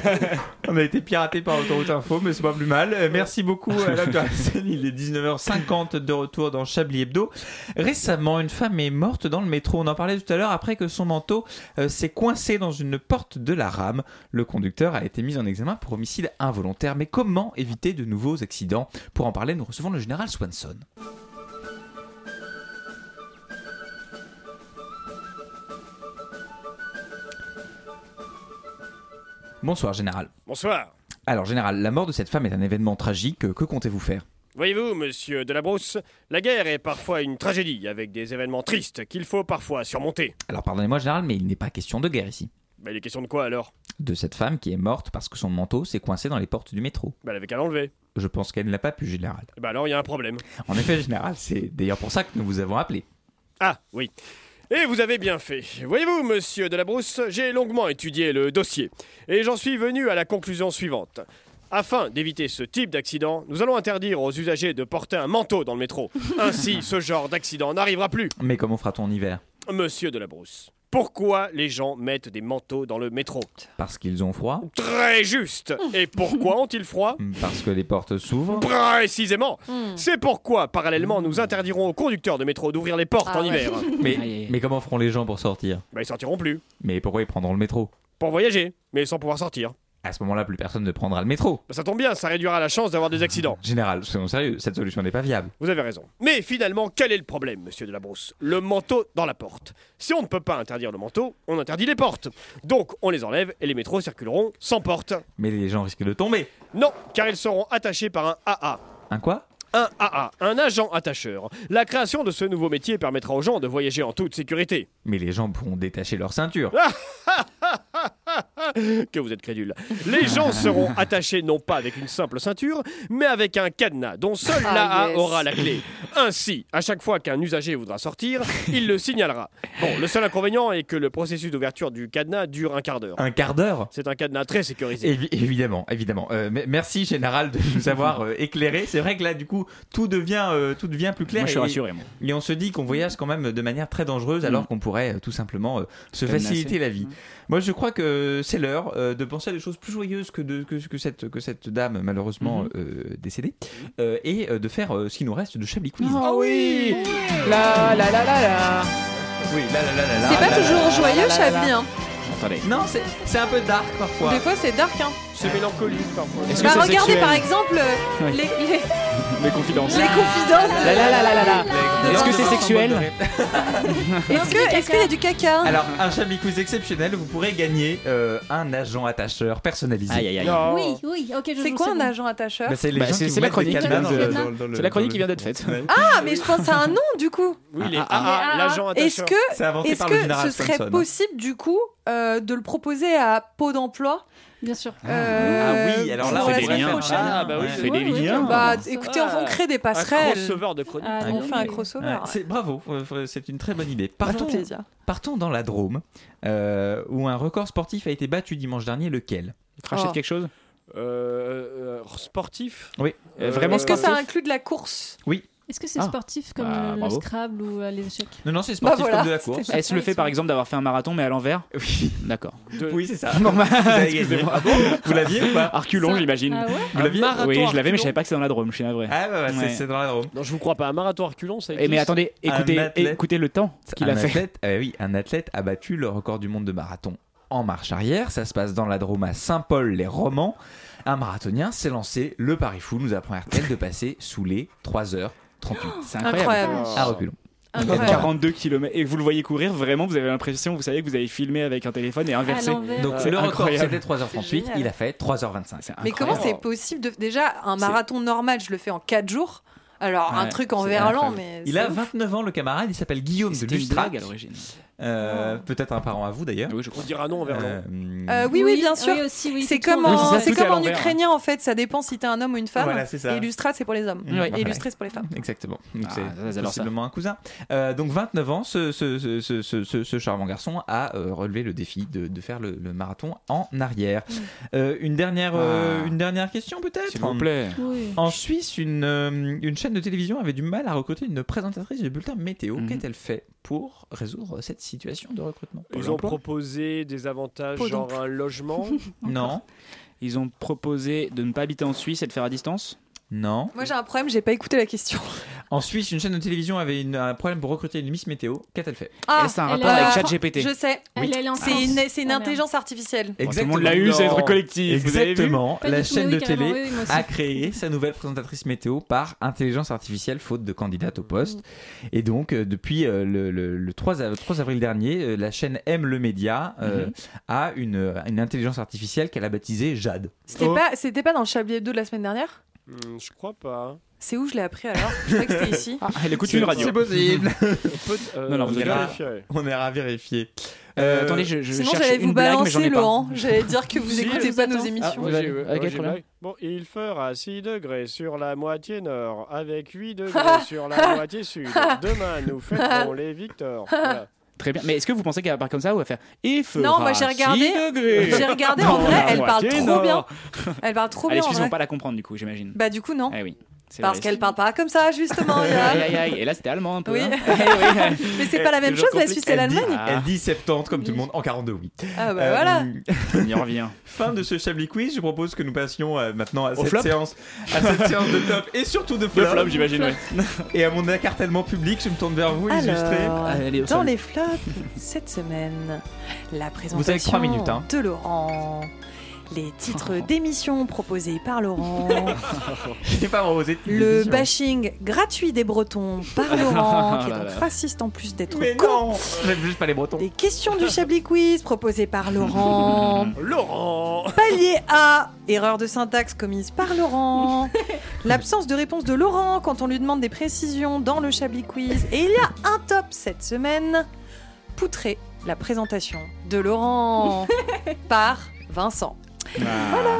Speaker 1: On a été piraté par Autoroute Info, mais c'est pas plus mal. Euh, Merci beaucoup à la personne. Il est 19h50 de retour dans Chablis Hebdo. Récemment, une femme est morte dans le métro. On en parlait tout à l'heure après que son manteau euh, s'est coincé dans une porte de la rame. Le conducteur a été mis en examen pour homicide involontaire. Mais comment éviter de nouveaux accidents Pour en parler, nous recevons le général Swanson. Bonsoir, général.
Speaker 2: Bonsoir.
Speaker 1: Alors, général, la mort de cette femme est un événement tragique. Que comptez-vous faire
Speaker 2: Voyez-vous, monsieur Delabrousse, la guerre est parfois une tragédie avec des événements tristes qu'il faut parfois surmonter.
Speaker 1: Alors, pardonnez-moi, général, mais il n'est pas question de guerre ici.
Speaker 2: Bah, il est question de quoi alors
Speaker 1: De cette femme qui est morte parce que son manteau s'est coincé dans les portes du métro.
Speaker 2: Bah, elle avait qu'à l'enlever.
Speaker 1: Je pense qu'elle ne l'a pas pu, général.
Speaker 2: Bah, alors il y a un problème.
Speaker 1: En effet, général, c'est d'ailleurs pour ça que nous vous avons appelé.
Speaker 2: Ah, oui. Et vous avez bien fait. Voyez-vous, monsieur Delabrousse, j'ai longuement étudié le dossier. Et j'en suis venu à la conclusion suivante. Afin d'éviter ce type d'accident, nous allons interdire aux usagers de porter un manteau dans le métro. Ainsi, ce genre d'accident n'arrivera plus.
Speaker 1: Mais comment fera-t-on en hiver
Speaker 2: Monsieur Delabrousse, pourquoi les gens mettent des manteaux dans le métro
Speaker 1: Parce qu'ils ont froid
Speaker 2: Très juste Et pourquoi ont-ils froid
Speaker 1: Parce que les portes s'ouvrent
Speaker 2: Précisément
Speaker 1: Hmm.
Speaker 2: C'est pourquoi, parallèlement, nous interdirons aux conducteurs de métro d'ouvrir les portes
Speaker 1: Ah
Speaker 2: en
Speaker 1: ouais.
Speaker 2: hiver.
Speaker 1: mais, mais comment feront les gens pour sortir
Speaker 2: Bah, ils sortiront plus.
Speaker 1: Mais pourquoi ils prendront le métro
Speaker 2: Pour voyager, mais sans pouvoir sortir.
Speaker 1: À ce moment-là, plus personne ne prendra le métro.
Speaker 2: Bah, ça tombe bien, ça réduira la chance d'avoir des accidents.
Speaker 1: Général, soyons sérieux, cette solution n'est pas viable.
Speaker 2: Vous avez raison. Mais finalement, quel est le problème, monsieur de la Brousse Le manteau dans la porte. Si on ne peut pas interdire le manteau, on interdit les portes. Donc, on les enlève et les métros circuleront sans porte.
Speaker 1: Mais les gens risquent de tomber.
Speaker 2: Non, car ils seront attachés par un AA.
Speaker 1: Un quoi
Speaker 2: Un AA, un agent attacheur. La création de ce nouveau métier permettra aux gens de voyager en toute sécurité.
Speaker 1: Mais les gens pourront détacher leur ceinture.
Speaker 2: Ah, que vous êtes crédule. Les gens seront attachés non pas avec une simple ceinture, mais avec un cadenas dont seul
Speaker 15: Ah,
Speaker 2: l'AA
Speaker 15: yes.
Speaker 2: aura la clé. Ainsi, à chaque fois qu'un usager voudra sortir, il le signalera. Bon, le seul inconvénient est que le processus d'ouverture du cadenas dure un quart d'heure.
Speaker 1: Un quart d'heure
Speaker 2: C'est un cadenas très sécurisé.
Speaker 1: Évi- évidemment, évidemment. Euh, mais merci général de nous avoir euh, éclairé. C'est vrai que là, du coup, tout devient, euh, tout devient plus clair.
Speaker 10: Moi, je suis
Speaker 1: Et-
Speaker 10: rassuré, moi.
Speaker 1: Et on se dit qu'on voyage quand même de manière très dangereuse,
Speaker 10: Mm.
Speaker 1: alors qu'on pourrait euh, tout simplement euh, se
Speaker 10: Cadenasser. Mm.
Speaker 1: faciliter la vie. Moi, je crois que c'est l'heure euh, de penser à des choses plus joyeuses que, de, que, que cette, que cette dame malheureusement
Speaker 10: Mhm.
Speaker 1: euh, décédée, euh, et euh, de faire euh, ce qui nous reste de Chablis Quiz.
Speaker 10: Ah oui La la la la la
Speaker 1: Oui, là, là, là, là, là,
Speaker 11: C'est pas
Speaker 1: là,
Speaker 11: toujours
Speaker 1: là, là,
Speaker 11: joyeux,
Speaker 1: là, là, là.
Speaker 11: Chablis. hein.
Speaker 10: Attendez.
Speaker 1: Non, c'est- c'est un peu dark parfois.
Speaker 11: Des fois, c'est dark. Hein.
Speaker 2: C'est mélancolique parfois.
Speaker 10: Est-ce que
Speaker 11: Bah,
Speaker 10: c'est
Speaker 11: regardez
Speaker 10: sexuel
Speaker 11: par exemple euh,
Speaker 10: Oui.
Speaker 11: les, les-
Speaker 10: Les confidences.
Speaker 11: les confidences. de-
Speaker 10: La la la la la la. Est-ce que c'est sexuel
Speaker 11: Est-ce que- est-ce qu'il y a du caca
Speaker 1: Alors, un Chablis Quiz exceptionnel, vous pourrez gagner euh, un agent attacheur personnalisé.
Speaker 10: Aïe, aïe, aïe.
Speaker 2: Non.
Speaker 9: Oui, oui, ok, je
Speaker 11: C'est
Speaker 9: joue,
Speaker 11: quoi un
Speaker 9: bon.
Speaker 11: agent attacheur
Speaker 1: Bah, c'est les
Speaker 10: Bah,
Speaker 1: gens
Speaker 10: c'est-
Speaker 1: qui vous
Speaker 10: c'est la
Speaker 1: mettent
Speaker 10: chronique
Speaker 1: des
Speaker 10: qui
Speaker 1: cadenas
Speaker 10: vient
Speaker 1: dans
Speaker 10: de-
Speaker 1: le- dans le- dans le-
Speaker 10: C'est la chronique
Speaker 1: dans
Speaker 10: qui
Speaker 1: le-
Speaker 10: vient d'être faite.
Speaker 11: Ah, mais je pense à un nom du coup.
Speaker 2: Oui, les
Speaker 10: Ah,
Speaker 2: AA, l'agent attacheur.
Speaker 11: Est-ce que,
Speaker 1: C'est inventé
Speaker 11: est-ce
Speaker 1: par le
Speaker 11: que
Speaker 1: général
Speaker 11: ce serait
Speaker 1: Swanson.
Speaker 11: possible du coup euh, de le proposer à Pau d'emploi
Speaker 9: Bien sûr.
Speaker 11: euh,
Speaker 1: Ah oui, alors là,
Speaker 11: pour
Speaker 1: on
Speaker 11: la
Speaker 1: fait des
Speaker 11: semaine
Speaker 1: liens.
Speaker 11: prochaine
Speaker 2: Ah, bah oui,
Speaker 1: Ouais.
Speaker 2: c'est-
Speaker 10: Fais des
Speaker 9: Ouais, ouais,
Speaker 10: liens.
Speaker 11: Bah écoutez, on, on crée des
Speaker 2: un
Speaker 11: passerelles.
Speaker 2: crossover de chronique.
Speaker 9: Ah,
Speaker 11: On
Speaker 9: non,
Speaker 11: fait un
Speaker 9: mais-
Speaker 11: crossover. Euh,
Speaker 1: Ouais,
Speaker 11: ouais.
Speaker 1: c'est bravo, euh, c'est une très bonne idée.
Speaker 11: Avec
Speaker 1: Partons,
Speaker 11: plaisir.
Speaker 1: partons dans la Drôme, euh, où un record sportif a été battu dimanche dernier, lequel
Speaker 10: Crachez de
Speaker 11: Oh.
Speaker 10: quelque chose
Speaker 2: Euh, euh, sportif
Speaker 1: Oui.
Speaker 10: Euh, vraiment
Speaker 11: Est-ce que ça
Speaker 10: sportif
Speaker 11: inclut de la course
Speaker 9: Est-ce que c'est
Speaker 10: Ah.
Speaker 9: sportif comme
Speaker 10: Bah,
Speaker 9: le- le
Speaker 10: bravo.
Speaker 9: Scrabble ou euh, les échecs
Speaker 1: Non, non, c'est sportif
Speaker 11: Bah voilà,
Speaker 1: comme de la
Speaker 11: c'était
Speaker 1: course.
Speaker 10: Est-ce le fait par exemple d'avoir fait un marathon mais à l'envers
Speaker 1: Oui,
Speaker 10: D'accord.
Speaker 2: de-
Speaker 1: oui, c'est ça.
Speaker 10: Normal.
Speaker 1: Vous avez gagné.
Speaker 10: Excusez-moi.
Speaker 1: Ah bon Vous l'aviez ou pas
Speaker 10: Arculon,
Speaker 9: Ça-
Speaker 10: j'imagine.
Speaker 9: Ah ouais
Speaker 1: Vous l'aviez
Speaker 2: Marathon
Speaker 10: Oui, je l'avais, mais je
Speaker 2: Arculon.
Speaker 10: savais pas que c'était dans la Drôme, je suis navré.
Speaker 1: Ah bah, bah, c'est-
Speaker 10: Ouais.
Speaker 1: c'est dans la Drôme.
Speaker 2: Non, je vous crois pas. Un marathon reculon, ça
Speaker 10: Eh, mais
Speaker 2: existe
Speaker 10: attendez,
Speaker 1: Un
Speaker 10: écoutez,
Speaker 1: athlète.
Speaker 10: écoutez le temps qu'il
Speaker 1: un
Speaker 10: a fait.
Speaker 1: athlète, eh oui, un athlète a battu le record du monde de marathon en marche arrière. Ça se passe dans la Drôme à Saint-Paul-les-Romans. Un marathonien s'est lancé le pari fou, nous apprend RTL, de passer sous les 3h38
Speaker 10: C'est
Speaker 11: Ah
Speaker 10: incroyable.
Speaker 2: Ah.
Speaker 11: Incroyable.
Speaker 1: à reculons.
Speaker 11: Incroyable.
Speaker 10: 42 km et vous le voyez courir vraiment vous avez l'impression vous savez que vous avez filmé avec un téléphone et
Speaker 9: À
Speaker 11: Ah
Speaker 10: inversé
Speaker 9: l'envers. Euh,
Speaker 1: Donc
Speaker 10: C'est
Speaker 1: le record
Speaker 10: incroyable.
Speaker 1: c'était 3h38,
Speaker 11: génial.
Speaker 1: il a fait 3h25.
Speaker 11: Mais comment c'est possible de... Déjà, un marathon normal, je le fais en 4 jours. Alors, un
Speaker 10: Ouais,
Speaker 11: truc en
Speaker 10: c'est
Speaker 11: verlan,
Speaker 10: incroyable.
Speaker 11: mais.
Speaker 1: Il
Speaker 11: c'est
Speaker 1: a
Speaker 11: ouf.
Speaker 1: 29 ans le camarade, il s'appelle Guillaume de
Speaker 10: c'était une
Speaker 1: Lustrac.
Speaker 10: drague à l'origine
Speaker 1: Euh, Peut-être un parent à vous d'ailleurs.
Speaker 10: Ah Oui, je crois.
Speaker 2: On dira non envers non.
Speaker 11: Euh, oui, oui, bien sûr.
Speaker 9: oui, aussi, oui,
Speaker 11: c'est
Speaker 9: tout le
Speaker 11: comme,
Speaker 9: monde.
Speaker 1: Oui, c'est
Speaker 11: en,
Speaker 1: ça,
Speaker 11: c'est
Speaker 1: tout est
Speaker 11: comme
Speaker 1: à
Speaker 11: en
Speaker 1: l'envers.
Speaker 11: ukrainien, en fait. Ça dépend si t'es un homme ou une femme.
Speaker 1: Voilà, c'est ça.
Speaker 11: Et Illustrate, c'est pour les hommes.
Speaker 1: Mm, voilà.
Speaker 11: Et illustré, c'est pour les femmes.
Speaker 1: Exactement. Donc
Speaker 10: Ah,
Speaker 1: c'est
Speaker 10: j'adore ça.
Speaker 1: possiblement un cousin. Euh, donc 29 ans, ce, ce, ce- ce- ce- ce- ce charmant garçon a euh, relevé le défi de, de faire le, le marathon en arrière.
Speaker 9: Mm.
Speaker 1: Euh, une, dernière, euh,
Speaker 10: Ah.
Speaker 1: une dernière question peut-être
Speaker 10: S'il vous plaît.
Speaker 9: Oui.
Speaker 1: En Suisse, une, euh, une chaîne de télévision avait du mal à recruter une présentatrice de bulletin météo.
Speaker 10: Mm-hmm.
Speaker 1: Qu'a-t-elle fait pour résoudre cette situation de recrutement
Speaker 2: Ils ont proposé des avantages,
Speaker 9: Pôle
Speaker 2: genre un logement.
Speaker 1: Non,
Speaker 10: Ils ont proposé de ne pas habiter en Suisse et de faire à distance.
Speaker 1: non.
Speaker 11: Moi, j'ai un problème, j'ai pas écouté la question.
Speaker 1: En Suisse, une chaîne de télévision avait une- un problème pour recruter une Miss Météo. Qu'a-t-elle fait
Speaker 11: Ah,
Speaker 10: Est-ce un
Speaker 9: elle
Speaker 10: rapport
Speaker 9: a-
Speaker 10: avec ChatGPT
Speaker 11: je sais.
Speaker 9: Elle, elle est en
Speaker 11: C'est
Speaker 9: France.
Speaker 11: une, c'est une
Speaker 9: Ah, merde.
Speaker 11: intelligence artificielle.
Speaker 10: Bon, tout le monde l'a eu, c'est un truc collectif. vous avez vu
Speaker 1: Exactement.
Speaker 9: Pas du
Speaker 1: La
Speaker 9: tout,
Speaker 1: chaîne
Speaker 9: mais
Speaker 1: de
Speaker 9: oui, carrément,
Speaker 1: télé
Speaker 9: oui, oui, moi aussi.
Speaker 1: a créé sa nouvelle présentatrice météo par intelligence artificielle, faute de candidate au poste.
Speaker 11: Mmh.
Speaker 1: Et donc, euh, depuis euh, le, le- le 3, av- 3 avril dernier, euh, la chaîne Aime le Média
Speaker 11: Mmh.
Speaker 1: euh, a une, euh, une intelligence artificielle qu'elle a baptisée Jade.
Speaker 11: C'était
Speaker 10: Oh.
Speaker 11: pas, c'était pas dans le Chablis Hebdo de la semaine dernière
Speaker 2: Hmm, je crois pas.
Speaker 11: C'est où je l'ai appris alors Je croyais que c'était ici.
Speaker 10: Ah, Elle écoute une radio.
Speaker 1: possible.
Speaker 2: Peut- euh,
Speaker 10: Non, non,
Speaker 2: on
Speaker 10: vous avez
Speaker 2: verra.
Speaker 10: pas-
Speaker 2: vérifier.
Speaker 1: On ira vérifier.
Speaker 10: Euh,
Speaker 1: Euh,
Speaker 10: attendez, je, je
Speaker 11: Sinon,
Speaker 10: cherche
Speaker 11: j'allais
Speaker 10: une
Speaker 11: vous
Speaker 10: blague, mais j'en
Speaker 11: balancer,
Speaker 10: ai pas.
Speaker 11: Laurent. J'allais dire que vous
Speaker 2: Si,
Speaker 11: écoutez
Speaker 2: je
Speaker 11: pas
Speaker 2: vous
Speaker 11: nos
Speaker 2: attends.
Speaker 11: émissions.
Speaker 1: Ah,
Speaker 2: Moi,
Speaker 10: vas-
Speaker 2: j'ai- ouais,
Speaker 10: ok,
Speaker 2: j'ai
Speaker 10: très
Speaker 2: blague.
Speaker 10: bien.
Speaker 2: Bon, il fera 6 degrés sur la moitié nord, avec 8 degrés sur la moitié sud. Demain, nous fêterons les victoires. Voilà.
Speaker 10: Très bien. Mais est-ce que vous pensez qu'elle va part comme ça ou elle va faire et fera
Speaker 11: Non, moi, j'ai
Speaker 10: six
Speaker 11: regardé-
Speaker 10: degrés
Speaker 11: J'ai regardé, en vrai, elle parle
Speaker 10: Moitié
Speaker 11: trop bien.
Speaker 10: nord.
Speaker 11: Elle parle trop
Speaker 10: Ah, les
Speaker 11: bien en
Speaker 10: Suisses vont
Speaker 11: vrai.
Speaker 10: pas la comprendre du coup, j'imagine.
Speaker 11: Bah, du coup, non.
Speaker 10: Ah oui. c'est
Speaker 11: Parce
Speaker 10: vrai.
Speaker 11: qu'elle parle pas comme ça, justement. il y a-
Speaker 10: Aïe, aïe, aïe. Et là, c'était allemand un peu.
Speaker 11: Oui.
Speaker 10: hein.
Speaker 1: Eh,
Speaker 11: Mais c'est pas la même chose, la Suisse et
Speaker 1: Elle dit- ah.
Speaker 11: l'Allemagne.
Speaker 1: Elle dit 70 comme tout le monde en 42, oui.
Speaker 11: Ah, bah
Speaker 1: Euh,
Speaker 11: voilà.
Speaker 10: On y revient.
Speaker 1: Fin de ce Chablis Quiz, je propose que nous passions euh, maintenant à cette,
Speaker 10: flop
Speaker 1: séance, à cette séance de top et surtout de flop.
Speaker 10: j'imagine, ouais.
Speaker 1: Et à mon écartèlement public, je me tourne vers vous, illustré.
Speaker 11: Alors,
Speaker 10: Allez, au
Speaker 11: dans
Speaker 10: sol.
Speaker 11: les flops, cette semaine, la présentation
Speaker 1: Vous avez trois minutes, hein.
Speaker 11: de Laurent, les titres d'émissions proposés par Laurent,
Speaker 1: Je n'ai pas proposé de
Speaker 11: le
Speaker 1: décision.
Speaker 11: bashing gratuit des Bretons par Laurent, qui est
Speaker 10: Ah là
Speaker 11: donc
Speaker 10: là.
Speaker 11: raciste en plus d'être
Speaker 1: Mais
Speaker 11: con,
Speaker 1: non J'aime juste pas les Bretons.
Speaker 11: des questions du Chablis Quiz proposées par Laurent,
Speaker 2: Laurent
Speaker 11: palier A, erreur de syntaxe commise par Laurent, l'absence de réponse de Laurent quand on lui demande des précisions dans le Chablis Quiz, et il y a un top cette semaine, poutrer la présentation de Laurent par Vincent.
Speaker 1: Voilà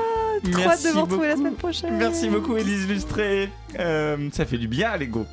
Speaker 11: Trop hâte de vous retrouver la semaine prochaine.
Speaker 1: Merci beaucoup, Élise Illustré. Euh, ça fait du bien à l'ego.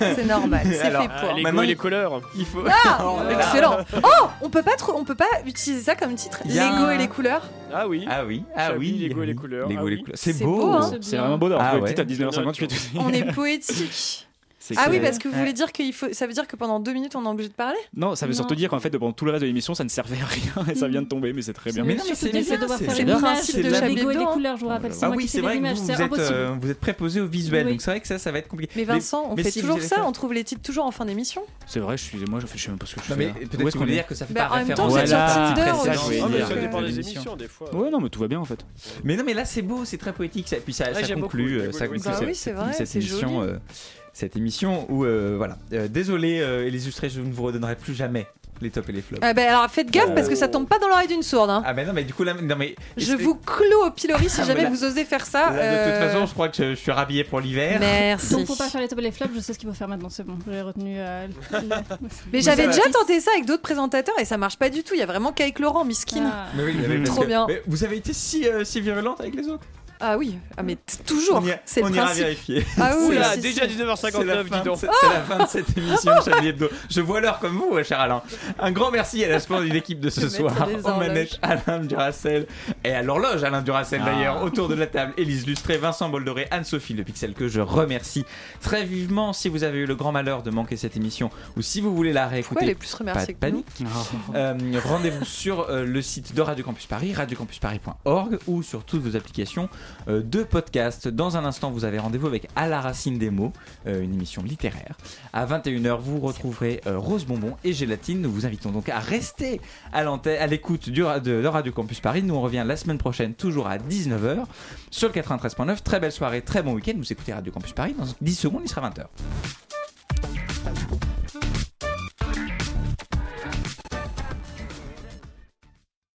Speaker 11: C'est normal, c'est
Speaker 1: Alors,
Speaker 11: fait
Speaker 2: Ah,
Speaker 11: pour.
Speaker 2: les
Speaker 1: Maintenant,
Speaker 2: goûts et les
Speaker 1: il-
Speaker 2: couleurs.
Speaker 1: Il faut.
Speaker 11: Ah,
Speaker 1: Oh là là.
Speaker 11: excellent. Oh, on peut pas trop- on peut pas utiliser ça comme titre.
Speaker 1: Il y a
Speaker 11: L'ego
Speaker 1: un-
Speaker 11: et les couleurs.
Speaker 2: Ah oui.
Speaker 1: Ah oui, ah
Speaker 2: Chablis,
Speaker 1: oui.
Speaker 2: les goûts et les
Speaker 1: oui.
Speaker 2: couleurs.
Speaker 1: Les
Speaker 2: Ah
Speaker 1: goûts et les
Speaker 2: oui.
Speaker 1: couleurs. C'est
Speaker 11: C'est
Speaker 1: beau.
Speaker 11: beau, hein.
Speaker 10: C'est vraiment beau d'avoir
Speaker 1: Ah
Speaker 10: fait le
Speaker 1: ouais.
Speaker 10: titre à 1958 aussi.
Speaker 11: On est poétique.
Speaker 10: C'est
Speaker 11: Ah oui,
Speaker 10: que-
Speaker 11: Ah parce que vous voulez dire qu'il faut, ça veut dire que pendant deux minutes on est obligé de parler.
Speaker 10: Non, ça veut surtout dire qu'en fait, pendant tout le reste de l'émission, ça ne servait à rien et ça vient de tomber, mais c'est très bien.
Speaker 1: Mais non, mais c'est
Speaker 9: bien,
Speaker 1: bien,
Speaker 9: devoir
Speaker 1: c'est-
Speaker 9: faire les
Speaker 10: j'adore.
Speaker 9: images
Speaker 1: C'est
Speaker 9: de
Speaker 1: la-
Speaker 9: l'ego et des
Speaker 11: Bédon.
Speaker 9: couleurs, je vous rappelle. C'est
Speaker 1: Ah
Speaker 9: moi
Speaker 1: oui,
Speaker 9: qui
Speaker 1: c'est
Speaker 9: fais
Speaker 1: vrai
Speaker 9: les
Speaker 1: que
Speaker 9: images,
Speaker 1: vous, vous
Speaker 9: c'est
Speaker 1: êtes,
Speaker 9: impossible.
Speaker 1: euh, vous êtes préposé au visuel,
Speaker 9: Oui.
Speaker 1: donc c'est vrai que ça, ça va être compliqué.
Speaker 11: Mais Vincent, on
Speaker 1: mais
Speaker 11: fait
Speaker 1: si, vous
Speaker 11: toujours
Speaker 1: allez
Speaker 11: ça.
Speaker 1: faire-
Speaker 11: On trouve les titres toujours en fin d'émission.
Speaker 10: C'est vrai, je suis, moi, je fais- je sais même pas ce que je
Speaker 1: Non,
Speaker 10: fais.
Speaker 1: mais
Speaker 10: là.
Speaker 1: peut-être
Speaker 10: Où
Speaker 1: que
Speaker 10: est-ce
Speaker 1: vous
Speaker 10: qu'on
Speaker 1: voulez
Speaker 10: est
Speaker 1: dire que ça fait
Speaker 11: Bah,
Speaker 1: pas
Speaker 11: en même
Speaker 1: référence
Speaker 11: temps, c'est sur
Speaker 10: Voilà.
Speaker 11: Tinder
Speaker 10: Ah,
Speaker 1: précédente.
Speaker 10: je
Speaker 11: aussi.
Speaker 10: voulais
Speaker 2: Ah, mais
Speaker 10: dire.
Speaker 11: donc,
Speaker 2: ça
Speaker 11: euh,
Speaker 2: dépend des
Speaker 10: l'émission.
Speaker 2: émissions, des fois.
Speaker 10: Ouais, non, mais tout va bien en fait.
Speaker 1: Mais non, mais là c'est beau, c'est très poétique. ça- puis ça, ça
Speaker 2: j'aime beaucoup,
Speaker 1: conclut,
Speaker 2: j'aime
Speaker 1: euh, ça
Speaker 2: beaucoup.
Speaker 1: conclut
Speaker 11: Bah
Speaker 1: cette-
Speaker 11: oui, c'est
Speaker 1: cette-
Speaker 11: vrai,
Speaker 1: cette
Speaker 11: c'est
Speaker 1: émission.
Speaker 11: joli.
Speaker 1: euh, cette émission où euh, voilà. Euh, désolé, euh, les illustrés, je ne vous redonnerai plus jamais les tops et les flops.
Speaker 11: Ah ben alors faites gaffe
Speaker 1: Oh.
Speaker 11: parce que ça tombe pas dans l'oreille d'une sourde. hein.
Speaker 1: Ah mais non, mais du coup là, non mais
Speaker 11: Je vous cloue au pilori si
Speaker 1: Ah, mais
Speaker 11: jamais
Speaker 1: là-
Speaker 11: vous osez faire
Speaker 1: Là,
Speaker 11: ça.
Speaker 1: de toute
Speaker 11: euh,
Speaker 1: façon, je crois que je, je suis rhabillé pour l'hiver.
Speaker 11: Merci.
Speaker 9: Donc, faut pas faire les top et les flops, je sais ce qu'il faut faire maintenant, c'est bon. J'ai retenu. euh, le-
Speaker 11: Mais
Speaker 1: ça
Speaker 11: j'avais
Speaker 1: va.
Speaker 11: déjà tenté ça avec d'autres présentateurs et ça marche pas du tout. Il y a vraiment qu'avec Laurent, miskin.
Speaker 9: Ah.
Speaker 1: Mais oui, mais parce
Speaker 11: Trop
Speaker 1: que-
Speaker 11: bien.
Speaker 1: mais vous avez été si, euh, si virulente avec les autres.
Speaker 11: Ah oui, ah mais t- toujours.
Speaker 1: On, ira-
Speaker 11: C'est
Speaker 1: on
Speaker 11: le
Speaker 1: ira
Speaker 11: principe.
Speaker 1: vérifier.
Speaker 11: Ah oui,
Speaker 2: Oula,
Speaker 11: si,
Speaker 2: déjà
Speaker 11: si.
Speaker 1: C'est la,
Speaker 2: 19h59,
Speaker 1: fin
Speaker 2: dis
Speaker 1: de
Speaker 2: donc.
Speaker 1: cette- c'est la fin de cette émission, Chablis Hebdo. Je vois l'heure comme vous, cher Alain. Un grand merci à la splendide équipe de ce
Speaker 11: Le maître
Speaker 1: soir.
Speaker 11: des
Speaker 1: Aux manèges,
Speaker 11: horloges.
Speaker 1: Alain Duracel et à l'horloge Alain Duracel
Speaker 10: Ah.
Speaker 1: d'ailleurs. Autour de la table, Élise Lustré, Vincent Boldoré, Anne-Sophie Le Pixel que je remercie très vivement. Si vous avez eu le grand malheur de manquer cette émission ou si vous voulez la
Speaker 11: Pourquoi elle est
Speaker 1: réécouter,
Speaker 11: plus
Speaker 1: pas de
Speaker 11: remerciée que nous
Speaker 1: panique.
Speaker 10: Ah,
Speaker 1: Euh, Rendez-vous sur euh, le site de Radio Campus Paris, radiocampusparis.org ou sur toutes vos applications euh, de podcast. Dans un instant, vous avez rendez-vous avec À la racine des mots, euh, une émission littéraire. À 21h, vous retrouverez euh, Rose Bonbon et Gélatine. Nous vous invitons donc à rester à l'antenne, à l'écoute du ra- de, de Radio Campus Paris. Nous, on revient la semaine prochaine, toujours à 19h, sur le 93.9. Très belle soirée, très bon week-end. Vous écoutez Radio Campus Paris. Dans 10 secondes, il sera 20h.